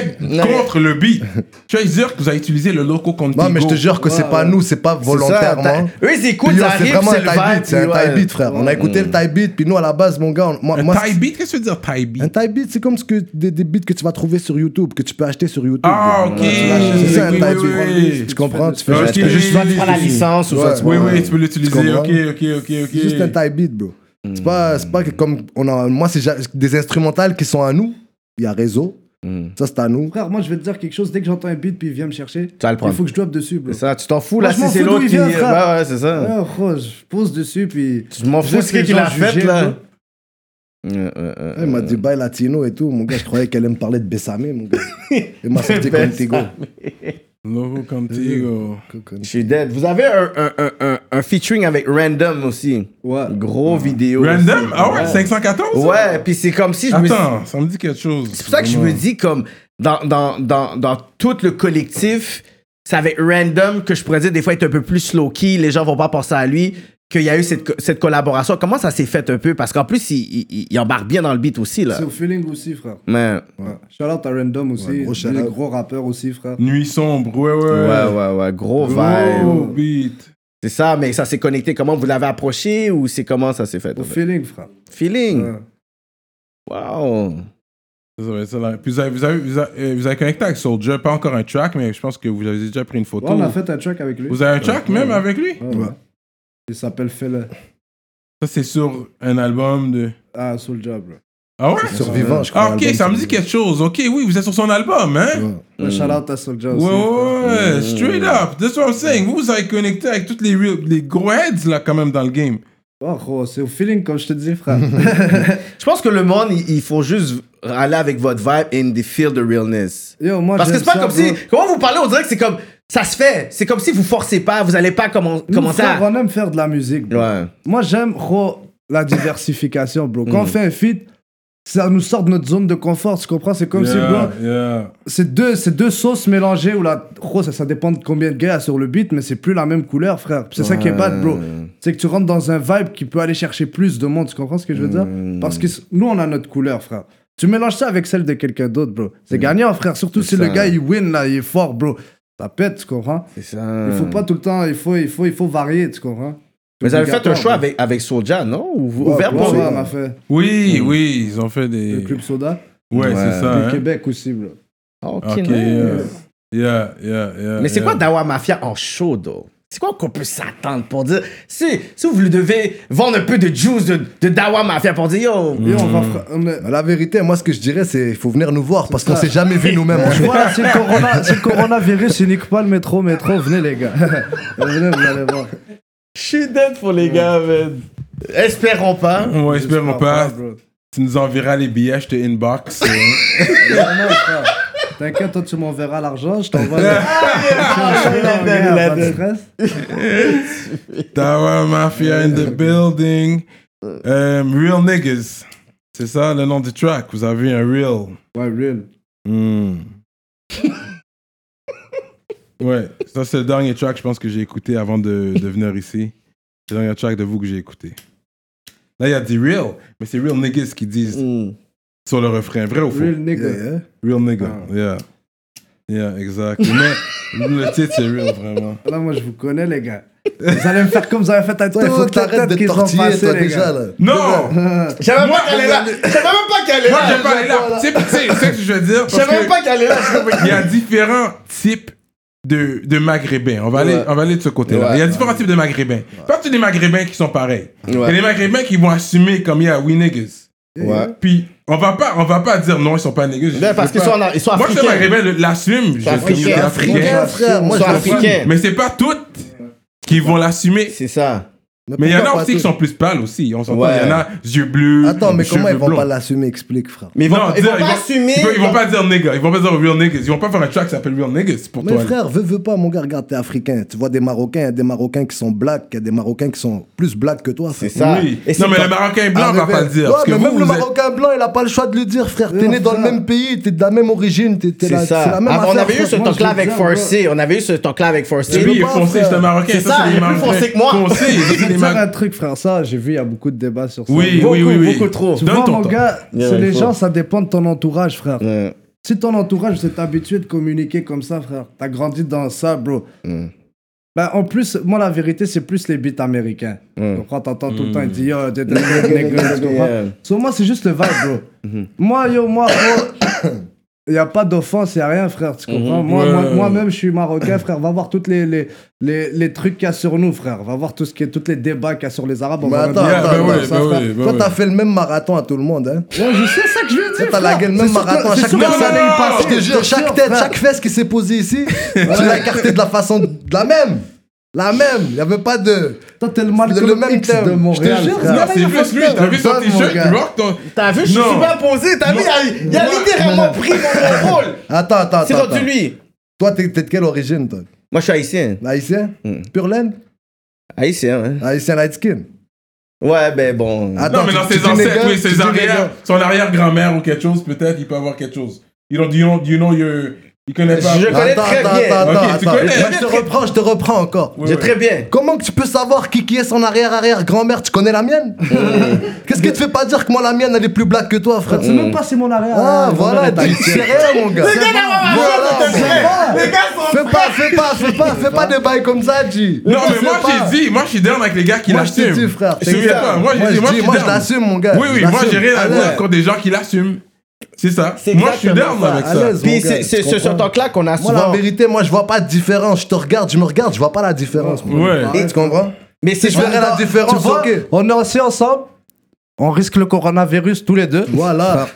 Speaker 3: contre le beat. Je veux dire que vous avez utilisé le loco contigo.
Speaker 6: Non, mais je te jure que c'est pas nous, c'est pas volontairement.
Speaker 4: Oui, c'est cool,
Speaker 6: Puis, yo,
Speaker 4: ça
Speaker 6: c'est
Speaker 4: arrive,
Speaker 6: vraiment un
Speaker 4: c'est le
Speaker 6: Thai
Speaker 4: vibe.
Speaker 6: beat, c'est
Speaker 4: puis,
Speaker 6: un Thai
Speaker 4: ouais. Mm.
Speaker 6: beat, frère. On a écouté le Thai beat, puis nous, à la base, mon gars, on- moi,
Speaker 3: Un
Speaker 6: moi, Hein?
Speaker 3: Thai beat, qu'est-ce que tu veux dire Thai beat
Speaker 6: Un Thai beat, c'est comme ce que, des, des beats que tu vas trouver sur YouTube, que tu peux acheter sur YouTube.
Speaker 3: Ah, ok.
Speaker 6: Tu l'achètes, C'est ça, un
Speaker 3: Oui,
Speaker 6: Thai
Speaker 3: oui,
Speaker 6: beat.
Speaker 3: oui. Ah,
Speaker 6: Tu comprends Tu fais
Speaker 3: Ok,
Speaker 6: juste,
Speaker 3: oui,
Speaker 6: juste,
Speaker 3: oui,
Speaker 4: Soit tu
Speaker 3: oui,
Speaker 4: prends la
Speaker 3: oui.
Speaker 4: licence ou soit tu
Speaker 3: Oui,
Speaker 4: prends-
Speaker 3: oui, tu peux
Speaker 6: Tu
Speaker 3: l'utiliser.
Speaker 6: comprends?
Speaker 3: Ok, ok, ok, ok.
Speaker 6: juste un Thai beat, bro. C'est pas, c'est pas que comme. On a, moi, c'est ja- des instrumentales qui sont à nous. Il y a réseau. Ça, c'est à nous.
Speaker 5: Frère, moi, je vais te dire quelque chose. Dès que j'entends un beat, puis il vient me chercher,
Speaker 4: vas le prendre.
Speaker 5: il faut que je dope dessus, bro.
Speaker 4: C'est ça, tu t'en fous
Speaker 5: Moi,
Speaker 4: là
Speaker 5: je
Speaker 4: si
Speaker 5: m'en
Speaker 4: c'est
Speaker 5: fous d'où
Speaker 4: l'autre
Speaker 5: il
Speaker 4: qui.
Speaker 5: vient, frère.
Speaker 4: Ouais, ouais, c'est ça.
Speaker 5: Ouais, oh, gros, je pose dessus, puis...
Speaker 4: Je m'en fous,
Speaker 5: Laisse
Speaker 4: c'est
Speaker 5: les
Speaker 4: qui l'a
Speaker 5: gens juger,
Speaker 4: fait là. Euh,
Speaker 5: bro.
Speaker 6: Elle m'a dit bye latino et tout. Mon gars, je croyais qu'elle allait me parler de Bessamé, mon gars. Elle m'a sorti Contigo.
Speaker 3: Loco contigo.
Speaker 4: Je suis dead. Vous avez un, un, un, un, un featuring avec Random aussi.
Speaker 5: Ouais.
Speaker 4: Gros
Speaker 5: Ah.
Speaker 4: vidéo.
Speaker 3: Random
Speaker 4: aussi.
Speaker 3: Ah ouais, 514
Speaker 4: Ouais, puis c'est comme si je me suis-
Speaker 3: Attends, ça me dit quelque chose.
Speaker 4: C'est pour ça que je me dis, comme, dans, dans, dans, dans tout le collectif, c'est avec Random que je pourrais dire, des fois, être un peu plus low-key, les gens vont pas penser à lui, qu'il y a eu cette, co- cette collaboration. Comment ça s'est fait un peu? Parce qu'en plus, il, il, il embarque bien dans le beat aussi, là.
Speaker 5: C'est au feeling aussi, frère.
Speaker 4: Mais,
Speaker 5: Ouais. Shout out à Random aussi.
Speaker 6: Ouais, gros
Speaker 5: Gros
Speaker 6: shout-out.
Speaker 5: gros rappeur aussi, frère.
Speaker 3: Nuit sombre, ouais, ouais.
Speaker 4: ouais, ouais, ouais, gros
Speaker 3: Gros
Speaker 4: vibe.
Speaker 3: beat.
Speaker 4: C'est ça, mais ça s'est connecté. Comment vous l'avez approché ou c'est comment ça s'est fait?
Speaker 5: Au
Speaker 4: en fait?
Speaker 5: feeling, frère.
Speaker 4: Feeling.
Speaker 5: Ouais.
Speaker 4: Wow.
Speaker 3: Ça va être ça, là. Puis vous avez, vous, avez, vous, avez, euh, vous avez connecté avec Soulja, pas encore un track, mais je pense que vous avez déjà pris une photo.
Speaker 5: Ouais, on a fait un track avec lui.
Speaker 3: Vous avez un track
Speaker 5: Ouais,
Speaker 3: même
Speaker 5: ouais.
Speaker 3: avec lui
Speaker 5: Ouais, ouais. Il s'appelle Fela.
Speaker 3: Ça, c'est sur un album de.
Speaker 5: Ah, Soulja, bro.
Speaker 3: Ah ouais
Speaker 6: Survivant, je crois.
Speaker 3: Ah, ok,
Speaker 6: l'album,
Speaker 3: ça me dit
Speaker 6: c'est-
Speaker 3: quelque chose. Ok, oui, vous êtes sur son album, hein
Speaker 6: Ouais.
Speaker 5: Ouais, Shout out à Soulja
Speaker 3: Ouais,
Speaker 5: aussi. frère.
Speaker 3: ouais, ouais, straight up. That's what I'm saying. Vous, vous avez connecté avec toutes les, real- les gros heads, là, quand même, dans le game.
Speaker 5: Oh, gros, c'est au feeling, comme je te dis, frère.
Speaker 4: Je pense que le monde, il, il faut juste aller avec votre vibe and they feel the realness.
Speaker 5: Yo, moi,
Speaker 4: Parce que
Speaker 5: j'aime
Speaker 4: c'est pas
Speaker 5: ça,
Speaker 4: comme
Speaker 5: bro.
Speaker 4: si. Comment vous parlez On dirait que c'est comme. Ça se fait. C'est comme si vous forcez pas, vous allez pas comment,
Speaker 5: Nous,
Speaker 4: commencer
Speaker 5: frère,
Speaker 4: à.
Speaker 5: on aime faire de la musique. bro.
Speaker 4: Ouais.
Speaker 5: Moi, j'aime gros, la diversification, bro.
Speaker 6: Mm.
Speaker 5: Quand on fait un feat, ça nous sort de notre zone de confort. Tu comprends C'est comme si, bro,
Speaker 3: Yeah, yeah.
Speaker 5: c'est deux, c'est deux sauces mélangées où la gros, ça, ça dépend de combien de gars il y a sur le beat, mais c'est plus la même couleur, frère. C'est ça qui est bad, bro. C'est que tu rentres dans un vibe qui peut aller chercher plus de monde. Tu comprends ce que je veux dire
Speaker 4: Hmm. Mm.
Speaker 5: Parce que c- nous, on a notre couleur, frère. Tu mélanges ça avec celle de quelqu'un d'autre, bro. C'est gagnant, frère. Surtout si
Speaker 4: Mm. ça.
Speaker 5: le gars il win là, il est fort, bro. Ça pète, tu comprends
Speaker 4: C'est ça.
Speaker 5: Il faut pas tout le temps, il faut, il faut, il faut varier, tu comprends
Speaker 4: Mais vous avez fait un
Speaker 5: Obligatoire,
Speaker 4: choix
Speaker 5: bro.
Speaker 4: avec, avec Soulja, non Ou vous-
Speaker 5: Ouais,
Speaker 4: Ouvert
Speaker 5: ouais,
Speaker 4: pour.
Speaker 5: ouais, on a fait
Speaker 3: Oui, oui, ils ont fait
Speaker 5: le
Speaker 3: des.
Speaker 5: club soda
Speaker 3: Ouais,
Speaker 4: Ouais.
Speaker 3: c'est ça.
Speaker 5: du
Speaker 3: hein.
Speaker 5: Québec aussi, bro.
Speaker 4: Ah, Ok,
Speaker 3: Ok,
Speaker 4: nice.
Speaker 3: yeah. Yeah, yeah, yeah,
Speaker 4: Mais c'est
Speaker 3: yeah.
Speaker 4: quoi Dawa Mafia en show, though C'est quoi qu'on peut s'attendre pour dire. Si, si vous lui devez vendre un peu de juice de, de Dawa Mafia pour dire yo.
Speaker 5: Et on va. fra- on est-
Speaker 6: Mais La vérité, moi, ce que je dirais, c'est qu'il faut venir nous voir parce qu'on
Speaker 5: ça.
Speaker 6: s'est jamais vu nous-mêmes. en fait.
Speaker 5: Voilà, c'est le, corona, c'est le coronavirus, il nique pas le métro, métro, venez les gars. venez, vous allez voir.
Speaker 4: Je suis dead pour les gars, man. Espérons pas.
Speaker 3: Ouais, espérons pas.
Speaker 5: bro.
Speaker 3: Tu nous enverras les billets, je te inbox. euh.
Speaker 5: Non, non, frère. T'inquiète, toi, tu m'enverras l'argent, je t'envoie.
Speaker 4: Ah,
Speaker 5: le-
Speaker 4: il a-
Speaker 5: Regarde,
Speaker 4: il a-
Speaker 5: pas de stress.
Speaker 3: Tower Mafia in the building. Euh, real niggas. C'est ça le nom du track. Vous avez un real.
Speaker 5: Ouais, real.
Speaker 3: Hmm. ouais, ça c'est le dernier track, je pense, que j'ai écouté avant de, de venir ici. C'est le dernier track de vous que j'ai écouté. Là, il y a dit real, mais c'est real niggas qui disent
Speaker 4: Mm.
Speaker 3: sur le refrain. Vrai ou faux?
Speaker 5: Real nigga.
Speaker 6: Yeah, yeah.
Speaker 3: Hmm. Real nigga. Ah. Yeah. Yeah, exact. Mais le titre, c'est real, vraiment.
Speaker 5: Là, Ah moi, je vous connais, les gars. Vous allez me faire comme vous avez fait à
Speaker 6: Toi, il faut que
Speaker 5: toute la
Speaker 6: t'arrêtes
Speaker 5: tête
Speaker 6: de
Speaker 5: qu'ils ont
Speaker 6: tortiller,
Speaker 5: passée,
Speaker 6: toi,
Speaker 5: les
Speaker 6: déjà,
Speaker 5: gars.
Speaker 6: là.
Speaker 3: Non!
Speaker 4: Je savais pas qu'elle est là. Je savais même pas qu'elle est
Speaker 3: Moi, je vais
Speaker 4: là.
Speaker 3: pas aller là. Tu sais- tu sais tu sais ce que je veux dire?
Speaker 4: Je
Speaker 3: Parce
Speaker 4: savais
Speaker 3: que
Speaker 4: même pas qu'elle est là. je savais pas.
Speaker 3: il y a différents types de, de maghrébins. On va, aller,
Speaker 4: Ouais.
Speaker 3: on va aller de ce côté-là.
Speaker 4: Ouais.
Speaker 3: Il y a différents types de maghrébins. Pas tous les maghrébins qui sont pareils. Il y a
Speaker 4: Ouais.
Speaker 3: les maghrébins qui vont assumer comme il y a we niggas.
Speaker 4: Ouais.
Speaker 3: Puis, on va pas, on va pas dire non, ils sont pas niggas.
Speaker 4: Ben, parce
Speaker 3: Je veux
Speaker 4: qu'ils
Speaker 3: pas-
Speaker 4: sont en- ils sont
Speaker 3: Moi, je suis
Speaker 4: africains.
Speaker 3: maghrébin, le- l'assume. Je
Speaker 4: Ils sont
Speaker 3: suis communauté
Speaker 4: africains.
Speaker 3: africaine.
Speaker 6: Africain, frère, moi
Speaker 4: Ils
Speaker 6: je
Speaker 4: sont africains.
Speaker 3: Mais c'est pas toutes qui vont l'assumer.
Speaker 4: C'est ça.
Speaker 3: Mais il y en a
Speaker 6: pourquoi
Speaker 3: aussi
Speaker 6: pas
Speaker 3: qui sont plus pâles aussi. On s'entend, il
Speaker 4: Ouais.
Speaker 3: y en a yeux bleus.
Speaker 6: tout Attends, mais comment
Speaker 3: cheveux
Speaker 6: ils vont
Speaker 3: blonds.
Speaker 6: pas l'assumer Explique, frère.
Speaker 4: Mais ils vont,
Speaker 3: Non,
Speaker 4: ils
Speaker 3: dire-
Speaker 4: vont pas assumer.
Speaker 3: Ils vont, ils vont pas dire nigga, ils vont pas dire real niggas, ils vont pas faire un track qui s'appelle real niggas pour
Speaker 6: Mais
Speaker 3: toi.
Speaker 6: frère, veux, veux pas, mon gars, regarde, t'es africain. Tu vois des Marocains, il y a des Marocains qui sont blacks, il y a des Marocains qui sont plus blacks que toi.
Speaker 4: C'est
Speaker 6: frère.
Speaker 4: ça.
Speaker 3: oui.
Speaker 4: Et c'est
Speaker 3: Non, mais
Speaker 4: pas-
Speaker 3: le Marocain blanc on va
Speaker 6: Arrête.
Speaker 3: pas le dire.
Speaker 6: Ouais,
Speaker 3: parce que
Speaker 6: mais
Speaker 3: vous,
Speaker 6: même
Speaker 3: vous
Speaker 6: le
Speaker 3: êtes-
Speaker 6: Marocain blanc, il a pas le choix de le dire, frère. T'es
Speaker 5: Non,
Speaker 6: né dans le
Speaker 5: frère.
Speaker 6: même pays, t'es de la même origine, t'es t'es
Speaker 4: C'est
Speaker 6: la,
Speaker 4: ça.
Speaker 6: c'est la même
Speaker 4: Ah,
Speaker 6: affaire.
Speaker 4: on avait eu ce
Speaker 6: frère.
Speaker 5: moi, je
Speaker 4: talk-là
Speaker 5: veux
Speaker 4: avec
Speaker 5: dire,
Speaker 4: Forcé. On avait eu ce talk-là avec Forcé.
Speaker 3: Lui, il est
Speaker 6: pas,
Speaker 3: foncé,
Speaker 6: frère.
Speaker 3: c'est un Marocain.
Speaker 4: C'est
Speaker 3: ça,
Speaker 4: ça,
Speaker 3: c'est
Speaker 4: il
Speaker 3: des
Speaker 4: est plus
Speaker 3: Marocains.
Speaker 4: foncé que moi.
Speaker 3: Foncé, il est
Speaker 5: Je vais
Speaker 3: des
Speaker 5: te dire
Speaker 3: Mar-
Speaker 5: un truc, frère, ça, j'ai vu, il y a beaucoup de débats sur ça.
Speaker 3: Oui,
Speaker 5: Beaucoup,
Speaker 3: oui, oui, oui.
Speaker 5: beaucoup trop. Tu
Speaker 3: Donne
Speaker 5: vois,
Speaker 3: ton
Speaker 5: mon
Speaker 3: temps.
Speaker 5: gars,
Speaker 4: Yeah,
Speaker 5: c'est
Speaker 4: il
Speaker 5: les
Speaker 4: faut.
Speaker 5: gens, ça dépend de ton entourage, frère.
Speaker 4: Ouais.
Speaker 5: Si ton entourage, vous êtes habitué de communiquer comme ça, frère, t'as grandi dans ça, bro.
Speaker 4: Mm.
Speaker 5: Bah, en plus, moi, la vérité, c'est plus les beats américains.
Speaker 4: Mm.
Speaker 5: Tu comprends, t'entends tout le temps, il dit, yo, t'es un nègre, tu comprends.
Speaker 4: Yeah.
Speaker 5: So, moi, c'est juste le vibe, bro.
Speaker 6: Mhm.
Speaker 5: moi, yo, moi, bro, il n'y a pas d'offense, il n'y a rien, frère, tu
Speaker 6: Mhm.
Speaker 5: comprends. Moi,
Speaker 3: Ouais.
Speaker 5: moi- Moi-même, je suis marocain, frère. Va voir tous les, les, les, les trucs qu'il y a sur nous, frère. Va voir tout ce qui est, tous les débats qu'il y a sur les Arabes. on
Speaker 6: Mais
Speaker 5: va
Speaker 6: attends,
Speaker 5: revenir.
Speaker 3: Yeah,
Speaker 6: attends,
Speaker 3: bah
Speaker 6: attends,
Speaker 3: ouais,
Speaker 6: ça,
Speaker 3: bah
Speaker 6: frère.
Speaker 3: ouais, bah
Speaker 6: Toi, t'as
Speaker 3: ouais.
Speaker 6: fait le même marathon à tout le monde, hein.
Speaker 5: Ouais, je sais ça que je veux dire.
Speaker 6: T'as la
Speaker 5: frère.
Speaker 6: gueule,
Speaker 5: C'est
Speaker 6: même
Speaker 5: sûr que-
Speaker 6: marathon à
Speaker 5: c'est
Speaker 6: chaque
Speaker 5: sûr que-
Speaker 6: personne.
Speaker 3: non, non, non,
Speaker 6: Je te jure,
Speaker 5: c'est sûr,
Speaker 6: chaque tête,
Speaker 5: frère.
Speaker 6: chaque fesse qui s'est posée ici, tu l'as écartée de la façon. de la même La même Il y avait pas de.
Speaker 5: Toi, t'es le Malcolm
Speaker 6: le même
Speaker 5: X
Speaker 6: thème.
Speaker 5: de Montréal.
Speaker 6: Je te jure,
Speaker 5: frère.
Speaker 3: Non, c'est plus lui, t'as vu son
Speaker 5: Donne, mon
Speaker 3: t-shirt,
Speaker 5: gars.
Speaker 3: tu rock ton.
Speaker 4: T'as vu, je suis
Speaker 3: Non.
Speaker 4: super posé. T'as vu, il y a- il y a littéralement pris mon mon rôle.
Speaker 6: Attends, attends,
Speaker 4: C'est
Speaker 6: attends.
Speaker 4: dans
Speaker 6: attends.
Speaker 4: lui.
Speaker 6: Toi, t'es t'es de quelle origine, toi
Speaker 4: Moi, je suis haïtien.
Speaker 6: Haïtien
Speaker 4: Mm.
Speaker 6: Pure laine
Speaker 4: Haïtien, hein.
Speaker 6: Haïtien light skin
Speaker 4: Ouais, ben bon.
Speaker 6: Attends,
Speaker 3: Non, mais
Speaker 6: tu-
Speaker 3: dans
Speaker 6: tu
Speaker 3: ses
Speaker 6: dis
Speaker 3: ancêtres,
Speaker 6: nigga,
Speaker 3: oui,
Speaker 6: tu dis
Speaker 3: ses arrières,
Speaker 6: nigga.
Speaker 3: son arrière-grand-mère ou quelque chose, peut-être, il peut avoir quelque chose. You don't, you don't, you know, your- il connaît pas.
Speaker 4: Je connais
Speaker 6: Attends,
Speaker 4: très
Speaker 6: attends,
Speaker 4: bien.
Speaker 6: attends,
Speaker 3: Ok, tu
Speaker 6: attends.
Speaker 3: connais.
Speaker 6: Moi, Je te reprends, je te reprends encore.
Speaker 3: Ouais,
Speaker 4: J'ai
Speaker 3: ouais.
Speaker 4: très bien.
Speaker 6: Comment que tu peux savoir qui qui est son arrière-arrière-grand-mère Tu connais la mienne Qu'est-ce qui te fait pas dire que moi, la mienne, elle est plus black que toi, frère
Speaker 5: C'est même pas si mon arrière.
Speaker 6: Ah,
Speaker 5: euh,
Speaker 6: voilà,
Speaker 5: grand-mère est
Speaker 6: dis- c'est rien, mon gars. Voilà, mon gars.
Speaker 4: Les gars sont
Speaker 6: Fais pas, fais pas, fais pas, fais pas de bails comme ça, G.
Speaker 3: Non, mais
Speaker 6: Fais
Speaker 3: moi,
Speaker 6: pas.
Speaker 3: j'ai dit, moi, je suis down avec les gars qui
Speaker 6: Moi, je
Speaker 3: l'assument.
Speaker 6: t'ai dit, frère.
Speaker 3: Je suis
Speaker 6: t'es gars.
Speaker 3: d'accord. Moi, j'ai dit, moi, je suis
Speaker 6: moi, je
Speaker 3: down.
Speaker 6: l'assume, mon gars.
Speaker 3: Oui, oui,
Speaker 6: Je
Speaker 3: moi, j'ai
Speaker 6: l'assume.
Speaker 3: rien à
Speaker 6: Allez.
Speaker 3: dire contre des gens qui l'assument. C'est ça.
Speaker 4: C'est
Speaker 3: Moi, je suis
Speaker 4: exactement
Speaker 3: down
Speaker 4: ça.
Speaker 3: avec
Speaker 6: À
Speaker 3: ça.
Speaker 6: l'aise.
Speaker 4: Puis
Speaker 6: Mon gars,
Speaker 4: c'est
Speaker 6: tu
Speaker 4: c'est- c'est ce
Speaker 6: comprends.
Speaker 4: talk-là qu'on a
Speaker 6: Moi, la
Speaker 4: souvent.
Speaker 6: vérité, moi, je vois pas de différence. Je te regarde, je me regarde, je vois pas la différence. mon
Speaker 3: Ouais.
Speaker 6: gars. Tu comprends
Speaker 4: Mais c'est
Speaker 6: Je verrais la
Speaker 5: Tu
Speaker 6: différence,
Speaker 5: vois,
Speaker 6: ok.
Speaker 5: on est aussi ensemble. On risque le coronavirus tous les deux.
Speaker 6: Voilà.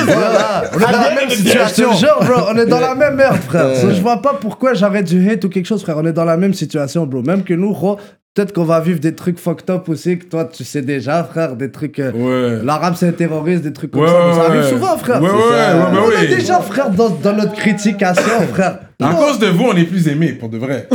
Speaker 6: Voilà. On est dans la même situation.
Speaker 5: Je te jure, bro, on est dans la même merde, frère.
Speaker 4: Ouais.
Speaker 5: Je vois pas pourquoi j'arrête du hate ou quelque chose, frère. On est dans la même situation, bro. Même que nous, gros, peut-être qu'on va vivre des trucs fucked up aussi, que toi, tu sais déjà, frère, des trucs... euh,
Speaker 3: Ouais.
Speaker 5: L'arabe, c'est un terroriste, des trucs comme
Speaker 3: Ouais,
Speaker 5: ça. mais ça
Speaker 3: ouais,
Speaker 5: arrive
Speaker 3: ouais.
Speaker 5: souvent, frère.
Speaker 3: Ouais,
Speaker 5: C'est
Speaker 3: ouais,
Speaker 5: ça.
Speaker 3: ouais, ouais,
Speaker 5: on est
Speaker 3: ouais.
Speaker 5: déjà, frère, dans, dans notre critiquation, frère.
Speaker 6: Ah,
Speaker 3: À cause de vous, on est plus aimés, pour de vrai.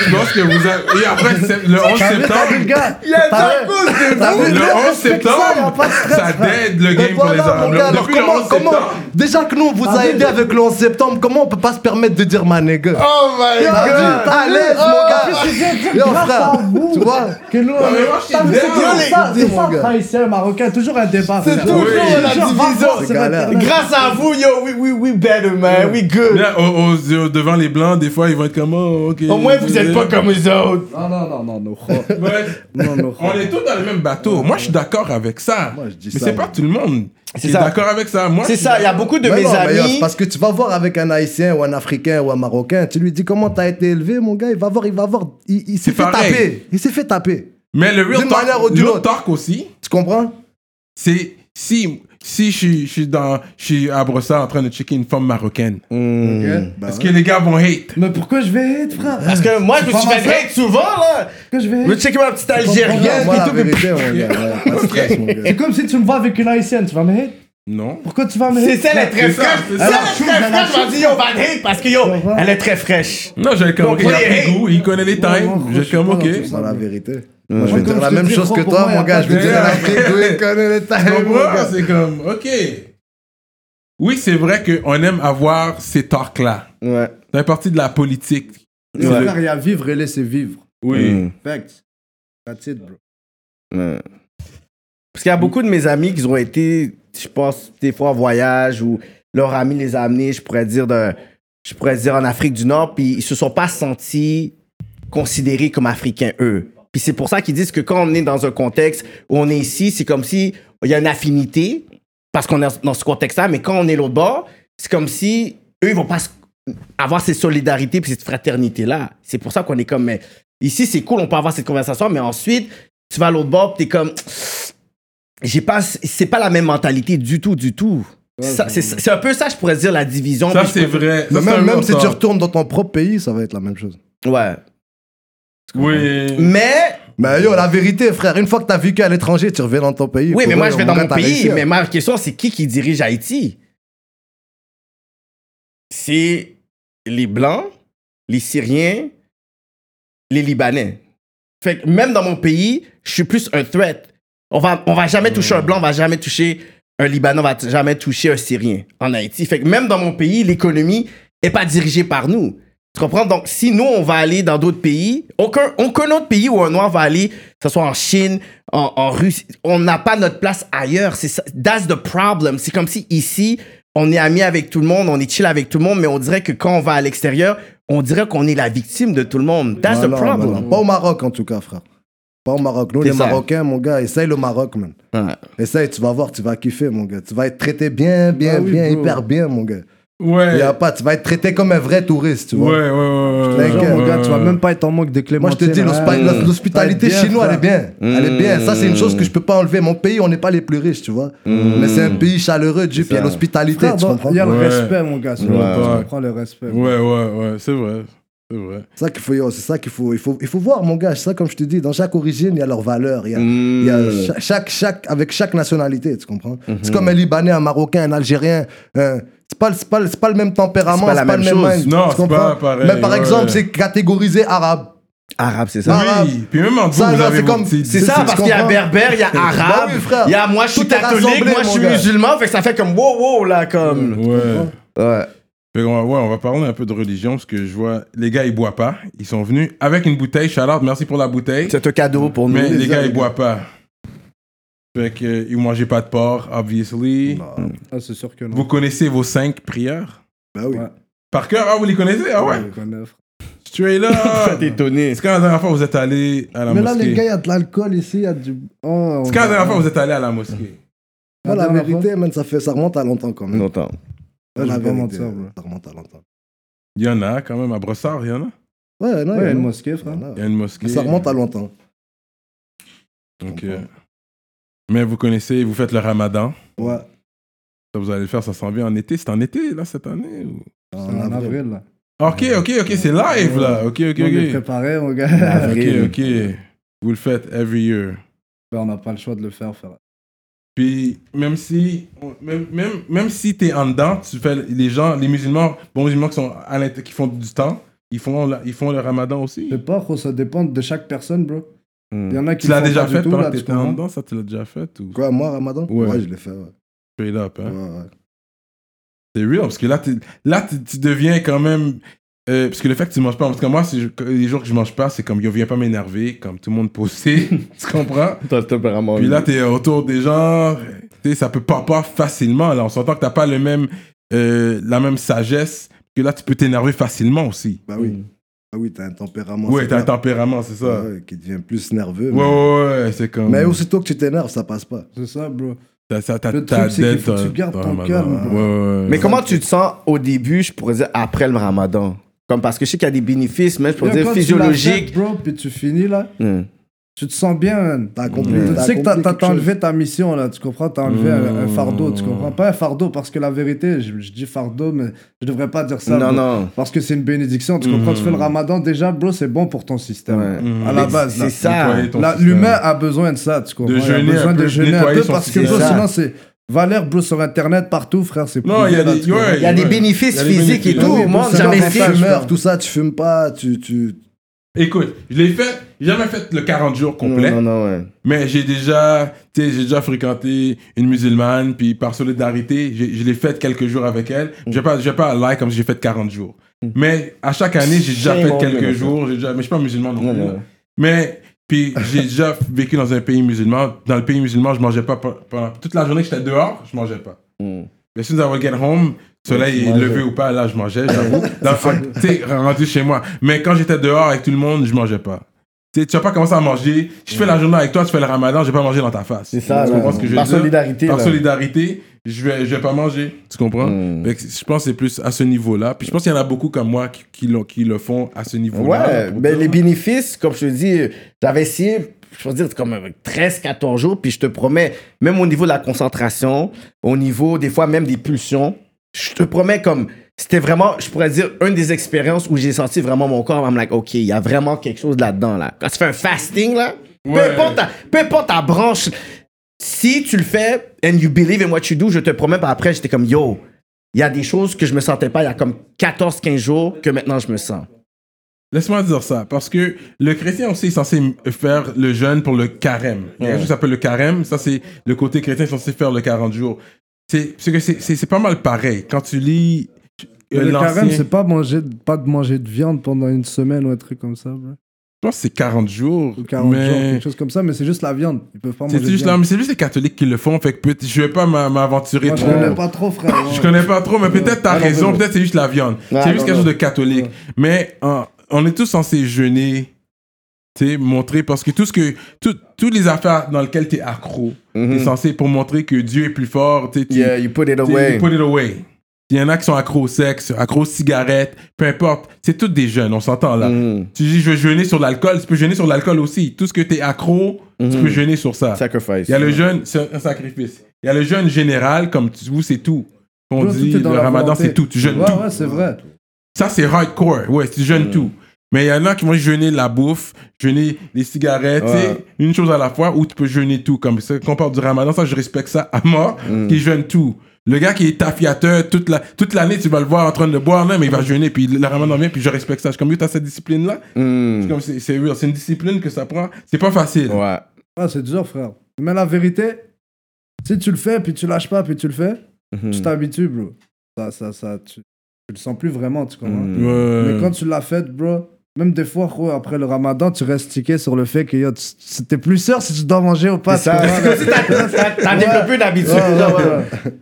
Speaker 3: Je pense que vous avez... Et après, c'est- le 11
Speaker 5: T'as vu, t'as vu, le
Speaker 3: septembre...
Speaker 5: gars
Speaker 4: Il y a
Speaker 5: T'as
Speaker 4: un
Speaker 5: vu
Speaker 4: cause de
Speaker 5: T'as vu, gars,
Speaker 3: Le 11
Speaker 5: respecte ça, y a
Speaker 3: septembre,
Speaker 5: pas de stress,
Speaker 3: ça
Speaker 5: frère.
Speaker 3: dead le
Speaker 6: Mais
Speaker 3: game pour les
Speaker 6: voilà, mon
Speaker 3: Arabes.
Speaker 6: gars, alors
Speaker 3: Depuis le
Speaker 6: comment-
Speaker 3: 11
Speaker 6: comment-
Speaker 3: septembre...
Speaker 6: Déjà que nous, on vous
Speaker 5: Ah,
Speaker 6: a aidé avec le 11 septembre, comment on peut pas se permettre de dire ma nigga
Speaker 3: Ah,
Speaker 4: Oh my
Speaker 6: T'as vu À l'aise, mon gars.
Speaker 5: Je viens de dire
Speaker 6: Yo,
Speaker 5: grâce
Speaker 6: frère,
Speaker 5: à vous
Speaker 6: tu vois
Speaker 5: que nous, on
Speaker 3: mais
Speaker 5: est-
Speaker 3: moi, je suis
Speaker 5: T'as vu, c'est
Speaker 3: dingue,
Speaker 5: toujours
Speaker 6: les-
Speaker 5: ça,
Speaker 6: dis,
Speaker 5: c'est
Speaker 6: mon
Speaker 5: ça,
Speaker 6: gars.
Speaker 5: entre haïtiens et marocains, toujours un débat. frère.
Speaker 4: toujours
Speaker 5: Oui.
Speaker 4: la
Speaker 5: Toujours, va
Speaker 4: division,
Speaker 5: voir,
Speaker 6: c'est
Speaker 5: c'est
Speaker 6: galère.
Speaker 5: maintenant.
Speaker 4: Grâce à vous, yo, we, we, we better, man. We good.
Speaker 3: Là, au- au- au- devant les blancs, des fois, ils vont être comme... Oh, ok.
Speaker 4: Au moins, vous êtes pas comme les autres.
Speaker 5: Non, non, non, non, non.
Speaker 3: Ouais.
Speaker 5: non, non.
Speaker 3: On est tous dans le même bateau. Moi, je suis d'accord avec ça.
Speaker 6: Moi, je dis
Speaker 3: mais
Speaker 6: ça,
Speaker 3: c'est
Speaker 6: moi.
Speaker 3: pas tout le monde qui est
Speaker 4: ça.
Speaker 3: d'accord avec ça. Moi,
Speaker 4: C'est
Speaker 3: je-
Speaker 4: ça, il y a beaucoup de
Speaker 6: Mais
Speaker 4: mes
Speaker 6: non, mais yo,
Speaker 4: amis.
Speaker 6: c'est parce que tu vas voir avec un haïtien ou un africain ou un marocain, tu lui dis comment t'as été élevé, mon gars, il va voir, il va voir, il, il s'est
Speaker 3: C'est
Speaker 6: fait
Speaker 3: pareil.
Speaker 6: taper. Il s'est fait taper.
Speaker 3: Mais le real
Speaker 6: D'une
Speaker 3: talk,
Speaker 6: manière ou d'une
Speaker 3: le
Speaker 6: autre.
Speaker 3: talk aussi,
Speaker 6: Tu comprends
Speaker 3: c'est si, si je suis- je suis dans, je suis à Brossard en train de checker une femme marocaine,
Speaker 5: Ok?
Speaker 6: Bah
Speaker 3: est-ce
Speaker 6: ouais.
Speaker 3: que les gars vont hate?
Speaker 5: Mais pourquoi je vais être, frère
Speaker 4: Hmm. Parce que moi, je me
Speaker 5: Pas
Speaker 4: suis
Speaker 5: mal
Speaker 4: fait
Speaker 5: ça.
Speaker 4: hate souvent, là.
Speaker 5: Pourquoi je vais
Speaker 4: Je
Speaker 5: être
Speaker 4: checker ma petite
Speaker 6: Comprends pas,
Speaker 4: Algérienne.
Speaker 6: moi,
Speaker 4: et
Speaker 6: la
Speaker 4: tout, mais-
Speaker 6: vérité, mon gars, ouais, pas de stress, mon gars.
Speaker 5: C'est comme si tu me vois avec une haïtienne, tu vas me hate
Speaker 3: Non.
Speaker 5: Pourquoi tu vas me
Speaker 4: C'est
Speaker 5: hate
Speaker 4: ça, elle est très
Speaker 3: C'est ça,
Speaker 4: fraîche.
Speaker 3: c'est
Speaker 4: Ça,
Speaker 3: ça.
Speaker 4: elle est très fraîche. Je m'en dis, yo, va le hate parce que yo,
Speaker 5: Ça va.
Speaker 4: elle est très fraîche.
Speaker 3: Non, j'ai comme,
Speaker 4: Donc,
Speaker 3: ok, il a
Speaker 4: ouais,
Speaker 3: pris
Speaker 4: hey.
Speaker 3: goût, il connaît les
Speaker 5: Ouais, moi,
Speaker 3: times.
Speaker 5: je
Speaker 3: J'ai
Speaker 5: suis
Speaker 3: comme,
Speaker 5: pas
Speaker 3: ok.
Speaker 5: dans tout
Speaker 6: Moi, la vérité.
Speaker 4: Ouais.
Speaker 6: Moi, je vais
Speaker 5: Comme
Speaker 6: dire
Speaker 5: je
Speaker 6: la
Speaker 5: te
Speaker 6: même
Speaker 5: dis,
Speaker 6: chose
Speaker 5: gros,
Speaker 6: que
Speaker 5: pour
Speaker 6: toi,
Speaker 5: moi, y a
Speaker 6: mon
Speaker 5: pas
Speaker 6: gars. Je vais
Speaker 5: de
Speaker 6: te dire la vérité. Connais les
Speaker 3: Tu
Speaker 6: tailles, mon
Speaker 3: comprends?
Speaker 6: gars.
Speaker 3: C'est comme, ok. Oui, c'est vrai qu'on aime avoir ces talks-là.
Speaker 4: Ouais.
Speaker 3: Ça fait partie de la politique.
Speaker 5: Il
Speaker 4: Ouais.
Speaker 5: y a vivre et laisser vivre.
Speaker 4: Hmm.
Speaker 3: Oui.
Speaker 5: Fact. That's it, bro.
Speaker 4: Ouais. Parce qu'il y a beaucoup de mes amis qui ont été, je pense, des fois en voyage ou leur ami les a amenés, je pourrais dire, de, je pourrais dire en Afrique du Nord, puis ils se sont pas sentis considérés comme africains, eux. Puis c'est pour ça qu'ils disent que quand on est dans un contexte où on est ici, c'est comme si il y a une affinité parce qu'on est dans ce contexte-là, mais quand on est l'autre bord, c'est comme si eux, ils vont pas se- avoir cette solidarité puis cette fraternité-là. C'est pour ça qu'on est comme, mais ici, c'est cool, on peut avoir cette conversation, mais ensuite, tu vas à l'autre bord, tu es comme, j'ai pas, c'est pas la même mentalité du tout, du tout. Ça, c'est c'est un peu ça, je pourrais dire, la division.
Speaker 3: Ça,
Speaker 4: Puis je
Speaker 3: c'est vrai. Ça,
Speaker 6: Mais
Speaker 3: c'est un
Speaker 6: Même même si
Speaker 3: autre
Speaker 6: tu
Speaker 3: talk.
Speaker 6: retournes dans ton propre pays, ça va être la même chose.
Speaker 4: Ouais.
Speaker 3: Oui.
Speaker 4: Mais,
Speaker 6: Mais yo, la vérité, frère, une fois que t'as vécu à l'étranger, tu reviens dans ton pays.
Speaker 4: oui,
Speaker 6: Pour
Speaker 4: mais moi,
Speaker 6: vrai,
Speaker 4: je vais dans
Speaker 6: gars,
Speaker 4: mon
Speaker 6: t'as
Speaker 4: pays.
Speaker 6: réussi, hein.
Speaker 4: Mais ma question, c'est qui qui dirige Haïti? C'est les Blancs, les Syriens, les Libanais. Fait que même dans mon pays, je suis plus un threat. On va, on va jamais toucher un Blanc, on va jamais toucher un Libanais, on va t- jamais toucher un Syrien en Haïti. Fait que même dans mon pays, l'économie est pas dirigée par nous. Tu comprends? Donc, si nous, on va aller dans d'autres pays, aucun, aucun autre pays où un Noir va aller, que ce soit en Chine, en, en Russie, on n'a pas notre place ailleurs. C'est ça. That's the problem. C'est comme si ici, on est amis avec tout le monde, on est chill avec tout le monde, mais on dirait que quand on va à l'extérieur, on dirait qu'on est la victime de tout le monde. That's
Speaker 6: Ah
Speaker 4: the
Speaker 6: non,
Speaker 4: problem.
Speaker 6: non, non. Pas au Maroc, en tout cas, frère. Pas au Maroc. Nous,
Speaker 4: C'est
Speaker 6: les
Speaker 4: ça.
Speaker 6: Marocains, mon gars, essaye le Maroc, man.
Speaker 4: Ouais.
Speaker 6: Essaye, tu vas voir, tu vas kiffer, mon gars. Tu vas être traité bien, bien,
Speaker 5: Ah oui,
Speaker 6: bien,
Speaker 5: bro.
Speaker 6: hyper bien, mon gars.
Speaker 3: Ouais.
Speaker 6: Y a pas, tu vas être traité comme un vrai touriste, tu
Speaker 3: Ouais,
Speaker 6: vois.
Speaker 3: ouais, ouais. ouais.
Speaker 5: Genre,
Speaker 6: T'inquiète.
Speaker 5: mon gars, tu vas
Speaker 3: Ouais.
Speaker 5: même pas être en manque de
Speaker 6: Moi, je
Speaker 5: clémentine.
Speaker 6: te dis, l'hospi-
Speaker 5: hein.
Speaker 6: l'hos- l'hospitalité
Speaker 5: Ça va être bien,
Speaker 6: chinoise, elle est bien. Elle est bien. Ça, c'est une chose
Speaker 4: Mm.
Speaker 6: que je peux pas enlever. Mon pays, on n'est pas les plus riches, tu vois. Mais c'est un pays chaleureux, Dieu. Puis il y a
Speaker 4: ça.
Speaker 6: l'hospitalité,
Speaker 5: Frère,
Speaker 6: tu
Speaker 5: bon,
Speaker 6: comprends
Speaker 5: Il y a le
Speaker 3: Ouais.
Speaker 5: respect, mon gars. sur le-
Speaker 4: Ouais.
Speaker 5: Tu comprends le respect.
Speaker 3: Ouais, ouais, ouais, c'est vrai. C'est vrai.
Speaker 6: C'est ça qu'il faut, yo, c'est ça qu'il faut, il faut, il faut voir, mon gars. C'est ça, comme je te dis, dans chaque origine, il y a leurs valeurs. Il y a, il y a cha- chaque, chaque, avec chaque nationalité, tu comprends C'est comme un Libanais, un Marocain, un Algérien. un- c'est pas, le- c'est pas, le- c'est pas le même tempérament,
Speaker 4: C'est pas la même chose.
Speaker 6: mind,
Speaker 3: Non,
Speaker 6: tu
Speaker 3: c'est
Speaker 6: comprends
Speaker 3: pas pareil,
Speaker 6: Mais par
Speaker 3: ouais.
Speaker 6: exemple, c'est catégorisé arabe.
Speaker 4: Arabe, c'est
Speaker 6: ça. Arabe.
Speaker 3: Oui. Puis même en vous
Speaker 6: Ça, là,
Speaker 3: avez
Speaker 6: c'est
Speaker 3: vos
Speaker 6: comme-
Speaker 3: petits-
Speaker 4: C'est ça,
Speaker 6: tu
Speaker 4: parce qu'il y a
Speaker 6: comprends
Speaker 4: berbère, il y a arabe,
Speaker 6: Bah oui, frère.
Speaker 4: il y a moi je suis
Speaker 6: Tout est
Speaker 4: catholique,
Speaker 6: rassemblé,
Speaker 4: moi je
Speaker 6: mon
Speaker 4: suis
Speaker 6: gars.
Speaker 4: musulman, fait que ça fait comme wow wow là, comme.
Speaker 3: Ouais.
Speaker 4: Ouais.
Speaker 3: Fait qu'on va- ouais, on va parler un peu de religion parce que je vois les gars ils boivent pas. Ils sont venus avec une bouteille. Charlotte, merci pour la bouteille.
Speaker 4: C'est un cadeau pour nous.
Speaker 3: Mais les
Speaker 6: plaisir,
Speaker 3: gars
Speaker 6: les
Speaker 3: ils
Speaker 6: gars.
Speaker 3: boivent pas. Fait que euh, ils mangeaient pas de porc, obviously.
Speaker 5: Ah, c'est sûr que non.
Speaker 3: Vous connaissez vos cinq prières
Speaker 6: Bah oui.
Speaker 5: Ouais.
Speaker 3: par cœur Ah vous les connaissez Ah ouais.
Speaker 5: Ouais, qu'on offre.
Speaker 3: Straight up.
Speaker 4: étonné.
Speaker 3: C'est quand la dernière fois vous êtes allé à la
Speaker 5: Mais là, les
Speaker 3: mosquée
Speaker 5: gars, il y a de l'alcool ici, il y
Speaker 6: hein.
Speaker 5: a du. Oh, on
Speaker 3: C'est quand la
Speaker 5: va-
Speaker 3: dernière fois vous êtes allé à la mosquée
Speaker 6: Moi, la
Speaker 5: dernière
Speaker 6: vérité, man, ça, fait, ça remonte à longtemps quand même.
Speaker 4: Longtemps.
Speaker 5: Je
Speaker 6: Ouais, la
Speaker 5: vais pas
Speaker 6: vérité,
Speaker 5: mentir, bro.
Speaker 6: ça remonte à longtemps.
Speaker 3: Il y en a quand même à Brossard, il y en a.
Speaker 6: Ouais, non,
Speaker 5: Ouais, il y a une
Speaker 6: non.
Speaker 5: mosquée, frère.
Speaker 6: Voilà.
Speaker 3: Il y a une mosquée.
Speaker 6: Ça remonte à longtemps.
Speaker 3: Ok.
Speaker 6: comprends.
Speaker 3: Mais vous connaissez, vous faites le Ramadan.
Speaker 6: Ouais.
Speaker 3: Ça, vous allez le faire, ça s'en vient en été. C'est en été, là, cette année ou-
Speaker 5: C'est en avril, là.
Speaker 3: Ok, ok, ok, c'est live, là. Ok, ok,
Speaker 5: Euh, On est
Speaker 3: ok.
Speaker 5: préparé, mon gars.
Speaker 3: Ok, ok. Vous le faites every year.
Speaker 5: Ben, on n'a pas le choix de le faire, frère.
Speaker 3: Puis, même si, même, même, même si t'es en dedans, tu fais les gens, les musulmans, bons musulmans qui, sont à l'int- qui font du temps, ils font, la- ils font le ramadan aussi.
Speaker 5: Je sais pas, gros, ça dépend de chaque personne, bro. Il y en a qui
Speaker 3: Hmm. Tu l'as
Speaker 5: le font
Speaker 3: déjà
Speaker 5: pas du
Speaker 3: fait
Speaker 5: tout,
Speaker 3: pendant
Speaker 5: là,
Speaker 3: que
Speaker 5: tu
Speaker 3: t'étais en
Speaker 5: comprends.
Speaker 3: dedans, ça, tu l'as déjà fait ou
Speaker 6: Quoi, moi, Ramadan
Speaker 3: Ouais.
Speaker 6: je l'ai fait. Ouais.
Speaker 3: straight up, hein?
Speaker 6: Ouais, ouais.
Speaker 3: C'est real, parce que là, t'es- là tu, tu deviens quand même. euh, parce que le fait que tu manges pas, parce que moi, si je- les jours que je mange pas, c'est comme, yo, viens pas m'énerver, comme tout le monde posté, tu comprends?
Speaker 4: T'as le tempérament.
Speaker 3: Puis là, t'es autour des gens, tu sais, ça peut pas pas facilement, là. On s'entend que t'as pas le même, euh, la même sagesse, que là, tu peux t'énerver facilement aussi.
Speaker 6: Bah
Speaker 5: Mm.
Speaker 6: oui. Bah oui, t'as un tempérament.
Speaker 3: ouais,
Speaker 6: c'est
Speaker 3: t'as un
Speaker 6: clair.
Speaker 3: tempérament, c'est ça. Ouais,
Speaker 6: Ouais, qui devient plus nerveux.
Speaker 3: ouais,
Speaker 6: mais...
Speaker 3: ouais, c'est comme.
Speaker 6: mais aussitôt que tu t'énerves, ça passe pas.
Speaker 5: C'est ça, bro.
Speaker 3: t'as, ça, t'as,
Speaker 5: le
Speaker 3: t'as
Speaker 5: truc, c'est qu'il
Speaker 3: dead,
Speaker 5: faut que
Speaker 3: t'as-
Speaker 5: tu gardes
Speaker 3: t'as
Speaker 5: ton
Speaker 3: un
Speaker 5: calme,
Speaker 3: malade.
Speaker 5: bro.
Speaker 3: Ouais, ouais.
Speaker 4: Mais comment tu te sens au début, je pourrais dire, après le ramadan Comme parce que je sais qu'il y a des bénéfices, mais je pourrais
Speaker 5: Yo,
Speaker 4: dire
Speaker 5: quand tu l'as fait,
Speaker 4: physiologiques.
Speaker 5: bro, puis tu finis, là.
Speaker 4: Hmm.
Speaker 5: tu te sens bien, man.
Speaker 6: T'as accompli.
Speaker 5: Mm. Tu sais que t'as-
Speaker 6: accompli
Speaker 5: t'as
Speaker 6: quelque
Speaker 5: t'as
Speaker 6: chose.
Speaker 5: enlevé ta mission, là, tu comprends? T'as enlevé un,
Speaker 3: Hmm.
Speaker 5: un fardeau, tu comprends? Pas un fardeau, parce que la vérité, je, je dis fardeau, mais je devrais pas dire ça.
Speaker 4: Non,
Speaker 5: bro.
Speaker 4: non.
Speaker 5: Parce que c'est une bénédiction, tu comprends? Tu
Speaker 3: Mhm.
Speaker 5: fais le ramadan, déjà, bro, c'est bon pour ton système.
Speaker 4: Ouais.
Speaker 5: À la
Speaker 4: Mais
Speaker 5: base,
Speaker 4: c'est
Speaker 5: là.
Speaker 4: ça.
Speaker 3: Nettoyer ton
Speaker 5: La-
Speaker 3: système.
Speaker 5: L'humain a besoin de ça, tu comprends?
Speaker 3: De
Speaker 5: Il a
Speaker 3: jeûner un
Speaker 5: besoin
Speaker 3: peu,
Speaker 5: de jeûner un
Speaker 3: nettoyer
Speaker 5: peu,
Speaker 3: son
Speaker 5: parce que,
Speaker 3: système.
Speaker 5: bro,
Speaker 4: C'est ça.
Speaker 5: sinon, c'est... Valère, bro, sur Internet, partout, frère, c'est
Speaker 3: Non, il y a
Speaker 5: privé, là,
Speaker 3: des-
Speaker 5: tu comprends?
Speaker 3: ouais,
Speaker 4: Il y a des bénéfices
Speaker 3: Il y a des
Speaker 4: physiques
Speaker 3: bénéfices.
Speaker 4: et tout.
Speaker 3: Oui,
Speaker 4: Moi,
Speaker 6: C'est
Speaker 4: j'avais
Speaker 6: normal,
Speaker 4: fait.
Speaker 6: tu meurs, tout ça, tu fumes pas, tu. tu...
Speaker 3: Écoute, je l'ai fait, j'ai jamais fait le 40 jours complet,
Speaker 4: Non, non, non, ouais.
Speaker 3: mais j'ai déjà, tu sais, j'ai déjà fréquenté une musulmane, puis par solidarité, j'ai- je l'ai fait quelques jours avec elle.
Speaker 4: Mm.
Speaker 3: Je vais pas, je vais pas aller comme si j'ai fait 40 jours. Mais à chaque année, j'ai déjà
Speaker 4: Shame
Speaker 3: fait
Speaker 4: on you,
Speaker 3: quelques
Speaker 4: my
Speaker 3: jours, j'ai déjà, mais je suis pas musulman non
Speaker 4: Non,
Speaker 3: plus.
Speaker 4: non.
Speaker 3: là. Mais puis j'ai déjà vécu dans un pays musulman. Dans le pays musulman, je mangeais pas pe- pendant toute la journée que j'étais dehors, je mangeais pas.
Speaker 4: Mm.
Speaker 3: Mais soon as I would get home, soleil est levé ou pas, là je mangeais, j'avoue. Dans le fond, tu sais, rendu chez moi. Mais quand j'étais dehors avec tout le monde, je mangeais pas. Tu sais, tu vas pas commencer à manger. Je fais la journée avec toi, tu fais le ramadan, je vais pas manger dans ta face.
Speaker 4: C'est ça,
Speaker 3: Tu
Speaker 4: là.
Speaker 3: comprends ce que je veux
Speaker 4: Par
Speaker 3: dire?
Speaker 4: solidarité,
Speaker 3: Par
Speaker 4: là.
Speaker 3: solidarité, je vais, je vais pas manger. Tu comprends?
Speaker 4: Mm.
Speaker 3: Fait que je pense que c'est plus à ce niveau-là. Puis je pense qu'il y en a beaucoup comme moi qui, qui, l'ont- qui le font à ce niveau-là.
Speaker 4: Ouais, ben les bénéfices, comme je te dis, euh, j'avais essayé, je veux dire, comme euh, 13, 14 jours, puis je te promets, même au niveau de la concentration, au niveau des fois même des pulsions, je te promets comme, c'était vraiment, je pourrais dire, une des expériences où j'ai senti vraiment mon corps, I'm like, OK, il y a vraiment quelque chose là-dedans, là. Quand tu fais un fasting, là, peu,
Speaker 3: Ouais.
Speaker 4: importe ta, peu importe ta branche, si tu le fais, and you believe in what you do, je te promets, par après, j'étais comme, yo, il y a des choses que je me sentais pas il y a comme 14, 15 jours que maintenant je me sens.
Speaker 3: Laisse-moi dire ça, parce que le chrétien aussi est censé m- faire le jeûne pour le carême. Il y a quelque chose qui s'appelle le carême, ça c'est le côté chrétien est censé faire le 40 jours. C'est parce que c'est- c'est c'est pas mal pareil. Quand tu lis euh,
Speaker 5: Mais Le
Speaker 3: l'ancien-
Speaker 5: carême, c'est pas, manger, pas de manger de viande pendant une semaine ou un truc comme ça, bro.
Speaker 3: je pense que c'est 40 jours.
Speaker 5: Ou 40
Speaker 3: mais-
Speaker 5: jours, quelque chose comme ça, mais c'est juste la viande. Ils peuvent pas manger
Speaker 3: C'est
Speaker 5: de
Speaker 3: juste, là,
Speaker 5: viande.
Speaker 3: mais c'est juste les catholiques qui le font, fait que peut- je vais pas m'a- m'aventurer
Speaker 5: Moi, je
Speaker 3: trop.
Speaker 5: connais pas trop, frère.
Speaker 3: Je connais pas trop, mais peut-être t'as
Speaker 5: Ah, non,
Speaker 3: raison,
Speaker 5: non.
Speaker 3: peut-être c'est juste la viande.
Speaker 4: Ah,
Speaker 3: c'est
Speaker 4: non,
Speaker 3: juste quelque
Speaker 4: non.
Speaker 3: chose de catholique. Mais hein, on est tous censés jeûner, tu sais, montrer, parce que tout ce que, tout- toutes les affaires dans lesquelles t'es accro, t'es censé pour montrer que Dieu est plus fort, tu sais, tu-
Speaker 4: Mm-hmm. Yeah, you put it
Speaker 3: tu sais,
Speaker 4: away.
Speaker 3: you put it away. Il y en a qui sont accro au sexe, accro aux cigarettes, peu importe. C'est tous des jeunes, on s'entend là.
Speaker 4: Mhm.
Speaker 3: Tu dis, je veux jeûner sur l'alcool, tu peux jeûner sur l'alcool aussi. Tout ce que t'es accro, tu
Speaker 4: Mhm.
Speaker 3: peux jeûner sur ça.
Speaker 4: Sacrifice.
Speaker 3: Il y a le jeûne, c'est un sacrifice. Il y a le jeûne général, comme tu vous, c'est tout. On
Speaker 5: Bro, tout
Speaker 3: dit,
Speaker 5: est dans
Speaker 3: le
Speaker 5: la
Speaker 3: ramadan,
Speaker 5: volonté.
Speaker 3: c'est tout. Tu jeûnes
Speaker 5: Ouais,
Speaker 3: tout.
Speaker 5: ouais, c'est vrai.
Speaker 3: Ça, c'est hardcore. Ouais, tu jeûnes tout. Mais il y en a qui vont jeûner la bouffe, jeûner les cigarettes, tu sais, une chose à la fois, ou tu peux jeûner tout. Comme ça, quand on parle du ramadan, ça, je respecte ça à mort, qui jeûne tout. Le gars qui est tafiateur, toute la- toute l'année, tu vas le voir en train de boire, non, mais il va jeûner, puis le ramadan vient, puis je respecte ça. Je suis comme, tu as cette discipline-là. Je
Speaker 4: Mm.
Speaker 3: suis comme, C'est c'est real. C'est une discipline que ça prend. C'est pas facile.
Speaker 4: Ouais.
Speaker 5: Ah, c'est dur, frère. Mais la vérité, si tu le fais, puis tu lâches pas, puis tu le fais,
Speaker 4: Mm-hmm.
Speaker 3: Hmm.
Speaker 5: tu t'habitues, bro. Ça, ça, ça, tu, tu le sens plus vraiment, tu comprends.
Speaker 3: Hmm.
Speaker 4: Mhm.
Speaker 3: Ouais.
Speaker 5: Mais quand tu l'as fait, bro, même des fois, gros, après le ramadan, tu restes tiqué sur le fait que yo, tu- tu- t'es plus sûr si tu dois manger ou pas.
Speaker 4: C'est ça.
Speaker 5: tu comprends, là.
Speaker 4: T'as développé une habitude.
Speaker 5: Ouais, ouais,
Speaker 4: là, ouais.
Speaker 5: ouais.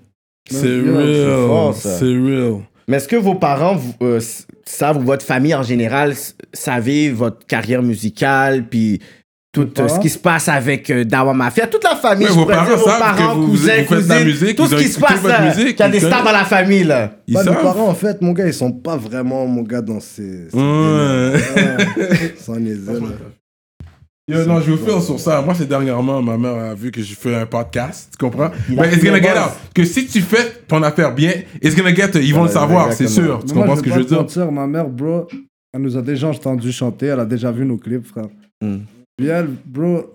Speaker 3: C'est
Speaker 5: Yo,
Speaker 4: c'est
Speaker 3: real.
Speaker 4: fort, ça.
Speaker 3: C'est real.
Speaker 4: Mais est-ce que vos parents vous, euh, s- savent, ou votre famille en général, s- savez votre carrière musicale, puis tout euh, ce qui se passe avec euh, Dawa Mafia, toute la famille,
Speaker 3: Ouais,
Speaker 4: je
Speaker 3: vos
Speaker 4: pourrais dire,
Speaker 3: parents
Speaker 4: vos
Speaker 3: savent
Speaker 4: parents,
Speaker 3: que vous-
Speaker 4: cousins,
Speaker 3: vous faites de la
Speaker 4: cousines,
Speaker 3: musique,
Speaker 4: tout
Speaker 3: ils
Speaker 4: ce
Speaker 3: ont
Speaker 4: qui se
Speaker 3: écouté
Speaker 4: passe
Speaker 3: votre
Speaker 4: là,
Speaker 3: musique,
Speaker 4: qu'il y a
Speaker 3: ils
Speaker 4: des stars
Speaker 3: connaissent.
Speaker 4: dans la famille là.
Speaker 3: Ils
Speaker 6: Bah, mes
Speaker 3: savent.
Speaker 6: parents, en fait, mon gars, ils sont pas vraiment, mon gars, dans ces. ces
Speaker 3: Ouais.
Speaker 6: délires. Ouais. Sans les ailes.
Speaker 3: Yo, non, je vous fais sur ça. Moi, c'est dernièrement, ma mère a vu que je fais un podcast. Tu comprends?
Speaker 4: Il a
Speaker 3: Mais it's
Speaker 4: fait
Speaker 3: gonna
Speaker 4: le
Speaker 3: get
Speaker 4: buzz.
Speaker 3: out. Que si tu fais ton affaire bien, it's gonna get, ils vont le savoir, c'est sûr. Tu
Speaker 5: Mais moi,
Speaker 3: comprends ce que
Speaker 5: vais
Speaker 3: je veux
Speaker 5: pas te
Speaker 3: dire?
Speaker 5: mentir, ma mère, bro, elle nous a déjà entendu chanter, elle a déjà vu nos clips, frère.
Speaker 3: Hmm.
Speaker 4: Mm.
Speaker 5: Puis elle, bro,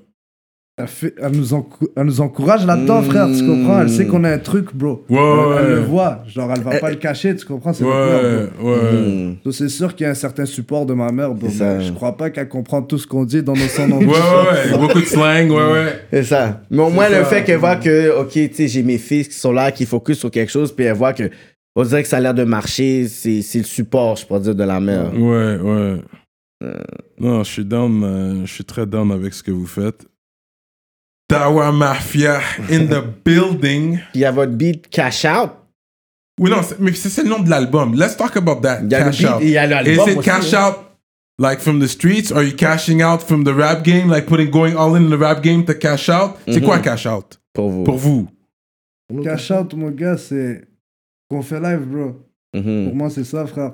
Speaker 5: elle, fait- elle nous, encou- elle nous encourage là-dedans, frère, tu comprends Elle sait qu'on a un truc, bro.
Speaker 3: Ouais,
Speaker 5: elle, elle
Speaker 3: Hmm. ouais. Eh,
Speaker 5: le voit, genre elle va pas le cacher, tu comprends C'est notre mère, bro.
Speaker 3: Ouais, ouais.
Speaker 4: Mm.
Speaker 5: Donc, C'est sûr qu'il y a un certain support de ma mère, bro.
Speaker 4: C'est ça.
Speaker 5: mais Je crois pas qu'elle comprend tout ce qu'on dit dans nos sons
Speaker 3: Ouais, ouais, ouais. Beaucoup de slang, ouais, ouais.
Speaker 4: C'est ça. Mais au moins, le fait qu'elle voit que, OK, tu sais, j'ai mes fils qui sont là, qui focus sur quelque chose, puis elle voit que, on dirait que ça a l'air de marcher, c'est c'est le support, je pourrais dire, de la mère.
Speaker 3: Ouais, ouais. Euh. Non, je suis down, euh, je suis très down avec ce que vous faites. Dawa Mafia in the building.
Speaker 4: Puis il y a votre beat Cash Out.
Speaker 3: Oui, non, c'est- mais c'est c'est le nom de l'album. Let's talk about that.
Speaker 4: Il y a
Speaker 3: Cash
Speaker 4: le beat
Speaker 3: out.
Speaker 4: et il y a l'album.
Speaker 3: Is it
Speaker 4: aussi,
Speaker 3: cash
Speaker 4: hein.
Speaker 3: out like from the streets? Are you cashing out from the rap game? Like putting going all in the rap game to cash out? C'est quoi cash out
Speaker 4: Pour vous.
Speaker 3: pour vous?
Speaker 5: Cash out, mon gars, c'est qu'on fait live, bro.
Speaker 4: Mhm,
Speaker 5: Pour moi, c'est ça, frère.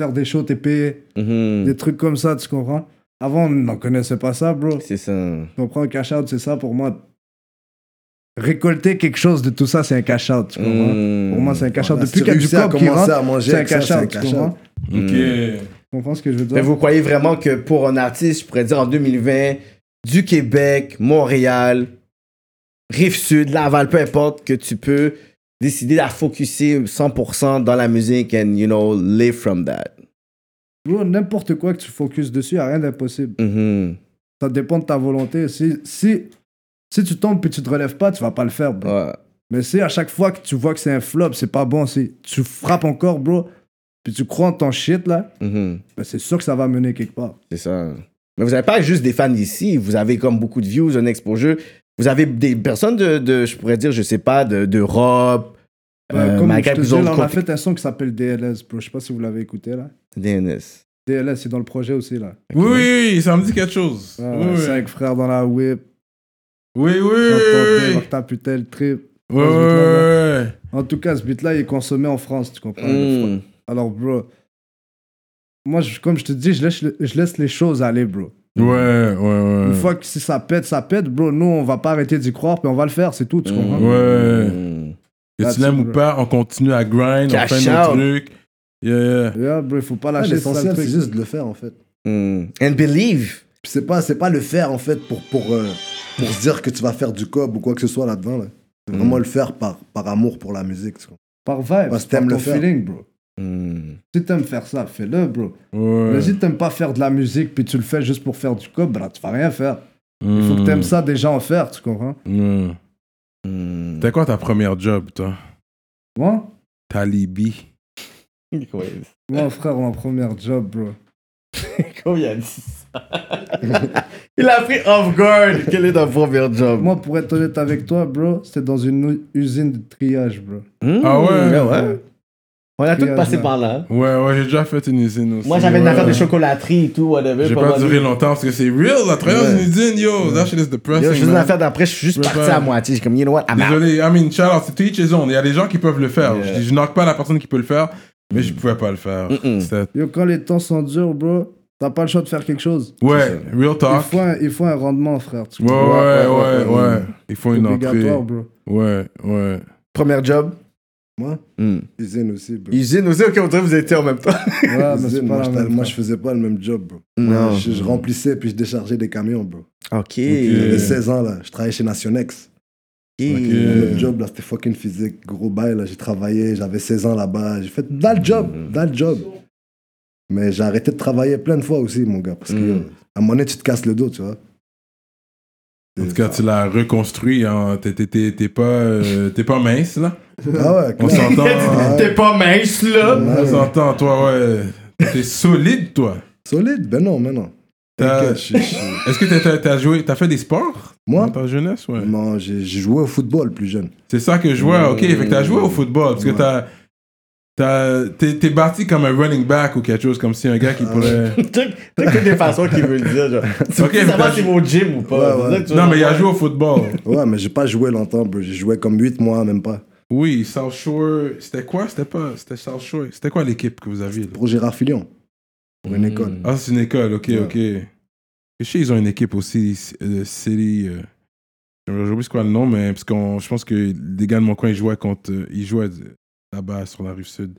Speaker 5: Faire des shows, t'es payé.
Speaker 4: mhm.
Speaker 5: Des trucs comme ça, tu comprends Avant, on n'en connaissait pas ça, bro.
Speaker 4: C'est ça.
Speaker 5: Tu comprends, un cash-out, c'est ça pour moi. Récolter quelque chose de tout ça, c'est un cash-out. tu comprends?
Speaker 4: Mm.
Speaker 5: Pour moi, c'est un cash-out.
Speaker 6: Voilà,
Speaker 5: Depuis
Speaker 6: si
Speaker 5: qu'il y a du
Speaker 6: réussir à
Speaker 5: cob qui
Speaker 6: commencer
Speaker 5: rentre,
Speaker 6: à manger
Speaker 5: c'est un
Speaker 6: avec ça, c'est un
Speaker 5: cash-out. Tu
Speaker 6: cash-out.
Speaker 5: comprends?
Speaker 3: Ok.
Speaker 5: Tu comprends ce que je veux
Speaker 4: Mais
Speaker 5: dire?
Speaker 4: vous croyez vraiment que pour un artiste, je pourrais dire en 2020, du Québec, Montréal, Rive-Sud, Laval, peu importe, que tu peux décider de la focuser 100% dans la musique and, you know, live from that.
Speaker 5: Bro, N'importe quoi que tu focuses dessus, il n'y a rien d'impossible.
Speaker 4: Mhm.
Speaker 5: Ça dépend de ta volonté. Si, si, si tu tombes puis tu te relèves pas, tu vas pas le faire, bro.
Speaker 4: Ouais.
Speaker 5: Mais si à chaque fois que tu vois que c'est un flop, c'est pas bon, si tu frappes encore, bro, puis tu crois en ton shit, là,
Speaker 4: Mhm.
Speaker 5: ben c'est sûr que ça va mener quelque part.
Speaker 4: C'est ça. Mais vous n'avez pas juste des fans d'ici, vous avez comme beaucoup de views, un exposure. Vous avez des personnes de, de, je pourrais dire, je sais pas, de- d'Europe,
Speaker 5: Ouais,
Speaker 4: Euh,
Speaker 5: comme je
Speaker 4: malgré
Speaker 5: te
Speaker 4: qu'ils
Speaker 5: dis,
Speaker 4: ont
Speaker 5: là, on a
Speaker 4: compté-
Speaker 5: fait un son qui s'appelle DLS, bro. Je sais pas si vous l'avez écouté, là.
Speaker 4: DNS.
Speaker 5: DLS, c'est dans le projet aussi, là.
Speaker 3: Oui, oui, oui, ça me dit quelque chose.
Speaker 5: Ouais,
Speaker 3: oui,
Speaker 5: ouais,
Speaker 3: oui.
Speaker 5: Ah, Cinq frères dans la whip.
Speaker 3: oui, oui,
Speaker 5: Quand
Speaker 3: oui,
Speaker 5: on
Speaker 3: oui.
Speaker 5: tape, ta putain le trip.
Speaker 3: Ouais, ouais, ouais.
Speaker 5: En tout cas, ce beat-là, il est consommé en France, tu comprends?
Speaker 4: Mm.
Speaker 5: Alors, bro, moi, je- comme je te dis, je laisse, je laisse les choses aller, bro.
Speaker 3: Ouais, ouais, ouais.
Speaker 5: Une fois que si ça pète, ça pète, bro, nous, on va pas arrêter d'y croire, puis on va le faire, c'est tout, tu comprends?
Speaker 3: Hmm. Ouais.
Speaker 4: Mm.
Speaker 3: Que
Speaker 5: That's
Speaker 3: tu l'aimes
Speaker 5: it,
Speaker 3: ou
Speaker 5: bro.
Speaker 3: pas, on continue à grind, on
Speaker 4: Cash
Speaker 3: fait nos
Speaker 4: out.
Speaker 3: trucs. Yeah, yeah.
Speaker 5: Yeah, bro, il faut pas
Speaker 6: Ouais,
Speaker 5: lâcher ça, le
Speaker 6: Ah, L'essentiel,
Speaker 5: truc.
Speaker 6: c'est juste de le faire, en fait.
Speaker 4: Mm. And believe.
Speaker 6: Puis c'est pas, c'est pas le faire, en fait, pour, pour, euh, pour se dire que tu vas faire du cob ou quoi que ce soit là-dedans. Là. C'est vraiment
Speaker 5: Mm.
Speaker 6: le faire par, par amour pour la musique. tu comprends.
Speaker 5: Par vibe,
Speaker 6: Parce que
Speaker 5: par
Speaker 6: t'aimes
Speaker 5: ton
Speaker 6: le faire.
Speaker 5: feeling, bro.
Speaker 3: Mhm.
Speaker 4: Mm.
Speaker 5: Si t'aimes faire ça, fais-le, bro.
Speaker 3: Ouais.
Speaker 5: Mais si t'aimes pas faire de la musique, puis tu le fais juste pour faire du cop, bah, tu vas rien faire. Il
Speaker 3: Hmm.
Speaker 5: faut que t'aimes ça déjà en faire, tu comprends?
Speaker 3: Mm.
Speaker 4: Mm.
Speaker 3: T'as quoi ta première job, toi
Speaker 5: Moi,
Speaker 3: Talibi.
Speaker 5: moi, frère, mon premier job, bro.
Speaker 4: Comment il a dit ça? il a pris off guard. Quel est ton premier job?
Speaker 5: Moi, pour être honnête avec toi, bro, c'était dans une u- usine de triage, bro.
Speaker 4: Mm.
Speaker 3: Ah ouais?
Speaker 4: On a tous
Speaker 5: Triage,
Speaker 4: passé
Speaker 5: là.
Speaker 4: par là.
Speaker 3: Ouais, ouais, j'ai déjà fait une usine aussi.
Speaker 4: Moi, j'avais une
Speaker 3: ouais.
Speaker 4: affaire de chocolaterie et tout, whatever.
Speaker 3: J'ai
Speaker 4: pour
Speaker 3: pas
Speaker 4: avoir
Speaker 3: duré
Speaker 4: dit-
Speaker 3: longtemps parce que c'est real, la travailler dans
Speaker 4: Ouais.
Speaker 3: une usine, yo, that shit is depressing.
Speaker 4: Yo, je faisais une
Speaker 3: man.
Speaker 4: affaire d'après, je suis juste
Speaker 3: Ouais,
Speaker 4: parti
Speaker 3: ouais.
Speaker 4: à moitié. J'ai comme, you know what, I'm out.
Speaker 3: Désolé, I mean, shout out, c'est to each his own. Il y a des gens qui peuvent le faire.
Speaker 4: Yeah.
Speaker 3: Je dis, je knock pas la personne qui peut le faire, mais je pouvais pas le faire.
Speaker 4: Mm-mm.
Speaker 3: C'était-
Speaker 5: Yo, quand les temps sont durs, bro, t'as pas le choix de faire quelque chose.
Speaker 3: Ouais, real
Speaker 5: Il
Speaker 3: talk.
Speaker 5: faut un, il faut un rendement, frère. Tu
Speaker 3: Ouais, ouais,
Speaker 5: comprends?
Speaker 3: ouais, ouais, Il faut
Speaker 5: C'est
Speaker 3: une entrée.
Speaker 5: obligatoire, bro.
Speaker 3: Ouais, ouais.
Speaker 4: Premier job.
Speaker 6: Moi,
Speaker 4: Mm.
Speaker 6: usine aussi. bro.
Speaker 4: Usine aussi, ok, on dirait que vous étiez en même temps.
Speaker 5: Ouais, mais c'est
Speaker 6: Usine,
Speaker 5: pas
Speaker 6: moi,
Speaker 5: la
Speaker 6: je,
Speaker 5: même
Speaker 6: moi,
Speaker 5: chose.
Speaker 6: je faisais pas le même job, bro.
Speaker 4: Non.
Speaker 6: Je, je remplissais puis je déchargeais des camions, bro.
Speaker 4: Ok.
Speaker 3: Ok.
Speaker 6: J'avais 16 ans, là. Je travaillais chez Nationex.
Speaker 3: Ok.
Speaker 6: Le job, là, c'était fucking physique. Gros bail, là, j'ai travaillé, j'avais 16 ans là-bas. J'ai fait dans le job,
Speaker 5: Mm.
Speaker 6: dans le job. Mais j'ai arrêté de travailler plein de fois aussi, mon gars, parce que
Speaker 4: Mm.
Speaker 6: euh, à un moment donné, tu te casses le dos, tu vois.
Speaker 3: En tout cas, tu l'as reconstruit. Hein. T'es, t'es- t'es- t'es pas, euh, t'es pas mince, là.
Speaker 6: Ah ouais,
Speaker 3: On
Speaker 6: clair.
Speaker 3: s'entend. hein.
Speaker 4: T'es pas mince, là.
Speaker 3: On s'entend, toi, ouais. T'es solide, toi.
Speaker 6: Solide, ben non, mais non.
Speaker 3: T'as-
Speaker 6: T'inquiète, je- je-
Speaker 3: Est-ce que t'as, t'as- t'as joué, t'as fait des sports
Speaker 6: Moi
Speaker 3: dans ta jeunesse, ouais.
Speaker 6: Non, j'ai j'ai joué au football plus jeune.
Speaker 3: C'est ça que je vois. Ok, fait que t'as joué au football parce que
Speaker 6: Ouais.
Speaker 3: t'as, t'as- t'es, t'es parti comme un running back ou quelque chose comme si un gars qui pourrait.
Speaker 4: T'as t'as que des façons qu'il veut le dire. Genre. Tu
Speaker 3: Ok,
Speaker 4: peux
Speaker 3: mais
Speaker 4: savoir
Speaker 3: t'as-
Speaker 4: si c'est mon gym ou pas.
Speaker 6: Ouais,
Speaker 4: C'est
Speaker 6: ouais.
Speaker 4: ça que tu
Speaker 3: Non,
Speaker 4: veux
Speaker 3: mais il a
Speaker 4: savoir.
Speaker 3: joué au football.
Speaker 6: Ouais, mais j'ai pas joué longtemps, bro. J'ai joué comme 8 mois, même pas.
Speaker 3: Oui, South Shore. C'était quoi C'était pas. C'était South Shore. C'était quoi l'équipe que vous aviez là?
Speaker 6: Pour Gérard Filion. Pour
Speaker 5: Hmm.
Speaker 6: une école.
Speaker 4: Mm.
Speaker 3: Ah, c'est une école, ok, ok. Je sais, ils ont une équipe aussi, euh, City. Euh, J'ai oublié c'est quoi le nom, mais parce qu'on, je pense que les gars de mon coin, ils jouaient, contre, euh, ils jouaient euh, là-bas sur la rive sud.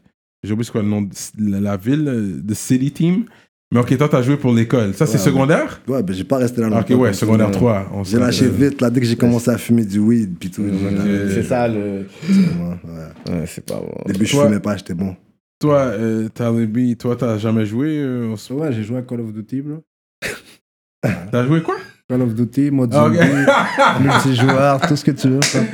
Speaker 3: J'ai oublié c'est quoi le nom de c- la, la ville, euh, de City Team. Mais ok, toi, t'as joué pour l'école. Ça, c'est
Speaker 6: Ouais,
Speaker 3: secondaire
Speaker 6: Ouais, ben j'ai pas resté là
Speaker 3: Ah, Ok,
Speaker 6: longtemps.
Speaker 3: ouais, secondaire 3. on
Speaker 6: J'ai
Speaker 3: se
Speaker 6: lâché
Speaker 3: rappelle.
Speaker 6: vite, là, dès que j'ai commencé à fumer du weed, puis tout.
Speaker 3: Ok.
Speaker 4: C'est ça le.
Speaker 6: Ouais, ouais.
Speaker 4: Ouais, c'est pas bon.
Speaker 6: Au début, je
Speaker 3: Toi-
Speaker 6: fumais pas, j'étais bon.
Speaker 3: Toi, euh, Talibi, toi, t'as jamais joué euh, au sport
Speaker 5: Ouais, j'ai joué à Call of Duty, bro.
Speaker 3: T'as joué quoi
Speaker 5: Call of Duty, mode
Speaker 3: Ah, ok.
Speaker 5: zombie, multijoueur, tout ce que tu veux. frère.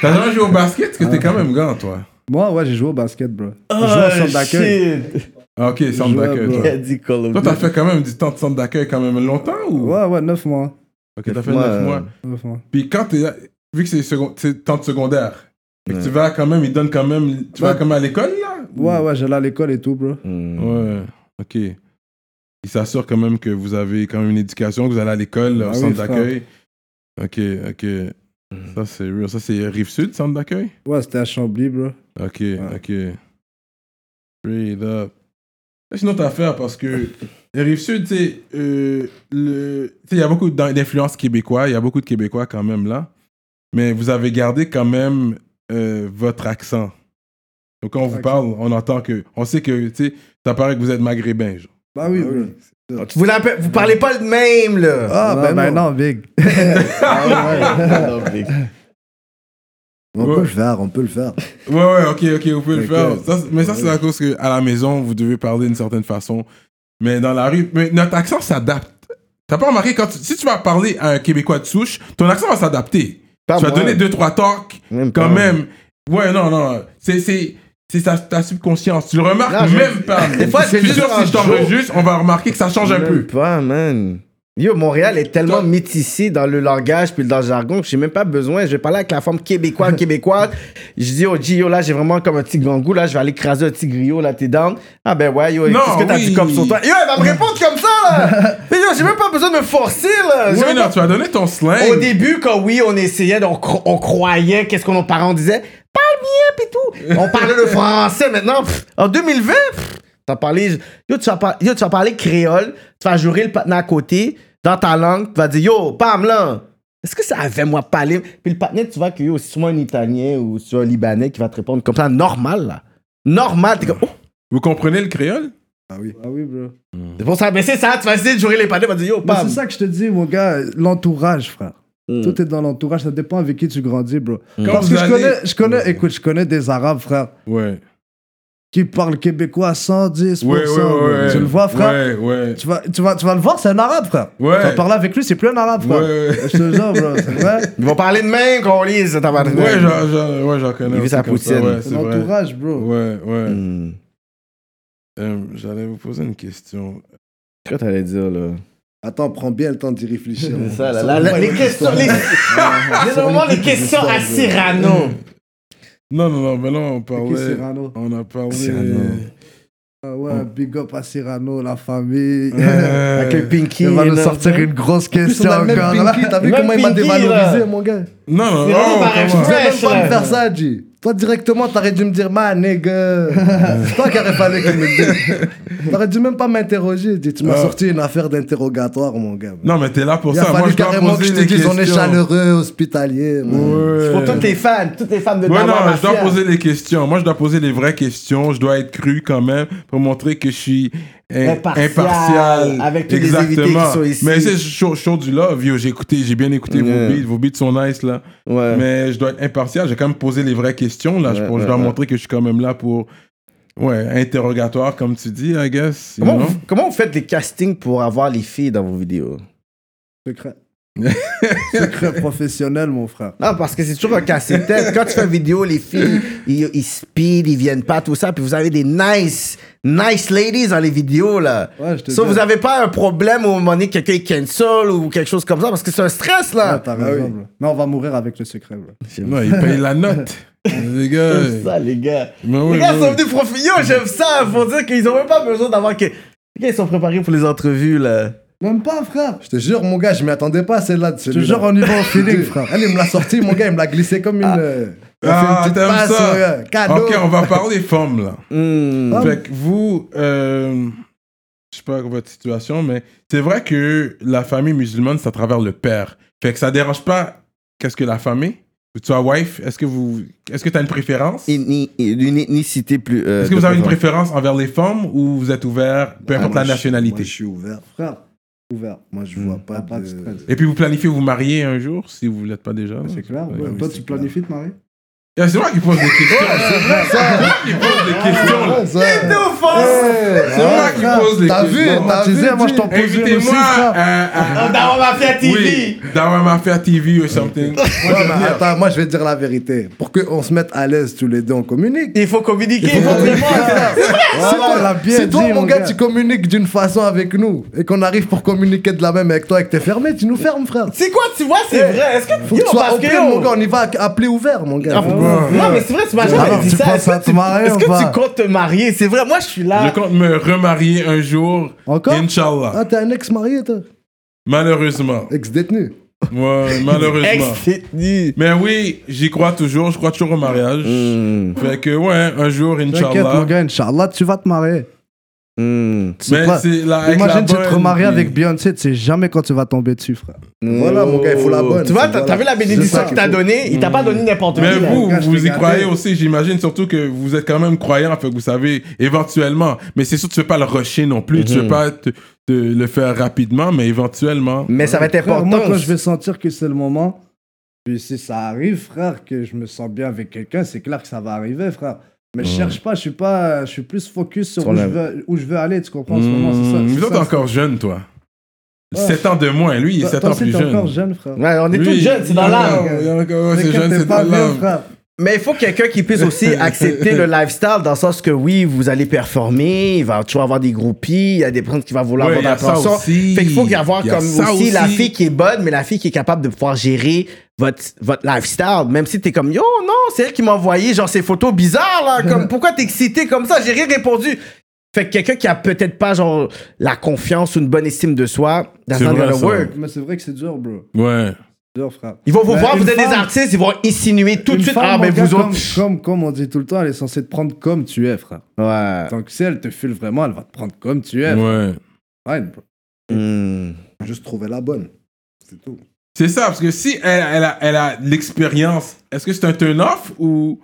Speaker 3: T'as jamais joué au basket Parce que
Speaker 6: Ah.
Speaker 3: t'es quand même grand, toi.
Speaker 5: Moi, ouais, j'ai joué au basket, bro. J'ai
Speaker 4: Oh,
Speaker 5: joué au centre d'accueil.
Speaker 4: shit.
Speaker 3: Ah, ok, centre
Speaker 5: jouais à
Speaker 3: d'accueil.
Speaker 4: Il
Speaker 3: toi.
Speaker 4: a dit Call of
Speaker 3: Toi, t'as
Speaker 4: Duty.
Speaker 3: fait quand même du temps de centre d'accueil quand même longtemps ou
Speaker 5: Ouais, ouais, 9 mois.
Speaker 3: Ok, t'as fait
Speaker 4: Moi,
Speaker 3: 9
Speaker 4: euh,
Speaker 3: mois.
Speaker 5: Neuf mois.
Speaker 3: Puis quand t'es là, vu que c'est second- c'est temps de secondaire, fait que
Speaker 4: Ouais.
Speaker 3: tu vas quand même, ils donnent quand même, tu vas
Speaker 5: Ouais.
Speaker 3: quand même à l'école là
Speaker 5: Ouais, ouais, j'allais à l'école et tout, bro.
Speaker 4: Mm.
Speaker 3: Ouais, ok. Ils s'assurent quand même que vous avez quand même une éducation, que vous allez à l'école,
Speaker 5: Ah
Speaker 3: au
Speaker 5: oui,
Speaker 3: centre
Speaker 5: frère.
Speaker 3: d'accueil. Ok, ok. Ça c'est real. Ça c'est Rive-Sud, centre d'accueil
Speaker 5: Ouais, c'était à Chambly, bro.
Speaker 3: Ok, ok. Straight up. Sinon, t'as affaire parce que Rive-Sud, tu sais, euh, le- tu sais, il y a beaucoup d'in- d'influences québécois, il y a beaucoup de Québécois quand même là, mais vous avez gardé quand même euh, votre accent. Donc quand on vous
Speaker 5: Accent.
Speaker 3: parle, on entend que, on sait que, tu sais, ça paraît que vous êtes maghrébin, genre.
Speaker 6: Bah oui, oui.
Speaker 4: Tu voulais un peu- Vous parlez pas le même, là.
Speaker 6: Ah, ben, non. Ah,
Speaker 5: big. Ah,
Speaker 6: On peut le faire, on peut le faire.
Speaker 3: Ouais, ouais, ok, ok, vous pouvez le faire.
Speaker 6: D'accord.
Speaker 3: Ça, c'est- mais ça, c'est à cause que à la maison, vous devez parler d'une certaine façon. Mais dans la rue, mais notre accent s'adapte. T'as pas remarqué, quand tu- si tu vas parler à un Québécois de souche, ton accent va s'adapter.
Speaker 4: Pas
Speaker 3: Tu vas
Speaker 4: moi.
Speaker 3: donner deux, trois torques
Speaker 4: Même
Speaker 3: quand
Speaker 4: pas.
Speaker 3: même. Ouais, non, non. C'est, c'est, c'est ta, ta subconscience. Tu le remarques
Speaker 4: Non, je-
Speaker 3: même pas.
Speaker 4: Des fois, c'est
Speaker 3: Je suis
Speaker 4: juste
Speaker 3: sûr,
Speaker 4: un
Speaker 3: si je t'enregistre, on va remarquer que ça change un peu.
Speaker 4: Même pas, man. Yo, Montréal est tellement
Speaker 3: Toi-
Speaker 4: métissé dans le langage puis dans le jargon que j'ai même pas besoin. Je vais parler avec la forme québécoise, québécoise. Je dis, oh, G, yo, là, j'ai vraiment comme un petit gangou, là, je vais aller craser un petit griot, là, t'es down. Ah, ben ouais, yo,
Speaker 3: Non,
Speaker 4: qu'est-ce que t'as
Speaker 3: oui.
Speaker 4: dit comme sur toi? Yo, elle va me répondre comme ça, là! Mais yo, j'ai même pas besoin de me forcer, là! J'ai
Speaker 3: Ouais,
Speaker 4: même
Speaker 3: non,
Speaker 4: pas-
Speaker 3: tu vas donner ton slang.
Speaker 4: Au début, quand oui, on essayait, on, cro- on croyait, qu'est-ce que nos parents disaient? Parle bien, pis tout. On parlait le français maintenant. pff, en 2020, pff, t'as parlé, yo, tu vas par- yo, tu vas parler créole, tu vas jurer le partenaire à côté, dans ta langue, tu vas dire, yo, pam, là. Est-ce que ça avait moi parlé? Puis le partenaire, tu vois que yo, si tu vois un Italien ou si tu vois un Libanais qui va te répondre comme ça, normal, là. Normal, t'es comme, oh,
Speaker 3: Vous comprenez le créole?
Speaker 5: Ah oui, bro.
Speaker 4: c'est pour ça, mais c'est ça, tu vas essayer de jurer les partenaires, tu vas dire, yo,
Speaker 5: Mais
Speaker 4: pam.
Speaker 5: c'est ça que je te dis, mon gars, l'entourage, frère.
Speaker 4: Mm.
Speaker 5: Tout est dans l'entourage, ça dépend avec qui tu grandis, bro.
Speaker 3: Hmm. Quand
Speaker 5: Parce
Speaker 3: vous
Speaker 5: que je
Speaker 3: allez-
Speaker 5: connais, je connais, écoute, je connais des Arabes, frère,
Speaker 3: Ouais.
Speaker 5: qui parlent québécois à 110%.
Speaker 3: Ouais, ouais,
Speaker 5: bro.
Speaker 3: ouais.
Speaker 5: Tu le vois, frère
Speaker 3: Ouais, ouais.
Speaker 5: Tu vas, tu, vas, tu vas le voir, c'est un arabe, frère.
Speaker 3: Ouais.
Speaker 5: Tu vas parler avec lui, c'est plus un arabe, frère.
Speaker 3: Ouais, ouais.
Speaker 5: Je te jure, bro, c'est vrai.
Speaker 4: Ils vont parler de même qu'on lise, t'as pas
Speaker 3: Ouais, j'en- j'en ouais, j'en
Speaker 4: Il
Speaker 3: connais.
Speaker 4: vit
Speaker 3: aussi
Speaker 4: sa
Speaker 3: comme ça,
Speaker 4: poutine. Mm.
Speaker 3: Ouais, c'est vrai.
Speaker 5: L'entourage, bro.
Speaker 3: Ouais, ouais.
Speaker 4: Hmm.
Speaker 3: Euh, J'allais vous poser une question.
Speaker 4: Qu'est-ce que t'allais dire, là?
Speaker 6: Attends, prends bien le temps d'y réfléchir.
Speaker 4: C'est ça, là, là, là, les questions, les... Généralement, les questions à Cyrano.
Speaker 3: Non, non, non, mais là, on parlait.
Speaker 5: Ok, Cyrano.
Speaker 3: On a parlé.
Speaker 4: Cyrano.
Speaker 5: Ah
Speaker 6: Mm.
Speaker 5: ouais, big up à Cyrano, la famille.
Speaker 3: Euh,
Speaker 4: Avec le pinky.
Speaker 5: Il va nous
Speaker 4: là.
Speaker 5: sortir une grosse
Speaker 6: euh, Plus, on
Speaker 5: question
Speaker 6: a le même
Speaker 5: encore, là.
Speaker 6: Pinky, t'as vu
Speaker 4: Même
Speaker 6: comment il m'a
Speaker 4: Pinky, là.
Speaker 6: dévalorisé, mon gars
Speaker 3: Non, non, oh,
Speaker 4: C'est
Speaker 3: non.
Speaker 4: vraiment
Speaker 3: on
Speaker 4: pareil,
Speaker 3: commence.
Speaker 6: Tu devais même
Speaker 4: Wesh,
Speaker 6: pas
Speaker 4: là.
Speaker 6: me faire ça, G. Toi, directement, t'aurais dû me dire, ma nigga. C'est toi qui aurais fallu qu'il me le dise. T'aurais dû même pas m'interroger. G. Tu m'as
Speaker 3: Ah.
Speaker 6: sorti une affaire d'interrogatoire, mon gars.
Speaker 3: Non, mais t'es là pour
Speaker 6: Il a
Speaker 3: ça. Moi,
Speaker 6: fallu
Speaker 3: je dois
Speaker 6: carrément que
Speaker 3: poser
Speaker 6: je te
Speaker 3: des
Speaker 6: dise, on est
Speaker 3: questions.
Speaker 6: chaleureux, hospitalier. man.
Speaker 3: Ouais.
Speaker 4: Pour toutes les femmes, toutes les femmes de
Speaker 3: Ouais,
Speaker 4: Dawa,
Speaker 3: non,
Speaker 4: ma
Speaker 3: je dois
Speaker 4: fière.
Speaker 3: poser les questions. Moi, je dois poser les vraies questions. Je dois être cru quand même pour montrer que je suis im-
Speaker 4: Impartial,
Speaker 3: impartial.
Speaker 4: avec tous les invités qui sont ici.
Speaker 3: Mais c'est chaud, chaud du love, yo. J'ai écouté, j'ai bien écouté
Speaker 4: Yeah.
Speaker 3: vos beats. Vos beats sont nice, là.
Speaker 4: Ouais.
Speaker 3: Mais je dois être impartial. J'ai quand même posé les vraies questions, là. je,
Speaker 4: Ouais,
Speaker 3: pour- je
Speaker 4: ouais,
Speaker 3: dois
Speaker 4: ouais.
Speaker 3: montrer que je suis quand même là pour. Ouais, interrogatoire, comme tu dis, I guess. you
Speaker 4: Comment,
Speaker 3: know?
Speaker 4: vous, comment vous faites les castings pour avoir les filles dans vos vidéos?
Speaker 5: Secret. Secret professionnel, mon frère.
Speaker 4: Non, parce que c'est toujours un casse-tête. Quand tu fais une vidéo, les filles, ils, ils speed, ils viennent pas, tout ça. Puis vous avez des nice, nice ladies dans les vidéos, là.
Speaker 5: Ouais, je te
Speaker 4: so,
Speaker 5: dis.
Speaker 4: vous avez pas un problème au moment donné que quelqu'un est cancel ou quelque chose comme ça, parce que c'est un stress,
Speaker 5: Ah,
Speaker 4: là.
Speaker 5: t'as raison, bro. Mais on va mourir avec le secret, bro.
Speaker 3: Ouais, ils payent la note. les gars.
Speaker 4: J'aime ça, les gars.
Speaker 3: Mais oui,
Speaker 4: les gars
Speaker 3: mais
Speaker 4: sont
Speaker 3: oui.
Speaker 4: venus profiter. Yo, j'aime ça. Faut dire qu'ils ont même pas besoin d'avoir que. Les gars, ils sont préparés pour les entrevues, là.
Speaker 5: Même pas, frère.
Speaker 6: Je te jure, mon gars, je m'y attendais pas à celle-là. de
Speaker 5: Je te
Speaker 6: celui-là.
Speaker 5: jure, on y va au feeling,
Speaker 6: Deux.
Speaker 5: frère. Ah.
Speaker 6: Elle, il me l'a sorti, mon gars, il me l'a glissé comme une. euh, il a fait une
Speaker 3: Ah,
Speaker 6: petite
Speaker 3: t'aimes
Speaker 6: passe,
Speaker 3: ça.
Speaker 6: mon gars. Cadeau.
Speaker 3: Ok, on va parler femmes, là.
Speaker 4: Hmm.
Speaker 6: Ah,
Speaker 3: Fait que vous, euh, je sais pas votre situation, mais c'est vrai que la famille musulmane, c'est à travers le père. Fait que ça dérange pas qu'est-ce que la famille ou tu as wife, est-ce que vous, est-ce que t'as une préférence
Speaker 4: Ethnie- Une ethnicité plus. euh,
Speaker 3: Est-ce que
Speaker 4: de Ah,
Speaker 3: vous avez une
Speaker 4: présence.
Speaker 3: préférence envers les femmes ou vous êtes ouvert, peu importe
Speaker 6: Ah, Moi,
Speaker 3: la
Speaker 6: je-
Speaker 3: nationalité
Speaker 6: Moi, je suis ouvert.
Speaker 5: Frère, ouvert.
Speaker 6: Moi, je vois pas,
Speaker 5: Ah, pas de
Speaker 6: de.
Speaker 5: stress.
Speaker 3: Et puis vous planifiez vous marier un jour si vous l'êtes pas déjà.
Speaker 5: C'est clair, bro.
Speaker 3: Ouais.
Speaker 5: Toi,
Speaker 6: oui,
Speaker 5: tu
Speaker 6: c'est
Speaker 5: planifies de marier
Speaker 3: Ah, C'est moi qui pose des questions. C'est moi qui pose des questions. là.
Speaker 6: Ouais, ça.
Speaker 4: T'es offense!
Speaker 3: C'est moi qui pose les
Speaker 6: Ah, T'as vu,
Speaker 3: questions.
Speaker 6: t'as
Speaker 5: Tu
Speaker 6: vu.
Speaker 5: sais, moi, je t'en
Speaker 6: dis.
Speaker 5: pose une aussi,
Speaker 3: Invitez-moi
Speaker 5: frère.
Speaker 3: à, à- à-
Speaker 4: Ah, Dans ma fière TV!
Speaker 3: oui, dans ma affaire TV ou something.
Speaker 6: Non, mais attends, moi, je vais te dire la vérité. Pour qu'on se mette à l'aise tous les deux, on communique.
Speaker 4: Il faut communiquer,
Speaker 5: Ah,
Speaker 4: il faut vraiment.
Speaker 5: Voilà,
Speaker 6: Si toi-
Speaker 5: on l'a bien
Speaker 6: si toi,
Speaker 5: dit,
Speaker 6: mon
Speaker 5: mon
Speaker 6: gars,
Speaker 5: gars.
Speaker 6: tu communiques d'une façon avec nous et qu'on arrive pour communiquer de la même avec toi et que t'es fermé, tu nous fermes, frère.
Speaker 4: C'est quoi, tu vois, c'est vrai. Est-ce que
Speaker 6: Eh, Faut que
Speaker 4: Yo,
Speaker 6: tu sois
Speaker 4: parce
Speaker 6: open,
Speaker 4: yo-
Speaker 6: mon gars, on y va appeler ouvert, mon gars.
Speaker 4: Ah, Non, mais c'est vrai, tu
Speaker 6: Ah
Speaker 4: m'as jamais
Speaker 5: Alors,
Speaker 4: dit
Speaker 5: tu
Speaker 4: ça.
Speaker 5: penses
Speaker 4: Est-ce que
Speaker 5: à te
Speaker 4: tu-
Speaker 5: marier
Speaker 4: est-ce
Speaker 5: ou
Speaker 4: que
Speaker 5: pas
Speaker 4: tu comptes te marier? C'est vrai, moi je suis
Speaker 3: Je
Speaker 5: Ah.
Speaker 4: là.
Speaker 3: compte me remarier un jour.
Speaker 5: Encore
Speaker 3: Inch'Allah.
Speaker 6: Ah, t'es un ex-marié, toi
Speaker 3: Malheureusement.
Speaker 6: Ex-détenu.
Speaker 3: Ouais, malheureusement.
Speaker 4: Ex-détenu.
Speaker 3: Mais oui, j'y crois toujours. Je crois toujours au
Speaker 4: Hmm.
Speaker 3: mariage. Fait que, ouais, un jour,
Speaker 5: Hmm. T'inquiète, mon
Speaker 3: Inch'Allah.
Speaker 5: gars, Inch'Allah, tu vas te marier.
Speaker 4: Hmm.
Speaker 5: C'est
Speaker 3: Mais
Speaker 5: pas-
Speaker 3: c'est la. avec la
Speaker 5: Imagine, tu te
Speaker 3: bonne,
Speaker 5: remarier
Speaker 3: puis-
Speaker 5: avec Beyoncé, tu sais jamais quand tu vas tomber dessus, frère.
Speaker 6: Voilà, mon gars, il faut la bonne.
Speaker 4: Tu vois,
Speaker 6: Voilà.
Speaker 4: t'as t'as vu la
Speaker 6: C'est
Speaker 4: bénédiction
Speaker 6: ça
Speaker 4: qu'il t'a
Speaker 6: faut. Mm.
Speaker 4: donnée? Il t'a pas donné n'importe qui.
Speaker 3: Mais
Speaker 4: là.
Speaker 3: vous,
Speaker 5: gars, je
Speaker 3: vous
Speaker 5: t'ai
Speaker 3: y
Speaker 5: gâté.
Speaker 3: croyez aussi, j'imagine, surtout que vous êtes quand même croyant, fait que vous savez éventuellement. Mais c'est sûr, tu ne veux pas le rusher non plus,
Speaker 4: Mhm.
Speaker 3: tu ne veux pas te- te le faire rapidement, mais éventuellement.
Speaker 4: Mais ça va être
Speaker 5: Frère,
Speaker 4: important.
Speaker 5: moi, quand je vais sentir que c'est le moment, puis si ça arrive, frère, que je me sens bien avec quelqu'un, c'est clair que ça va arriver, frère. Mais je cherche pas, je suis pas, je suis plus focus sur
Speaker 4: Sur
Speaker 5: où,
Speaker 4: la-
Speaker 5: je veux, où je veux aller, tu comprends en ce moment, c'est ça.
Speaker 3: Mmh,
Speaker 5: c'est
Speaker 3: vous êtes
Speaker 5: ça,
Speaker 3: encore jeune, toi.
Speaker 5: Ouais.
Speaker 3: 7 ans de moins, lui, il est
Speaker 5: Toi-
Speaker 3: 7
Speaker 5: toi
Speaker 3: ans
Speaker 5: aussi,
Speaker 3: plus
Speaker 5: t'es
Speaker 3: jeune.
Speaker 5: encore jeune, frère.
Speaker 4: Ouais, on est
Speaker 3: Lui,
Speaker 4: tous jeunes, c'est dans
Speaker 3: il est
Speaker 4: l'âme.
Speaker 3: encore- il est encore- ouais, C'est
Speaker 5: T'inquiète,
Speaker 3: jeune,
Speaker 5: t'es
Speaker 3: c'est
Speaker 5: pas
Speaker 3: dans
Speaker 5: bien,
Speaker 3: l'âme.
Speaker 5: frère.
Speaker 4: Mais il faut quelqu'un qui puisse aussi accepter le lifestyle dans le sens que oui, vous allez performer, il va toujours avoir des groupies, il y a des personnes qui vont vouloir
Speaker 3: Ouais,
Speaker 4: avoir
Speaker 3: il y a
Speaker 4: de l'attention.
Speaker 3: ça aussi.
Speaker 4: Fait qu'il faut qu'il y avoir
Speaker 3: Il y a
Speaker 4: comme
Speaker 3: ça
Speaker 4: aussi, la
Speaker 3: aussi.
Speaker 4: fille qui est bonne, mais la fille qui est capable de pouvoir gérer votre, votre lifestyle, même si t'es comme yo, non, c'est elle qui m'a envoyé genre ces photos bizarres là, comme pourquoi t'es excité comme ça, j'ai rien répondu. Fait que quelqu'un qui a peut-être pas genre la confiance ou une bonne estime de soi, that's
Speaker 3: C'est
Speaker 4: not
Speaker 3: vrai,
Speaker 4: gonna
Speaker 3: ça.
Speaker 4: work.
Speaker 5: Mais c'est vrai que c'est dur, bro.
Speaker 3: Ouais.
Speaker 5: C'est dur, frère.
Speaker 4: Ils vont vous
Speaker 5: Mais
Speaker 4: voir,
Speaker 5: Ben, une
Speaker 4: vous êtes des
Speaker 5: femme-
Speaker 4: artistes, ils vont insinuer tout de
Speaker 5: une
Speaker 4: suite,
Speaker 5: femme,
Speaker 4: ah
Speaker 5: mon
Speaker 4: mais
Speaker 5: gars,
Speaker 4: vous
Speaker 5: comme-
Speaker 4: autres.
Speaker 5: Comme, comme on dit tout le temps, elle est censée te prendre comme tu es, frère.
Speaker 4: Ouais.
Speaker 5: Donc si elle te file vraiment, elle va te prendre comme tu es.
Speaker 3: Ouais.
Speaker 5: Fine, bro.
Speaker 4: Hmm.
Speaker 6: Juste trouver la bonne. C'est tout.
Speaker 3: C'est ça, parce que si elle, elle a elle a de l'expérience, est-ce que c'est un turn-off ou.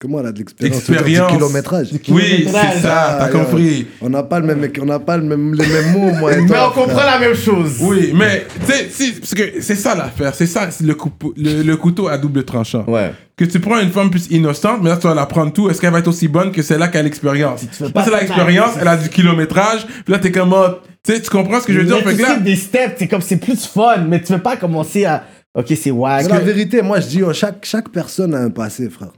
Speaker 6: Comment elle a de l'expérience
Speaker 3: Expérience.
Speaker 6: Tu veux dire Du kilométrage.
Speaker 3: Oui, c'est ça,
Speaker 6: Ah,
Speaker 3: t'as
Speaker 6: yeah.
Speaker 3: compris.
Speaker 6: On n'a pas, le même, on n'a pas le même, les mêmes mots, moi et
Speaker 4: Mais
Speaker 6: toi,
Speaker 4: on comprend
Speaker 6: frère.
Speaker 4: la même chose.
Speaker 3: Oui, mais tu sais, si- parce que c'est ça l'affaire, c'est ça c'est le, coupe- le, le couteau à double tranchant.
Speaker 4: Ouais.
Speaker 3: Que tu prends une femme plus innocente, mais là tu vas la prendre tout, est-ce qu'elle va être aussi bonne que celle-là qui a l'expérience Là, c'est l'expérience, elle a du kilométrage, puis là t'es comme, oh, tu sais, tu comprends ce que je veux dire
Speaker 4: Mais
Speaker 3: Fait
Speaker 4: tu
Speaker 3: que là,
Speaker 4: sais, des steps, c'est comme c'est plus fun, mais tu veux pas commencer à. Ok, c'est wack.
Speaker 6: C'est la vérité, moi je dis, oh, chaque, chaque personne a un passé, frère.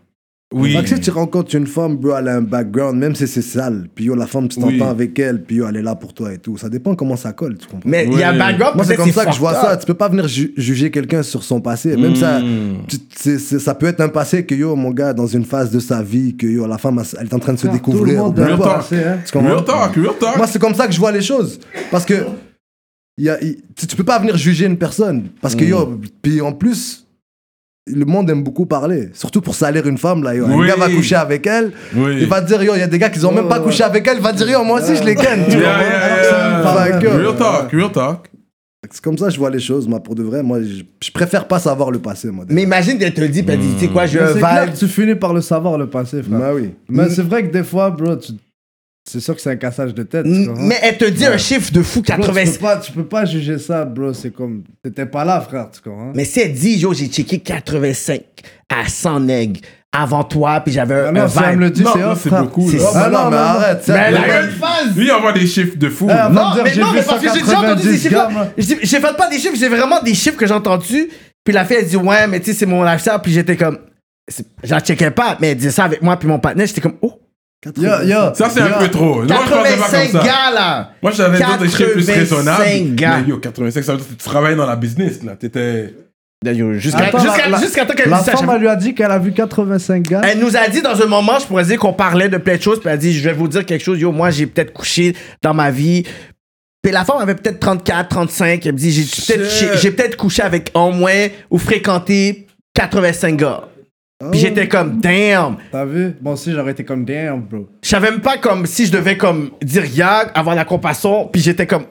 Speaker 3: oui,
Speaker 6: Fait que si tu rencontres une femme, bro, elle a un background, même si c'est sale, puis yo, la femme, tu t'entends
Speaker 3: Oui.
Speaker 6: avec elle, puis yo, elle est là pour toi et tout. Ça dépend comment ça colle, tu comprends.
Speaker 4: Mais il y a
Speaker 3: Ouais.
Speaker 4: bagarre.
Speaker 6: Moi, c'est
Speaker 4: peut-être
Speaker 6: comme ça que je
Speaker 4: fucked
Speaker 6: vois ça.
Speaker 4: up.
Speaker 6: Tu peux pas venir ju- juger quelqu'un sur son passé. Même ça,
Speaker 3: Hmm.
Speaker 6: tu- c'est- c'est- ça peut être un passé que yo, mon gars, dans une phase de sa vie, que yo, la femme, elle est en train de se
Speaker 5: Frère,
Speaker 6: découvrir.
Speaker 5: Ah, Tout le monde
Speaker 6: peu
Speaker 5: a un
Speaker 3: Real
Speaker 6: importe.
Speaker 3: talk.
Speaker 5: passé, hein.
Speaker 6: Tu comprends?
Speaker 3: real talk, real talk.
Speaker 6: Moi, c'est comme ça que je vois les choses. Parce que y a- y- tu, tu peux pas venir juger une personne. Parce
Speaker 3: Hmm.
Speaker 6: que, yo, puis en plus, le monde aime beaucoup parler. Surtout pour salir une femme, là. Yo.
Speaker 3: Oui.
Speaker 6: Un gars va coucher avec elle.
Speaker 3: Oui.
Speaker 6: Il va dire, yo, il y a des gars qui ont même pas couché avec elle. Il va dire, yo, moi aussi, je les ken. tu
Speaker 3: Yeah,
Speaker 6: vois.
Speaker 3: yeah, yeah, yeah.
Speaker 6: Fuck, yo.
Speaker 3: Real talk, real talk.
Speaker 6: C'est comme ça que je vois les choses, moi, pour de vrai. Moi, je, je préfère pas savoir le passé, moi. Euh,
Speaker 4: Mais imagine d'être le dit, pis elle dit, tu sais quoi, j'ai
Speaker 5: Mais
Speaker 4: un
Speaker 5: C'est clair
Speaker 4: vibe.
Speaker 5: que tu finis par le savoir, le passé, frère.
Speaker 6: Bah oui.
Speaker 5: Mais c'est vrai que des fois, bro, tu- c'est sûr que c'est un cassage de tête. tu comprends?
Speaker 4: Mais elle te dit un chiffre de fou
Speaker 5: Bro, tu,
Speaker 4: 80.
Speaker 5: peux pas, tu peux pas juger ça, bro. C'est comme. T'étais pas là, frère, tu comprends?
Speaker 4: Mais si elle dit, yo, j'ai checké 85 à 100 nègres avant toi, puis j'avais
Speaker 5: Ah
Speaker 4: un, un
Speaker 5: non, si elle
Speaker 4: vibe.
Speaker 5: me le dit,
Speaker 3: Non,
Speaker 5: c'est
Speaker 3: non,
Speaker 5: off,
Speaker 3: c'est
Speaker 5: frère.
Speaker 3: beaucoup,
Speaker 4: C'est
Speaker 3: là.
Speaker 5: Ah
Speaker 6: Ah non,
Speaker 5: non,
Speaker 6: mais
Speaker 5: non.
Speaker 6: arrête.
Speaker 4: Mais
Speaker 6: ça,
Speaker 4: elle
Speaker 6: vraiment.
Speaker 4: a eu une phase.
Speaker 3: Lui, il envoie des chiffres de fou.
Speaker 5: Ah,
Speaker 4: Non,
Speaker 5: va me dire,
Speaker 4: mais
Speaker 5: j'ai
Speaker 4: non,
Speaker 5: vu
Speaker 4: mais parce que j'ai déjà entendu des
Speaker 5: 190
Speaker 4: chiffres.
Speaker 5: grammes.
Speaker 4: J'ai j'ai fait pas des chiffres, j'ai vraiment des chiffres que j'ai entendus. Puis la fille, elle dit, ouais, mais tu sais, c'est mon lifestyle. Puis j'étais comme, c'est- j'en checkais pas, mais elle disait ça avec moi, puis mon partenaire. J'étais comme, oh,
Speaker 5: Yo, yo.
Speaker 3: Ça, c'est un peu trop. Moi, je pensais pas
Speaker 4: 85
Speaker 3: comme ça.
Speaker 4: gars là.
Speaker 3: Moi, j'avais d'autres chiffres plus
Speaker 4: 85
Speaker 3: raisonnables.
Speaker 4: gars.
Speaker 3: Mais yo, 85, ça veut dire que tu travailles dans la business, là. T'étais.
Speaker 4: D'ailleurs, Jusqu'à
Speaker 5: Attends,
Speaker 4: jusqu'à-
Speaker 5: la- la-
Speaker 4: jusqu'à temps qu'elle me
Speaker 5: La
Speaker 4: dise ça.
Speaker 5: femme,
Speaker 4: j'avais-
Speaker 5: elle lui a dit qu'elle a vu 85 gars.
Speaker 4: Elle nous a dit dans un moment, je pourrais dire qu'on parlait de plein de choses, puis elle a dit, je vais vous dire quelque chose, yo, moi j'ai peut-être couché dans ma vie. Puis la femme avait peut-être 34, 35, elle me dit, j'ai peut-être
Speaker 3: Shit.
Speaker 4: j'ai- j'ai peut-être couché avec en moins ou fréquenté 85 gars. Puis j'étais comme, damn.
Speaker 5: T'as vu? Bon, si, j'aurais été comme damn, bro.
Speaker 4: Je savais même pas comme si je devais comme dire yag, avoir la compassion, puis j'étais comme,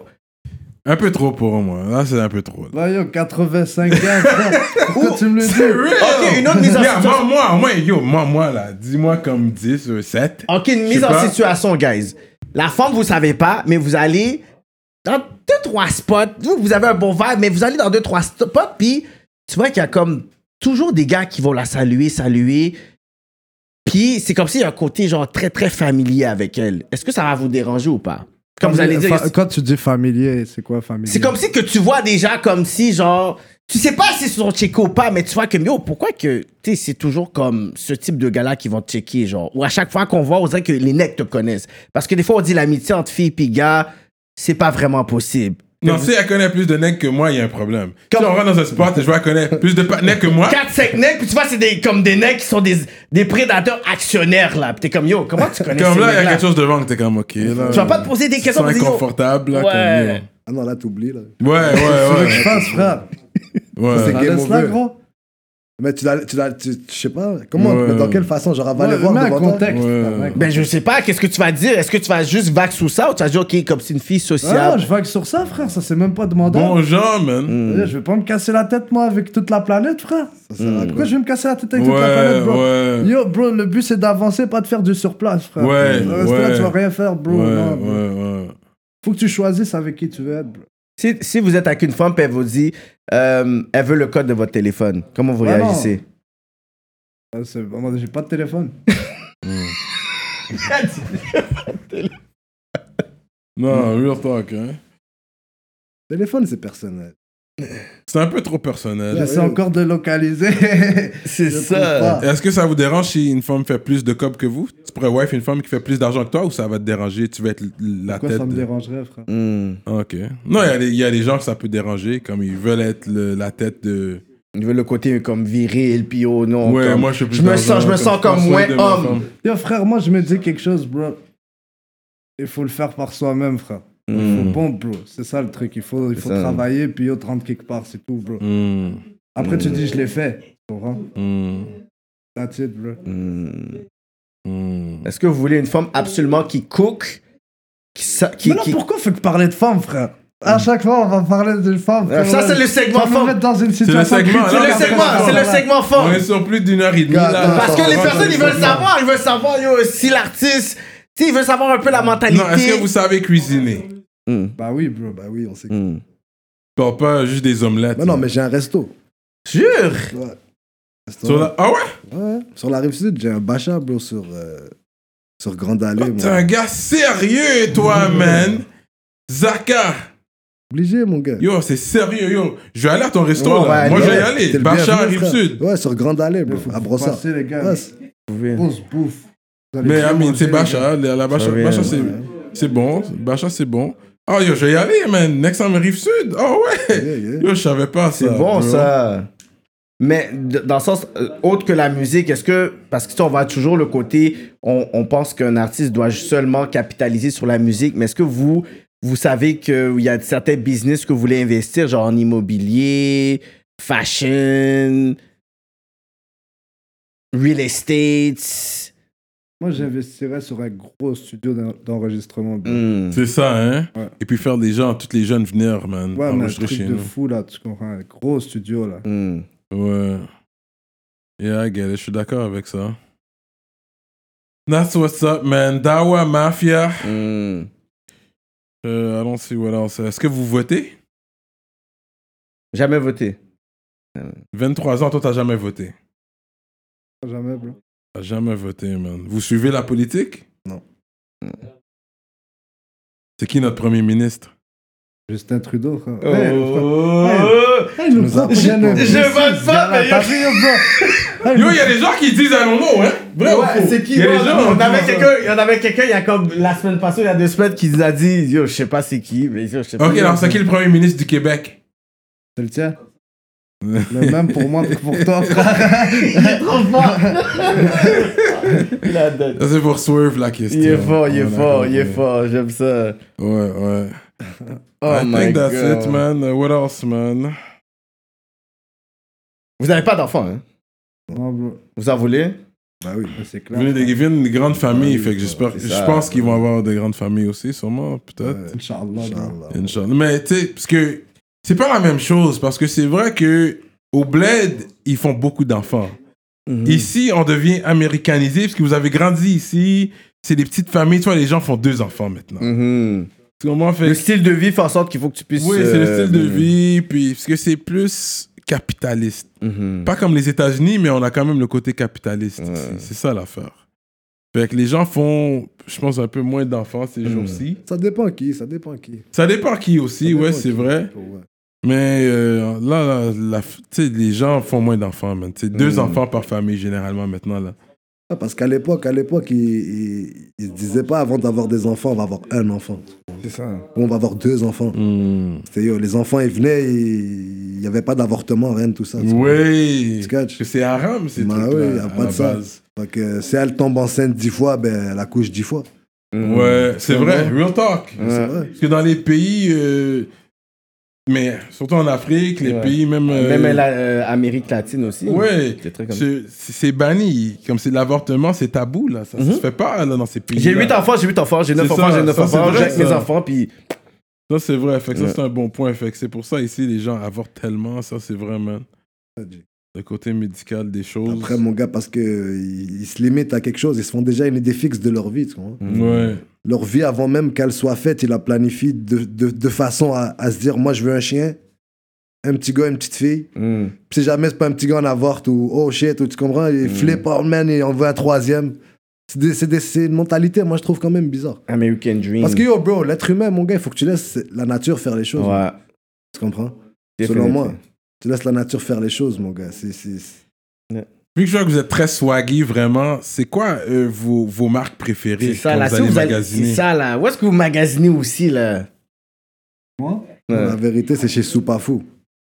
Speaker 3: Un peu trop pour moi. Là, c'est un peu trop. là.
Speaker 5: Bah, yo, 85 gars, frère. Pourquoi tu me le dis?
Speaker 4: Ok, une autre mise en
Speaker 3: Yeah,
Speaker 4: situation.
Speaker 3: Moi, moi, moi, yo, moi, moi, là, dis-moi comme 10, euh, 7.
Speaker 4: Ok, une
Speaker 3: Je
Speaker 4: mise
Speaker 3: sais
Speaker 4: en
Speaker 3: pas.
Speaker 4: situation, guys. La femme, vous savez pas, mais vous allez dans deux, trois spots. Vous, vous avez un bon vibe, mais vous allez dans deux, trois spots, puis tu vois qu'il y a comme toujours des gars qui vont la saluer, saluer. Puis c'est comme s'il y a un côté genre très, très familier avec elle. Est-ce que ça va vous déranger ou pas? Comme vous allez dire.
Speaker 5: Fa- Quand tu dis familier, c'est quoi familier?
Speaker 4: C'est comme si que tu vois des gens comme si, genre, tu sais pas s'ils sont checkés ou pas, mais tu vois que, yo, pourquoi que, tu sais, c'est toujours comme ce type de gars-là qui vont te checker, genre, ou à chaque fois qu'on voit, on dirait que les necks te connaissent. Parce que des fois, on dit l'amitié entre filles et gars, c'est pas vraiment possible.
Speaker 3: Non, si elle connaît plus de nègres que moi, il y a un problème. Si
Speaker 4: Comme-
Speaker 3: on rentre dans un spot et je vois qu'elle connaît plus de pa- nègres que moi,
Speaker 4: 4-5 necks, puis tu vois, c'est des, comme des necks qui sont des, des prédateurs actionnaires, là. Puis t'es comme, yo, comment tu connais
Speaker 3: comme
Speaker 4: ces
Speaker 3: là, il y a
Speaker 4: mecs-là?
Speaker 3: quelque chose devant que t'es comme, ok. Là,
Speaker 4: Tu vas pas te poser des
Speaker 3: tu
Speaker 4: questions,
Speaker 3: sens
Speaker 4: vas-y, yo.
Speaker 3: inconfortable, là,
Speaker 4: Ouais.
Speaker 6: Ah non, là, t'oublies, là.
Speaker 3: comme yo. Ouais,
Speaker 5: C'est
Speaker 3: ouais,
Speaker 5: que je
Speaker 3: ouais.
Speaker 5: fasse, frère.
Speaker 3: ouais.
Speaker 6: C'est-
Speaker 5: Ça
Speaker 6: game
Speaker 5: laisse là,
Speaker 6: over.
Speaker 5: gros.
Speaker 6: Mais tu dois, tu dois, tu, je sais pas, comment,
Speaker 3: Ouais.
Speaker 6: mais dans quelle façon, genre, elle va
Speaker 5: Ouais,
Speaker 6: le voir
Speaker 5: mets un
Speaker 6: devant toi.
Speaker 5: contexte. Ah,
Speaker 3: Ouais.
Speaker 5: mets un contexte.
Speaker 4: Ben, je sais pas, qu'est-ce que tu vas dire? Est-ce que tu vas juste vague sous ça ou tu vas dire, OK, comme c'est une fille
Speaker 5: Ah,
Speaker 4: sociable?
Speaker 5: je vague sur ça, frère. Ça, c'est même pas demandant.
Speaker 3: Bon genre, man.
Speaker 4: Hmm.
Speaker 5: Je vais pas me casser la tête, moi, avec toute la planète, frère.
Speaker 6: Ça sert
Speaker 4: Mm.
Speaker 6: à quoi
Speaker 5: Pourquoi je vais me casser la tête avec toute la
Speaker 3: Ouais,
Speaker 5: planète, bro
Speaker 3: ouais.
Speaker 5: Yo, bro, le but, c'est d'avancer, pas de faire du surplace, frère.
Speaker 3: Ouais,
Speaker 5: Reste là,
Speaker 3: ouais.
Speaker 5: tu vas rien faire, bro.
Speaker 3: Ouais,
Speaker 5: Non, bro.
Speaker 3: ouais, ouais.
Speaker 5: Faut que tu choisisses avec qui tu veux être, bro.
Speaker 4: Si, si vous êtes avec une femme et elle vous dit, euh, elle veut le code de votre téléphone, comment vous
Speaker 5: Ah non.
Speaker 4: réagissez?
Speaker 5: Ah, c'est- moi, J'ai pas de téléphone.
Speaker 3: Non, real talk, hein.
Speaker 6: Téléphone, c'est personnel.
Speaker 3: C'est un peu trop personnel.
Speaker 5: J'essaie encore de localiser.
Speaker 4: C'est
Speaker 5: Je trouve pas.
Speaker 3: Est-ce que ça vous dérange si une femme fait plus de cob que vous Tu pourrais wife une femme qui fait plus d'argent que toi ou ça va te déranger Tu vas être l- la
Speaker 5: Pourquoi
Speaker 3: tête.
Speaker 5: ça me
Speaker 3: de-
Speaker 5: dérangerait, frère
Speaker 4: Hmm.
Speaker 3: Ah, Ok. Non, il y a des- il y, a des gens que ça peut déranger, comme ils veulent être le- la tête de.
Speaker 4: Il veut le côté comme viril, puis oh non.
Speaker 3: ouais,
Speaker 4: comme-
Speaker 3: moi je suis plus
Speaker 4: je me
Speaker 3: dans un-
Speaker 4: sens, je me sens comme
Speaker 3: prends soin
Speaker 4: moins
Speaker 3: de ma
Speaker 4: homme.
Speaker 3: femme.
Speaker 5: Yo, frère, moi, je me dis quelque chose, bro. Il faut le faire par soi-même, frère.
Speaker 4: Hmm.
Speaker 5: Faut bon, bro. C'est ça le truc. Il faut, il
Speaker 4: C'est
Speaker 5: faut
Speaker 4: ça.
Speaker 5: travailler, puis yo, te rendre quelque part, c'est tout, bro.
Speaker 3: Hmm,
Speaker 5: Après,
Speaker 4: Mm.
Speaker 5: tu dis, je l'ai fait. Tu comprends
Speaker 3: hmm,
Speaker 5: That's it, bro.
Speaker 4: Hmm.
Speaker 3: hmm.
Speaker 4: Est-ce que vous voulez une femme absolument qui cook, qui sa- qui,
Speaker 5: Mais non,
Speaker 4: qui-
Speaker 5: pourquoi faut que parler de femme, frère À chaque fois, on va parler d'une femme.
Speaker 4: Euh, ça, c'est le segment
Speaker 5: Ça me
Speaker 4: femme.
Speaker 5: met dans une situation.
Speaker 3: segment,
Speaker 5: critique.
Speaker 3: là,
Speaker 4: C'est le segment, c'est le segment
Speaker 3: On
Speaker 4: femme.
Speaker 3: est sur plus d'une heure et demie
Speaker 6: Gars,
Speaker 3: là.
Speaker 4: Parce que les personnes, ils veulent
Speaker 6: Attends,
Speaker 4: savoir, ils veulent savoir yo, si l'artiste, tu sais, ils veulent savoir un peu la
Speaker 3: Non, est-ce que
Speaker 4: mentalité.
Speaker 3: vous savez cuisiner
Speaker 4: Hmm.
Speaker 6: Bah oui, bro, bah oui, on sait. que-
Speaker 4: Hmm.
Speaker 3: Je parle pas juste des omelettes.
Speaker 6: Mais non, mais j'ai un resto.
Speaker 4: Jure.
Speaker 6: Ouais. Resto-
Speaker 3: Sur la- Ah ouais
Speaker 6: Ouais. Sur la rive sud, j'ai un bacha, bro, sur, euh, sur Grande Allée.
Speaker 3: T'es
Speaker 6: moi.
Speaker 3: Ah, un gars sérieux, toi, man. Zaka.
Speaker 6: Obligé, mon gars.
Speaker 3: Yo, c'est sérieux, yo. Je vais aller à ton resto,
Speaker 4: Ouais, on va
Speaker 3: là. Moi,
Speaker 4: aller.
Speaker 3: je vais y
Speaker 6: T'es
Speaker 3: aller.
Speaker 6: le
Speaker 3: Bacha,
Speaker 6: bienvenu, frère.
Speaker 3: Rive-Sud.
Speaker 6: Ouais, sur Grande Allée, bro,
Speaker 5: Faut
Speaker 6: à Brossard.
Speaker 5: passer, les gars.
Speaker 6: Ouais, c'est-
Speaker 5: Grosse bouffe. Vous allez
Speaker 3: Mais
Speaker 5: bien
Speaker 3: Amine,
Speaker 5: manger,
Speaker 3: c'est
Speaker 5: les gars.
Speaker 3: Bacha. hein, La, la Bacha,
Speaker 4: Ça vient,
Speaker 3: Bacha, c'est c'est bon. Bacha, c'est bon. Ah, yo, je vais y aller, man. Next time, Rive-Sud. Oh, ouais.
Speaker 6: yeah, yeah.
Speaker 3: Yo, je savais pas ça.
Speaker 4: C'est bon,
Speaker 3: bro.
Speaker 4: ça. Mais d- dans le sens euh, autre que la musique, est-ce que. Parce que tu sais, on va toujours le côté. On, on pense qu'un artiste doit seulement capitaliser sur la musique, mais est-ce que vous. Vous savez qu'il y a certains business que vous voulez investir, genre en immobilier, fashion, real estate.
Speaker 5: Moi, j'investirais sur un gros studio d'en- d'enregistrement.
Speaker 3: Mm.
Speaker 5: bro.
Speaker 4: Hmm.
Speaker 3: C'est ça, hein.
Speaker 5: Ouais.
Speaker 3: Et puis faire des gens, toutes les jeunes venir, man.
Speaker 5: Ouais, mais un
Speaker 3: enregistrer
Speaker 5: truc
Speaker 3: chez
Speaker 5: de
Speaker 3: nous.
Speaker 5: fou, là, tu comprends Un gros studio, là.
Speaker 4: Hmm.
Speaker 3: Ouais. Yeah, I get it. Je suis d'accord avec ça. That's what's up, man. Dawa Mafia.
Speaker 4: Hmm.
Speaker 3: Euh, allons see what else. Est-ce que vous votez
Speaker 4: Jamais voté.
Speaker 3: 23 ans, toi, t'as jamais voté.
Speaker 5: Jamais, bro.
Speaker 3: T'as jamais voté, man. Vous suivez la politique Mm.
Speaker 6: Non.
Speaker 3: C'est qui notre premier ministre
Speaker 5: Justin Trudeau, frère.
Speaker 4: Oh.
Speaker 5: Hey, frère. Hey, Ah, il nous prend pour des
Speaker 6: Je- je
Speaker 5: imbéciles,
Speaker 4: vote
Speaker 5: ce
Speaker 4: pas,
Speaker 5: gars-là.
Speaker 4: mais
Speaker 5: T'as vu, yo, bro? Hey,
Speaker 3: Yo, il y a des gens qui disent à mon nom, hein Vrai ou faux Il y a
Speaker 4: moi?
Speaker 3: des gens
Speaker 4: On
Speaker 3: qui
Speaker 4: avait
Speaker 3: disent
Speaker 4: quelqu'un, il y en avait quelqu'un, il y a comme la semaine passée, il y a deux semaines, qui nous a dit, yo, je sais pas c'est qui, mais yo, je sais
Speaker 3: ça.
Speaker 4: pas.
Speaker 3: Ok, alors c'est qui le premier ministre du Québec
Speaker 5: C'est le tien. Le même pour moi que pour toi, frère.
Speaker 4: Il a donné.
Speaker 3: Ça, c'est pour Swerve la question.
Speaker 4: Il est fort, il est
Speaker 3: Ouais,
Speaker 4: fort, il est
Speaker 3: ouais.
Speaker 4: fort, j'aime ça.
Speaker 3: Ouais, ouais.
Speaker 4: Oh
Speaker 3: I
Speaker 4: my
Speaker 3: think that's
Speaker 4: god.
Speaker 3: it, man. Uh, what else, man?
Speaker 4: Vous n'avez pas d'enfant, hein?
Speaker 5: Non, bro.
Speaker 4: Vous en voulez?
Speaker 6: Bah oui.
Speaker 5: C'est
Speaker 3: Ils viennent
Speaker 5: clair.
Speaker 3: des- ils viennent d'une grande famille, fait que j'espère.
Speaker 4: c'est ça.
Speaker 3: Je pense qu'ils vont avoir des grandes familles aussi, sûrement, peut-être.
Speaker 5: Inch'Allah, bro.
Speaker 6: Inch'Allah.
Speaker 3: Inch'Allah. Mais tu sais, parce que c'est pas la même chose, parce que c'est vrai que au bled, ils font beaucoup d'enfants.
Speaker 5: Mhm.
Speaker 4: Mm.
Speaker 3: Ici, on devient américanisé, parce que vous avez grandi ici. C'est des petites familles, tu vois, les gens font deux enfants maintenant.
Speaker 4: Mhm.
Speaker 3: Tu comprends? Fait
Speaker 4: Le
Speaker 3: que-
Speaker 4: style de vie fait en sorte qu'il faut que tu puisses.
Speaker 3: oui, c'est le
Speaker 4: euh,
Speaker 3: style de
Speaker 4: mhm.
Speaker 3: vie, puis parce que c'est plus capitaliste.
Speaker 4: Mhm.
Speaker 3: Pas comme les États-Unis, mais on a quand même le côté capitaliste.
Speaker 4: Ouais.
Speaker 3: ici. C'est ça l'affaire. Fait que les gens font, je pense, un peu moins d'enfants ces jours-ci.
Speaker 6: Ça dépend qui, ça dépend qui.
Speaker 3: Ça dépend qui aussi,
Speaker 6: Ça dépend
Speaker 3: ouais, c'est
Speaker 6: qui.
Speaker 3: vrai.
Speaker 6: Ouais.
Speaker 3: Mais euh, là, là, la- tu sais, les gens font moins d'enfants, man. Tu sais, Deux enfants par famille, généralement, maintenant, là.
Speaker 6: Ah, Parce qu'à l'époque, à l'époque, ils, ils, ils se disaient pas avant d'avoir des enfants, on va avoir un enfant.
Speaker 5: C'est ça.
Speaker 6: Ou on va avoir deux enfants.
Speaker 3: Hmm.
Speaker 6: C'était, yo, les enfants, ils venaient, ils- il n'y avait pas d'avortement, rien de tout ça. tu vois.
Speaker 3: Oui.
Speaker 6: Tu
Speaker 3: Parce
Speaker 6: catches.
Speaker 3: que c'est haram, ces
Speaker 6: Bah
Speaker 3: trucs-là,
Speaker 6: oui, y a
Speaker 3: à
Speaker 6: pas
Speaker 3: la
Speaker 6: de ça.
Speaker 3: base.
Speaker 6: Fait que si elle tombe enceinte dix fois, ben, elle accouche dix fois.
Speaker 4: Mhm.
Speaker 6: Mm.
Speaker 3: Ouais, c'est vrai, real talk.
Speaker 6: C'est vrai.
Speaker 3: Parce que dans les pays, euh, Mais surtout en Afrique, les
Speaker 4: Ouais.
Speaker 3: pays même. euh,
Speaker 4: Même la, euh, Amérique latine aussi.
Speaker 3: Ouais,
Speaker 4: C'est très comme-
Speaker 3: c'est- c'est c'est banni. Comme c'est l'avortement, c'est tabou, là. Ça
Speaker 4: Mhm.
Speaker 3: se fait pas, là, dans ces pays.
Speaker 4: J'ai 8 enfants, j'ai 8 enfants, j'ai 9
Speaker 3: C'est
Speaker 4: enfants,
Speaker 3: ça,
Speaker 4: j'ai 9
Speaker 3: ça, c'est
Speaker 4: enfants,
Speaker 3: vrai,
Speaker 4: j'ai avec mes
Speaker 3: ça.
Speaker 4: enfants, puis
Speaker 3: Ça, c'est vrai. Fait que
Speaker 4: Ouais.
Speaker 3: ça, c'est un bon point. Fait que c'est pour ça, ici, les gens avortent tellement. Ça, c'est vraiment le côté médical des choses.
Speaker 6: Après, mon gars, parce qu'ils ils se limitent à quelque chose, ils se font déjà une idée fixe de leur vie. tu comprends
Speaker 3: Ouais.
Speaker 6: Leur vie, avant même qu'elle soit faite, ils la planifient de, de, de façon à, à se dire moi, je veux un chien, un petit gars, une petite fille.
Speaker 4: Mm.
Speaker 6: Puis si jamais c'est pas un petit gars en avorte ou oh shit, ou tu comprends, ils
Speaker 4: Hmm.
Speaker 6: flippent, oh man, et on veut un troisième. C'est des- c'est des- c'est une mentalité, moi, je trouve quand même bizarre.
Speaker 4: American Dream.
Speaker 6: Parce que yo, bro, l'être humain, mon gars, il faut que tu laisses la nature faire les choses.
Speaker 4: Hmm. Ouais.
Speaker 6: Tu comprends Selon
Speaker 4: Definitely.
Speaker 6: moi, tu laisses la nature faire les choses, mon gars. C'est- c'est- c'est-
Speaker 3: Vu que je vois que vous êtes très swaggy, vraiment, c'est quoi euh, vos, vos marques préférées
Speaker 4: C'est ça,
Speaker 3: quand
Speaker 4: là.
Speaker 3: vous
Speaker 4: Si
Speaker 3: allez
Speaker 4: vous allez-
Speaker 3: magasiner
Speaker 4: C'est ça, là. Où est-ce que vous magasinez aussi, là
Speaker 5: Moi
Speaker 4: Ouais.
Speaker 6: La vérité, c'est chez Soupafou.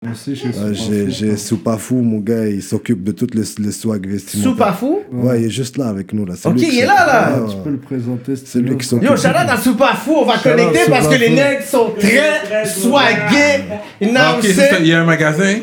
Speaker 5: Aussi, chez
Speaker 6: Euh, j'ai- J'ai Soupafou, mon gars, il s'occupe de tout le, le swag vestimentaire.
Speaker 4: Soupe à fou
Speaker 6: Ouais, il est juste là avec nous. Là. C'est
Speaker 4: Ok,
Speaker 6: lui qui
Speaker 4: il est
Speaker 6: s'occupe.
Speaker 4: là, là.
Speaker 6: Ouais,
Speaker 5: Ah, Tu
Speaker 6: ouais.
Speaker 5: peux le présenter. si tu
Speaker 6: C'est
Speaker 5: veux.
Speaker 6: lui qui s'occupe.
Speaker 4: Yo, shout out à Soupe à fou, on va
Speaker 5: Shout out
Speaker 4: connecter
Speaker 5: Soupe
Speaker 4: parce
Speaker 5: à
Speaker 4: que
Speaker 5: Fou.
Speaker 4: les nègres sont très swagués. You know
Speaker 3: Ah,
Speaker 4: what I'm
Speaker 3: ok, c'est ça,
Speaker 4: saying?
Speaker 3: il y a un magasin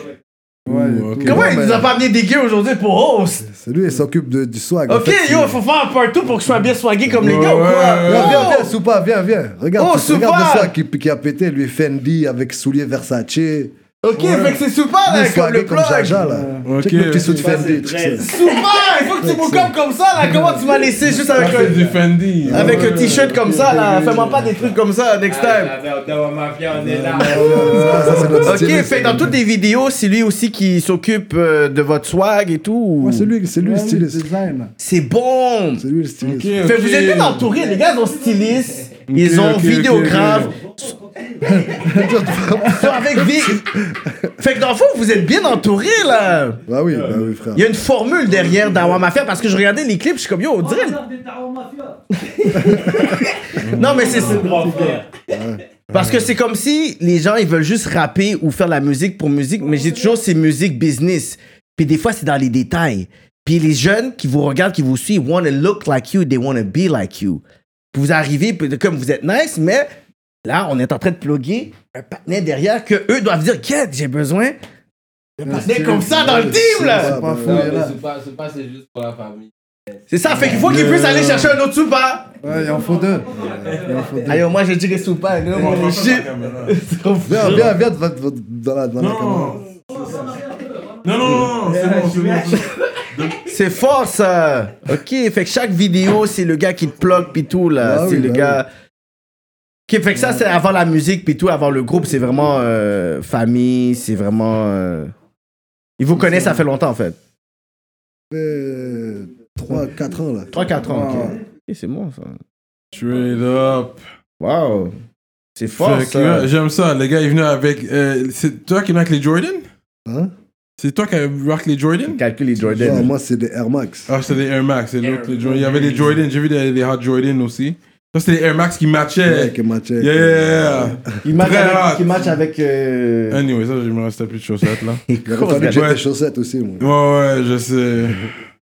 Speaker 5: Ouais,
Speaker 3: Ouh,
Speaker 5: et
Speaker 3: ok.
Speaker 5: tout.
Speaker 4: Comment
Speaker 6: Ouais,
Speaker 4: ils nous
Speaker 6: mais-
Speaker 4: ont pas amené des gars aujourd'hui pour host
Speaker 6: C'est lui, il s'occupe de- du swag. En
Speaker 4: Ok,
Speaker 6: fait,
Speaker 4: yo,
Speaker 6: c'est-
Speaker 4: faut faire un partout pour que je sois bien swagué comme les
Speaker 3: Ouais,
Speaker 4: gars ou
Speaker 3: ouais, ouais.
Speaker 6: Viens, viens,
Speaker 4: quoi
Speaker 6: viens, Soupa, viens, viens. Regarde,
Speaker 4: Oh,
Speaker 6: tu- regarde
Speaker 4: Soupa.
Speaker 6: le swag qui, qui a pété, lui, Fendi avec souliers Versace.
Speaker 4: Oh!
Speaker 6: Lui,
Speaker 4: Ok, fait que c'est Soupe là, comme
Speaker 6: swagué
Speaker 4: le
Speaker 6: comme
Speaker 4: plug.
Speaker 6: Jaja, là.
Speaker 3: Ok,
Speaker 6: Check le petit sou de
Speaker 7: Soupa,
Speaker 6: Fendi.
Speaker 7: c'est
Speaker 6: check
Speaker 7: vrai.
Speaker 6: ça.
Speaker 4: Soupe, il faut que tu m'occupes comme ça là. Comment tu m'as laissé juste
Speaker 3: Ah,
Speaker 4: avec
Speaker 3: c'est
Speaker 4: un.
Speaker 3: du Fendi.
Speaker 4: Avec
Speaker 3: Ouais.
Speaker 4: un t-shirt comme ça là, fais-moi pas des trucs comme ça next time.
Speaker 7: Ah, la Ottawa Mafia, on est là.
Speaker 6: Ah, ça, c'est notre
Speaker 4: Ok,
Speaker 6: styliste,
Speaker 4: fait
Speaker 6: ça.
Speaker 4: dans toutes les vidéos, c'est lui aussi qui s'occupe euh, de votre swag et tout.
Speaker 6: Ouais, c'est lui, c'est lui
Speaker 5: Ouais,
Speaker 6: le
Speaker 5: oui,
Speaker 6: styliste.
Speaker 5: design.
Speaker 4: C'est bon.
Speaker 6: C'est lui le styliste.
Speaker 3: Ok, ok.
Speaker 4: Fait que vous êtes bien entourés, les gars, ils ont styliste, ils
Speaker 3: Ok,
Speaker 4: ont
Speaker 3: ok,
Speaker 4: vidéographe,
Speaker 3: ok,
Speaker 4: ils sont avec vie. Fait que dans le fond, vous êtes bien entourés là.
Speaker 6: Bah oui, bah oui, frère.
Speaker 4: Il y a une formule derrière Dawa Mafia parce que je regardais les clips, je suis comme yo, on dirait. non, mais c'est. Parce que c'est comme si les gens ils veulent juste rapper ou faire la musique pour musique, mais j'ai toujours ces musiques business. Puis des fois c'est dans les détails. Puis les jeunes qui vous regardent, qui vous suivent, want to look like you, they want to be like you. Puis vous arrivez, puis comme vous êtes nice, mais là on est en train de plugger un patinet derrière que eux doivent dire, quest j'ai besoin. Un patinet comme ça dans le team là.
Speaker 5: C'est
Speaker 6: bah
Speaker 5: pas fou,
Speaker 7: Non,
Speaker 5: il est
Speaker 7: mais
Speaker 5: là.
Speaker 7: c'est pas- c'est pas, c'est juste pour la famille.
Speaker 4: C'est ça, fait qu'il faut qu'il puisse aller chercher un autre soupa.
Speaker 5: Ouais, il en faut deux. Il en faut deux.
Speaker 4: Allez, moi j'ai dit les soupas, là, mon shit. C'est trop
Speaker 6: Viens,
Speaker 4: fou.
Speaker 6: viens, viens devant- devant- dans la dans la caméra.
Speaker 3: Non. Non, non, non, c'est bon, c'est bon, c'est bon.
Speaker 4: C'est fort ça. Ok, fait que chaque vidéo, c'est le gars qui te plug pis tout là.
Speaker 6: Ah
Speaker 4: c'est
Speaker 6: oui,
Speaker 4: le
Speaker 6: bah
Speaker 4: gars. Ok, fait que ça, c'est avant la musique pis tout, avant le groupe, c'est vraiment euh, famille, c'est vraiment. euh, Ils vous connaissent, ça fait longtemps en fait.
Speaker 6: Euh, 3, 4 ans là.
Speaker 4: 3-4 ans, ok. Ok, c'est bon ça.
Speaker 3: Straight up.
Speaker 4: Waouh. C'est euh. fort
Speaker 3: Fait que
Speaker 4: ça.
Speaker 3: là, J'aime ça. Le gars est venu avec. euh, c'est toi qui es venu avec les Jordan
Speaker 6: Hein
Speaker 3: C'est toi qui as rock les Jordan
Speaker 4: Calcule les
Speaker 6: Non,
Speaker 4: Jordan.
Speaker 6: moi c'est des Air Max.
Speaker 3: Ah, c'était les Air Max. C'est l'autre, les Jordan. Il y avait les Jordan. J'ai vu des, des Hot Jordan aussi. Ça, c'était les Air Max qui matchaient.
Speaker 6: Ouais, que ma check.
Speaker 3: Yeah, yeah, yeah.
Speaker 4: Il match
Speaker 3: Très
Speaker 4: avec.
Speaker 3: hot.
Speaker 4: Il match avec. euh,
Speaker 3: Anyway, ça, je me restais plus de chaussettes là.
Speaker 6: Il aurait fallu que j'ai
Speaker 3: Ouais.
Speaker 6: des chaussettes aussi. Moi.
Speaker 3: Ouais, ouais, je sais.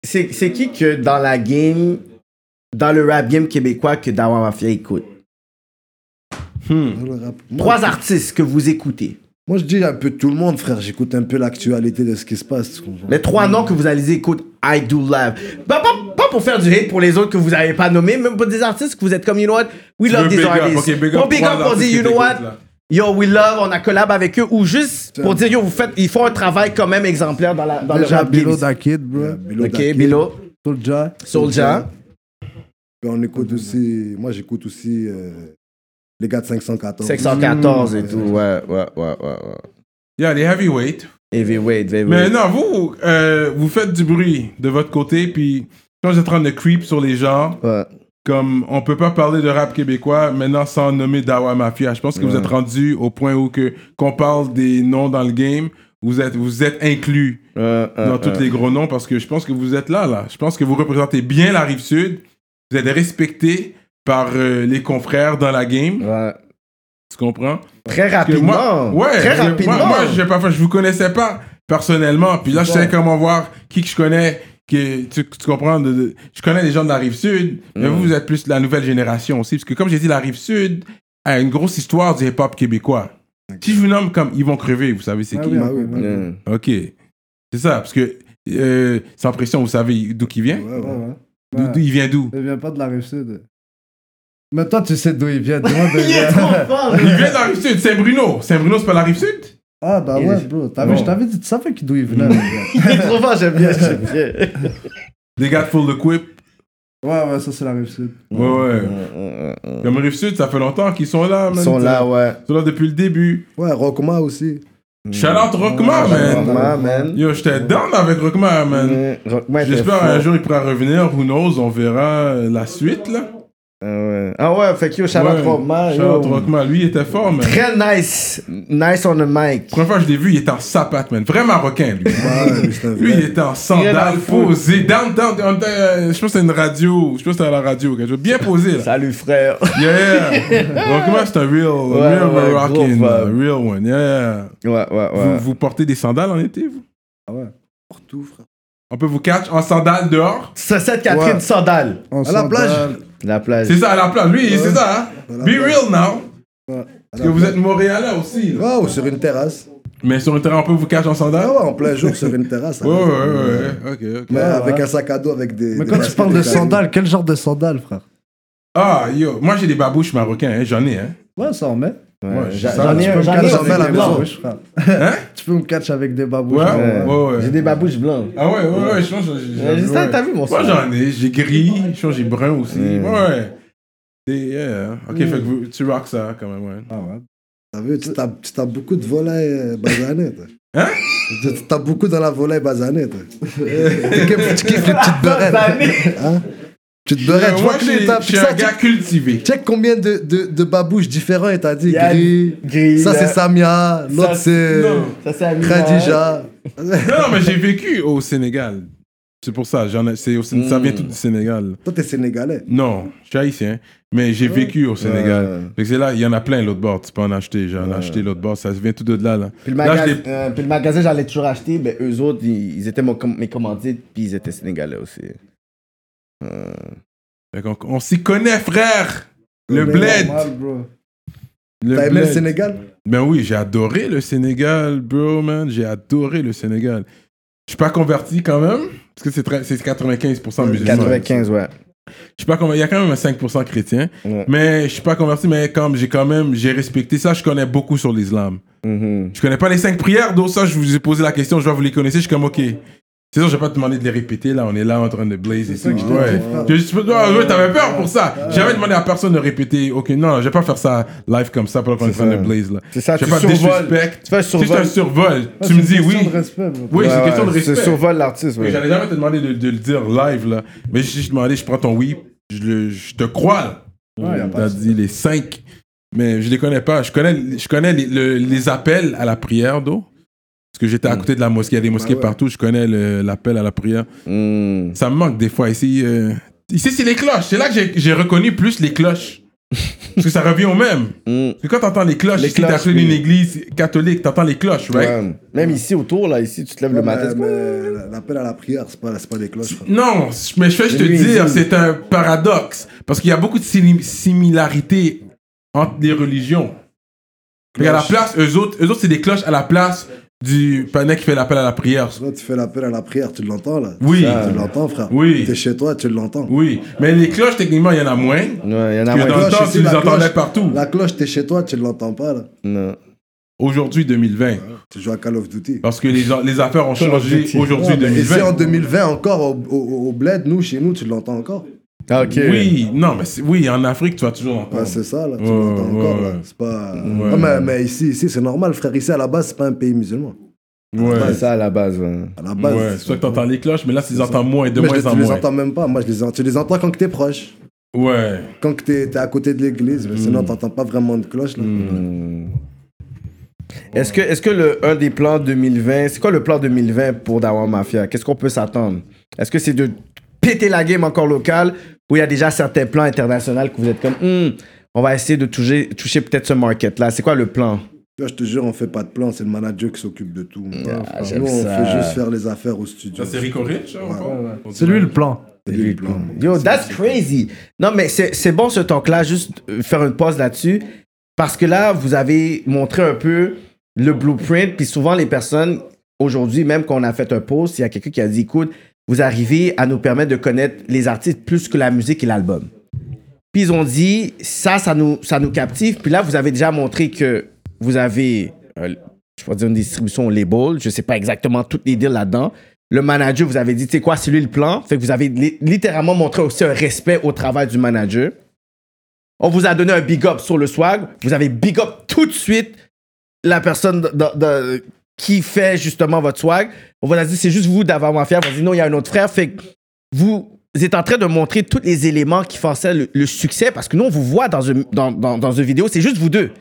Speaker 4: C'est c'est qui que dans la game, dans le rap game québécois que Dawa Mafia écoute
Speaker 3: Hmm.
Speaker 6: Dans le rap. Moi,
Speaker 4: Trois artistes que vous écoutez.
Speaker 6: moi, je dis un peu tout le monde, frère. J'écoute un peu l'actualité de ce qui se passe. tu comprends
Speaker 4: Les trois noms que vous allez écouter, I Do Love. Bah, pas, pas pour faire du hate pour les autres que vous n'avez pas nommés, même pour des artistes que vous êtes comme, you know what, we love
Speaker 3: Je veux
Speaker 4: these
Speaker 3: big up.
Speaker 4: artists.
Speaker 3: Ok, big up
Speaker 4: on big
Speaker 3: trois
Speaker 4: up, on dit,
Speaker 3: artistes
Speaker 4: you
Speaker 3: que
Speaker 4: know what,
Speaker 3: t'écoutes, là.
Speaker 4: yo, we love, on a collab avec eux, ou juste pour dire, yo, vous faites, ils font un travail quand même exemplaire dans, la, dans le
Speaker 5: Déjà,
Speaker 4: rap
Speaker 5: Bilo
Speaker 4: game.
Speaker 5: Da Kid, bro.
Speaker 4: Ok, Bilo,
Speaker 5: Soulja.
Speaker 4: Soulja.
Speaker 6: Puis on écoute aussi. Moi, j'écoute aussi euh, les gars de 514.
Speaker 4: 614
Speaker 3: mm.
Speaker 4: et tout, ouais, ouais, ouais, ouais. ouais.
Speaker 3: Yeah, les heavyweight.
Speaker 4: Heavyweight, heavyweight.
Speaker 3: Mais non, vous, euh, vous faites du bruit de votre côté, puis quand vous êtes en train de creep sur les gens,
Speaker 4: Ouais.
Speaker 3: comme on peut pas parler de rap québécois maintenant sans nommer Dawa Mafia. Je pense que vous êtes rendu au point où que qu'on parle des noms dans le game, vous êtes vous êtes inclus
Speaker 4: Euh, euh,
Speaker 3: dans tous les gros noms parce que je pense que vous êtes là là. Je pense que vous représentez bien la rive sud. Vous êtes respecté par euh, les confrères dans la game.
Speaker 4: Ouais.
Speaker 3: Tu comprends?
Speaker 4: Très
Speaker 3: Parce que
Speaker 4: rapidement.
Speaker 3: moi, ouais,
Speaker 4: Très
Speaker 3: je- moi-
Speaker 4: rapidement.
Speaker 3: Moi, je pas, fait- je vous connaissais pas personnellement. Puis là, je savais comment voir qui que je connais. Qui, tu, tu comprends? de- de- je connais les gens de la rive sud, mais
Speaker 4: Mm.
Speaker 3: vous, vous êtes plus la nouvelle génération aussi. Parce que, comme j'ai dit, la rive sud a une grosse histoire du hip-hop québécois. Si je vous nomme comme ils vont crever, vous savez c'est
Speaker 5: Ah
Speaker 3: qui.
Speaker 5: oui, ah
Speaker 6: ouais,
Speaker 5: oui,
Speaker 6: ouais.
Speaker 5: ouais.
Speaker 4: Mm.
Speaker 3: Ok. C'est ça, parce que euh, sans pression, vous savez d'où qui vient.
Speaker 6: Ouais, ouais.
Speaker 5: Ouais, ouais.
Speaker 3: D'où-
Speaker 5: Ouais.
Speaker 3: d'où- il vient d'où
Speaker 5: Il vient pas de la rive sud. Mais toi, tu sais d'où il vient. Dis-moi d'où il
Speaker 4: Il est trop
Speaker 5: vient.
Speaker 4: fort,
Speaker 3: Il vient de la rive sud, Saint-Bruno. Saint-Bruno, c'est pas la rive sud
Speaker 5: Ah, bah
Speaker 4: Il est-
Speaker 5: ouais, bro. T'avais,
Speaker 3: Non.
Speaker 5: je t'avais dit, tu savais d'où il venait. le gars.
Speaker 4: il est trop fort, j'aime bien, j'aime bien.
Speaker 3: Les gars de Full the Quip.
Speaker 5: ouais, ouais, ça, c'est la rive sud.
Speaker 3: Ouais, ouais. Comme rive sud, ça fait longtemps qu'ils sont là,
Speaker 4: Ils
Speaker 3: man.
Speaker 4: sont là, ouais. Mm.
Speaker 3: Ils sont là depuis le début.
Speaker 6: Ouais, Rockma aussi.
Speaker 3: Shout out Rockman, Ah, man.
Speaker 4: Rockman, man.
Speaker 3: Yo, j'étais down avec Rockman, man.
Speaker 4: Mm, Rockman était
Speaker 3: J'espère
Speaker 4: fort.
Speaker 3: un jour il pourra revenir, who knows, on verra euh, la suite là.
Speaker 4: Ah ouais, ah ouais fait que yo, shout out
Speaker 3: Ouais.
Speaker 4: Rockman,
Speaker 3: Shout
Speaker 4: yo.
Speaker 3: out Rockman, lui il était fort, man.
Speaker 4: Très nice. Nice on the mic.
Speaker 3: La première fois que je l'ai vu, il était en sapate, man. Vrai marocain, lui.
Speaker 6: Ouais, c'est un vrai.
Speaker 3: Lui, il était en
Speaker 4: dans le
Speaker 3: sandales,
Speaker 4: foot.
Speaker 3: posé, down, down, down, down, euh, je pense que c'est une radio, je pense que c'était à la radio, quelque chose. Bien posé, là.
Speaker 4: Salut frère.
Speaker 3: Yeah, yeah. Rockman, c'est un real,
Speaker 4: Ouais,
Speaker 3: real
Speaker 4: ouais,
Speaker 3: Moroccan,
Speaker 4: gros
Speaker 3: là,
Speaker 4: vibe.
Speaker 3: real one, yeah, yeah.
Speaker 4: Ouais, ouais, ouais.
Speaker 3: Vous, vous portez des sandales en été, vous?
Speaker 6: Partout, frère.
Speaker 3: On peut vous catch en sandales dehors?
Speaker 4: Saucette Catherine
Speaker 5: Ouais.
Speaker 4: Sandal.
Speaker 5: On
Speaker 6: À la
Speaker 5: s'en
Speaker 6: plage.
Speaker 5: bat.
Speaker 4: La plage.
Speaker 3: C'est ça, à la plage. Lui, c'est ça, hein?
Speaker 6: À la
Speaker 3: Be
Speaker 6: plage.
Speaker 3: real now.
Speaker 6: À
Speaker 3: Parce
Speaker 6: la
Speaker 3: que vous
Speaker 6: plage.
Speaker 3: êtes Montréalais aussi, là.
Speaker 6: Ouais, ou sur une terrasse.
Speaker 3: Mais sur le terrain, on peut vous catch en
Speaker 6: Ah
Speaker 3: sandales?
Speaker 6: ouais, en plein jour sur une terrasse.
Speaker 3: Ouais, ouais, ouais, ouais. Ok, ok.
Speaker 6: Mais avec
Speaker 5: ouais.
Speaker 6: un sac à dos, avec des.
Speaker 5: Mais
Speaker 6: des
Speaker 5: quand tu
Speaker 6: baskets,
Speaker 5: parles de
Speaker 6: des talons.
Speaker 5: sandales, quel genre de sandales, frère
Speaker 3: Ah, yo, moi j'ai des babouches marocains, hein, j'en ai, hein.
Speaker 5: Ouais, ça en met.
Speaker 4: Ouais, j'a-
Speaker 3: ça,
Speaker 4: J'en
Speaker 3: tu
Speaker 4: ai
Speaker 5: Tu
Speaker 4: un,
Speaker 5: peux me
Speaker 4: j'en ai
Speaker 5: catch
Speaker 4: un.
Speaker 6: sandales à
Speaker 5: avec
Speaker 6: la
Speaker 5: des
Speaker 6: maison.
Speaker 5: babouches, frère.
Speaker 3: Hein?
Speaker 5: Tu peux me catch avec des babouches.
Speaker 3: Ouais,
Speaker 5: frère.
Speaker 3: ouais, ouais.
Speaker 4: J'ai des babouches blanches.
Speaker 3: Ah ouais, ouais, ouais, je pense que j'ai- j'ai-
Speaker 4: Ouais, Justin,
Speaker 3: ouais.
Speaker 4: t'as vu mon
Speaker 3: Moi
Speaker 4: son
Speaker 3: j'en ai, j'ai gris, je pense que j'ai brun aussi.
Speaker 4: Mm.
Speaker 3: Ouais. C'est, yeah. Ok, fait que vous- tu rock ça quand même, ouais.
Speaker 5: Ah ouais.
Speaker 6: T'as vu, tu tapes, tu tapes beaucoup de volailles euh, basanées. toi.
Speaker 3: Hein
Speaker 6: Tu tu tapes beaucoup dans la volaille basanée. toi. tu kiffes tu kiffes les petites
Speaker 4: Basanée.
Speaker 6: beurrettes. Hein tu te beurrettes.
Speaker 3: Bah,
Speaker 6: Tu vois
Speaker 3: Moi
Speaker 6: que
Speaker 3: j'ai-
Speaker 6: les
Speaker 3: je
Speaker 6: tapes.
Speaker 3: suis
Speaker 6: Ça,
Speaker 3: un
Speaker 6: tu-
Speaker 3: gars cultivé.
Speaker 6: Check combien de, de, de babouches différents il t'a dit.
Speaker 4: Il y a
Speaker 6: Gris.
Speaker 4: Gris,
Speaker 6: Ça, c'est
Speaker 4: là.
Speaker 6: Samia. L'autre, c'est
Speaker 3: non.
Speaker 4: Ça, c'est Amina.
Speaker 6: Khadija.
Speaker 3: Non, non, mais j'ai vécu au Sénégal. C'est pour ça, j'en ai, c'est au Sén- ça vient tout du Sénégal.
Speaker 6: Toi, t'es Sénégalais.
Speaker 3: Non, je suis haïtien, mais j'ai vécu au Sénégal.
Speaker 4: Ouais.
Speaker 3: Fait que c'est là, il y en a plein l'autre bord, tu peux en acheter. J'en ai acheté l'autre bord, ça vient tout de là. là.
Speaker 4: Puis le,
Speaker 3: Là, je
Speaker 4: magasin,
Speaker 3: l'ai-
Speaker 4: euh, puis le magasin, j'allais toujours acheter, mais eux autres, ils, ils étaient mon com- mes commandites, puis ils étaient sénégalais aussi.
Speaker 3: Fait qu'on- on, s'y connaît, frère! Le bled!
Speaker 5: Normal, bro.
Speaker 3: Le
Speaker 6: T'as aimé
Speaker 3: bled.
Speaker 6: le Sénégal
Speaker 3: Ben oui, j'ai adoré le Sénégal, bro, man. J'ai adoré le Sénégal. Je suis pas converti quand même, parce que c'est très- c'est 95% musulman.
Speaker 4: 95, ouais.
Speaker 3: Je suis pas converti. Il y a quand même un 5% chrétien.
Speaker 4: Ouais.
Speaker 3: Mais je suis pas converti, mais comme j'ai quand même, j'ai respecté ça, je connais beaucoup sur l'islam.
Speaker 4: Mhm.
Speaker 3: Je connais pas les cinq prières, donc ça, je vous ai posé la question, je vois, vous les connaissez, je suis comme, ok. C'est sûr, je vais pas te demander de les répéter, là, on est là en train de blazer.
Speaker 5: C'est ça que je t'ai
Speaker 3: ouais.
Speaker 5: dit, frère.
Speaker 3: Tu- tu peux- ah, ouais, t'avais peur pour ça. J'avais demandé à personne de répéter, ok, non, non, je vais pas faire ça live comme ça pendant qu'on est en
Speaker 4: C'est
Speaker 3: train de
Speaker 4: ça.
Speaker 3: blaze, là.
Speaker 4: C'est ça, tu
Speaker 3: Je vais pas
Speaker 4: survoles.
Speaker 3: disrespect.
Speaker 4: Tu fais un
Speaker 3: Si je te
Speaker 4: survol.
Speaker 3: survole, tu
Speaker 5: Ouais,
Speaker 3: me
Speaker 5: Ah, c'est
Speaker 3: dis
Speaker 5: une
Speaker 3: oui.
Speaker 5: question de respect, bro.
Speaker 3: Oui, c'est une question de
Speaker 4: Ouais, ouais,
Speaker 3: respect.
Speaker 4: C'est survol l'artiste, ouais.
Speaker 3: J'allais jamais te demander de, de le dire live, là. Mais si je demandais, je prends ton oui, je, le- je te crois, là.
Speaker 5: Ouais, y a pas
Speaker 3: T'as
Speaker 5: de-
Speaker 3: dit les cinq. Mais je les connais pas. Je connais, je connais les, le- les appels à la prière, d'eau. Parce que
Speaker 4: Hmm.
Speaker 3: j'étais à côté de la mosquée. Il y a des
Speaker 5: Ah
Speaker 3: mosquées
Speaker 6: ouais.
Speaker 3: partout. Je connais le- l'appel à la prière.
Speaker 4: Mhm.
Speaker 3: Ça me manque des fois. Ici, euh, ici c'est les cloches. C'est là que j'ai- j'ai reconnu plus les cloches. Parce que ça revient au même.
Speaker 4: Mhm.
Speaker 3: Parce que quand t'entends les cloches,
Speaker 4: Les
Speaker 3: si t'es à
Speaker 4: cloches,
Speaker 3: côté d'une
Speaker 4: oui.
Speaker 3: église catholique, t'entends les cloches, right?
Speaker 4: Ouais. Même ici autour, là, ici, tu te lèves le
Speaker 6: Ouais,
Speaker 4: matin.
Speaker 6: mais-
Speaker 4: c'est-
Speaker 6: Euh, mais L'appel à la prière, c'est pas, c'est pas des cloches. frère.
Speaker 3: Non, mais je vais te
Speaker 4: Lui, il
Speaker 3: dire,
Speaker 4: dit-
Speaker 3: c'est un paradoxe. Parce qu'il y a beaucoup de simi- similarités entre les religions. Mais à la place, eux autres, eux autres c'est des cloches à la place du panneau qui fait l'appel à la prière.
Speaker 6: Toi, tu fais l'appel à la prière, tu l'entends là
Speaker 3: Oui.
Speaker 6: Tu l'entends, frère.
Speaker 3: Oui.
Speaker 6: T'es chez toi, tu l'entends.
Speaker 3: Oui, mais les cloches, techniquement, il y en a moins.
Speaker 4: Ouais,
Speaker 6: Ah
Speaker 4: il y en a
Speaker 3: Que dans
Speaker 4: moins.
Speaker 3: le temps,
Speaker 6: ici,
Speaker 3: tu les
Speaker 6: la
Speaker 3: entendais
Speaker 6: cloche-
Speaker 3: partout.
Speaker 6: La cloche, t'es chez toi, tu l'entends pas là.
Speaker 4: Non.
Speaker 3: Aujourd'hui, 2020.
Speaker 6: Tu joues à Call of Duty.
Speaker 3: Parce que les, les affaires ont changé
Speaker 4: Aujourd'hui.
Speaker 3: Bah, aujourd'hui,
Speaker 6: Ouais, mais ici, en
Speaker 3: 2020.
Speaker 6: 2020, encore au, au- au bled, nous, chez nous, tu l'entends encore.
Speaker 4: Ah, ok.
Speaker 3: Oui, non, mais c'est- oui, en Afrique, tu vas toujours
Speaker 6: Ouais,
Speaker 3: entendre.
Speaker 6: c'est ça, là. Tu
Speaker 3: Ouais,
Speaker 6: l'entends
Speaker 3: ouais,
Speaker 6: encore,
Speaker 3: ouais.
Speaker 6: là. C'est pas.
Speaker 3: Ouais.
Speaker 6: Ah, mais, mais ici, ici c'est normal, frère. Ici, à la base, c'est pas un pays musulman.
Speaker 3: Ouais.
Speaker 4: C'est ça à la base. ouais.
Speaker 6: À la base.
Speaker 3: Ouais, c'est pour ça que t'entends les cloches, mais là, tu les
Speaker 6: ça.
Speaker 3: entends moins, de
Speaker 6: Mais je
Speaker 3: moins
Speaker 6: les-
Speaker 3: en
Speaker 6: tu les
Speaker 3: moins.
Speaker 6: entends même pas. Moi, je les entends. Tu les entends quand que t'es proche.
Speaker 3: Ouais.
Speaker 6: Quand que t'es t'es à côté de l'église. Mais
Speaker 3: Mm.
Speaker 6: sinon, t'entends pas vraiment de cloche, là.
Speaker 4: Hmm. Est-ce que, est-ce que le, un des plans 2020, c'est quoi le plan 2020 pour Dawa Mafia Qu'est-ce qu'on peut s'attendre Est-ce que c'est de péter la game encore locale ou il y a déjà certains plans internationaux que vous êtes comme, Hmm, on va essayer de toucher, toucher peut-être ce market-là C'est quoi le plan
Speaker 6: Là, je te jure, on fait pas de plan, c'est le manager qui s'occupe de tout.
Speaker 4: Ah,
Speaker 6: Nous,
Speaker 4: j'aime
Speaker 6: on
Speaker 4: ça.
Speaker 6: fait juste faire les affaires au studio.
Speaker 3: Ça, c'est Rico Rich, hein, encore? On
Speaker 5: C'est
Speaker 3: dit-
Speaker 5: lui le plan.
Speaker 6: C'est lui le plan.
Speaker 4: Yo, that's crazy. Non, mais c'est c'est bon ce talk-là, juste euh, faire une pause là-dessus. Parce que là, vous avez montré un peu le blueprint, puis souvent les personnes, aujourd'hui, même qu'on a fait un post, il y a quelqu'un qui a dit, écoute, vous arrivez à nous permettre de connaître les artistes plus que la musique et l'album. Puis ils ont dit, ça, ça nous, ça nous captive. Puis là, vous avez déjà montré que vous avez, euh, je pourrais dire, une distribution au label. Je sais pas exactement toutes les deals là-dedans. Le manager, vous avez dit, tu sais quoi, c'est lui le plan. Fait que vous avez li- littéralement montré aussi un respect au travail du manager. On vous a donné un big up sur le swag. Vous avez big up tout de suite la personne de- de- de- qui fait justement votre swag. On vous a dit, c'est juste vous d'avoir mon frère. On vous a dit, non, il y a un autre frère. Fait que vous êtes en train de montrer tous les éléments qui forçaient le, le succès parce que nous, on vous voit dans une, dans, dans, dans une vidéo, c'est juste vous deux.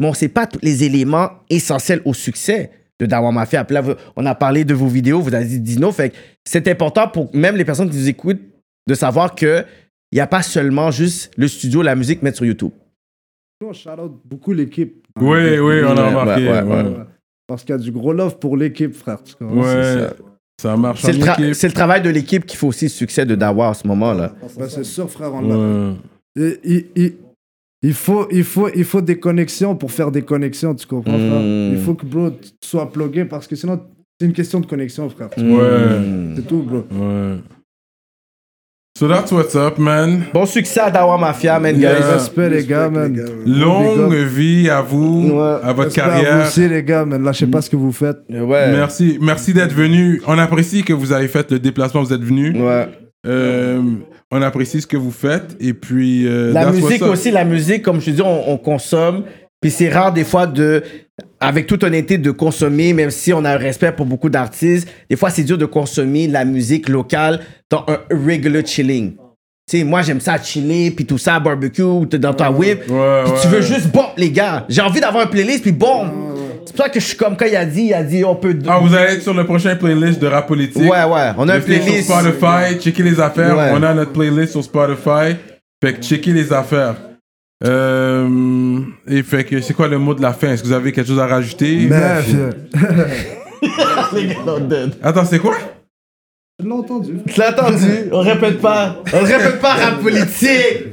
Speaker 4: Mais on ne sait pas tous les éléments essentiels au succès de Dawa Mafia. Puis là, vous- on a parlé de vos vidéos, vous avez dit Dino. Fait que c'est important pour même les personnes qui nous écoutent de savoir que il n'y a pas seulement juste le studio, la musique, mettre sur YouTube.
Speaker 5: Shout-out beaucoup l'équipe.
Speaker 3: Oui, oui, on a
Speaker 4: Ouais,
Speaker 3: remarqué.
Speaker 4: ouais,
Speaker 3: Ouais,
Speaker 4: ouais,
Speaker 5: Parce qu'il y a du gros love pour l'équipe, frère. hein, tu comprends?
Speaker 3: Ouais, ça marche.
Speaker 4: C'est le,
Speaker 3: en
Speaker 4: tra-
Speaker 3: équipe.
Speaker 4: c'est le travail de l'équipe qui fait aussi le succès de Dawa en ce moment-là.
Speaker 5: Ben, c'est sûr, frère. On l'a-
Speaker 3: Ouais.
Speaker 5: Et- il, il- il faut, il, faut, il faut des connexions pour faire des connexions, tu comprends, frère?
Speaker 4: Mm.
Speaker 5: Il faut que, bro, tu sois plugué parce que sinon, c'est une question de connexion, frère.
Speaker 3: Ouais.
Speaker 4: Mm.
Speaker 5: C'est tout, bro.
Speaker 3: Ouais. So that's what's up, man.
Speaker 4: Bon succès à Dawa Mafia, man,
Speaker 3: Yeah.
Speaker 4: guys.
Speaker 5: Respect, les gars, man.
Speaker 3: Longue vie à vous,
Speaker 4: Ouais.
Speaker 3: à votre
Speaker 5: Respect à Vous
Speaker 3: carrière.
Speaker 5: aussi, les gars, man. Lâchez pas ce que vous faites.
Speaker 4: Ouais.
Speaker 3: Merci, merci d'être venu. On apprécie que vous avez fait le déplacement, vous êtes venu.
Speaker 4: Ouais.
Speaker 3: Euh, on apprécie ce que vous faites. Et puis, euh,
Speaker 4: La
Speaker 3: that's
Speaker 4: musique
Speaker 3: what's up.
Speaker 4: aussi, la musique, comme je te dis, on, on consomme. Puis c'est rare des fois de, avec toute honnêteté, de consommer, même si on a un respect pour beaucoup d'artistes. Des fois, c'est dur de consommer la musique locale dans un regular chilling. Tu sais, moi, j'aime ça chiller, puis tout ça, barbecue, ou t'es dans ta whip.
Speaker 3: ouais,
Speaker 4: puis tu
Speaker 3: ouais.
Speaker 4: veux juste bon, les gars. J'ai envie d'avoir un playlist, puis bon. C'est pour ça que je suis comme quand il a dit, il a dit, on peut.
Speaker 3: Ah, vous allez être sur le prochain playlist de rap politique.
Speaker 4: ouais, ouais, on a un
Speaker 3: Mettez
Speaker 4: playlist.
Speaker 3: sur Spotify, checkez les affaires.
Speaker 4: Ouais.
Speaker 3: On a notre playlist sur Spotify. Fait que checkez les affaires. Euh, et fait que c'est quoi le mot de la fin Est-ce que vous avez quelque chose à rajouter
Speaker 5: Bref.
Speaker 3: Attends, c'est quoi
Speaker 5: Je l'ai entendu.
Speaker 4: Tu l'as entendu? On répète pas. On le répète pas, rap politique.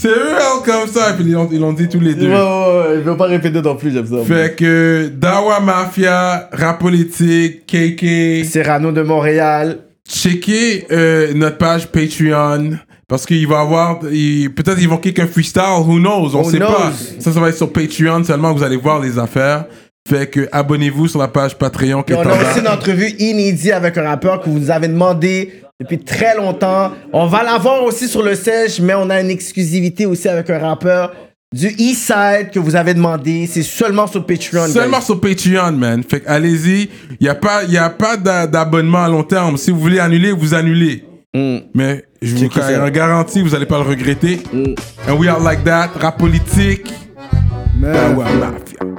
Speaker 3: C'est eux hein, comme ça, et puis ils l'ont, ils l'ont dit tous les deux.
Speaker 4: Ouais, ouais, ouais, je veux pas répéter non plus, j'aime ça.
Speaker 3: Fait que Dawa Mafia, Rap Politique, KK,
Speaker 4: Serrano de Montréal.
Speaker 3: checkez euh, notre page Patreon. Parce qu'il va y avoir, il- peut-être ils vont kick un freestyle, who knows, on
Speaker 4: Who
Speaker 3: sait
Speaker 4: knows?
Speaker 3: pas. Ça, ça va être sur Patreon seulement, vous allez voir les affaires. Fait que abonnez-vous sur la page Patreon qui
Speaker 4: Puis
Speaker 3: est
Speaker 4: on
Speaker 3: en
Speaker 4: a aussi une
Speaker 3: bas.
Speaker 4: entrevue inédite avec un rappeur que vous nous avez demandé depuis très longtemps. On va l'avoir aussi sur le sèche, mais on a une exclusivité aussi avec un rappeur du East Side que vous avez demandé. C'est seulement sur Patreon.
Speaker 3: Seulement
Speaker 4: guys.
Speaker 3: sur Patreon, man. Fait que allez-y, il n'y a pas, y a pas d'a- d'abonnement à long terme. Si vous voulez annuler, vous annulez.
Speaker 4: Mm.
Speaker 3: Mais je vous
Speaker 4: Checker ça. Mm.
Speaker 3: garantis, vous allez pas le regretter. And we are like that, rap politique,
Speaker 5: Bref.
Speaker 3: Dawa Mafia.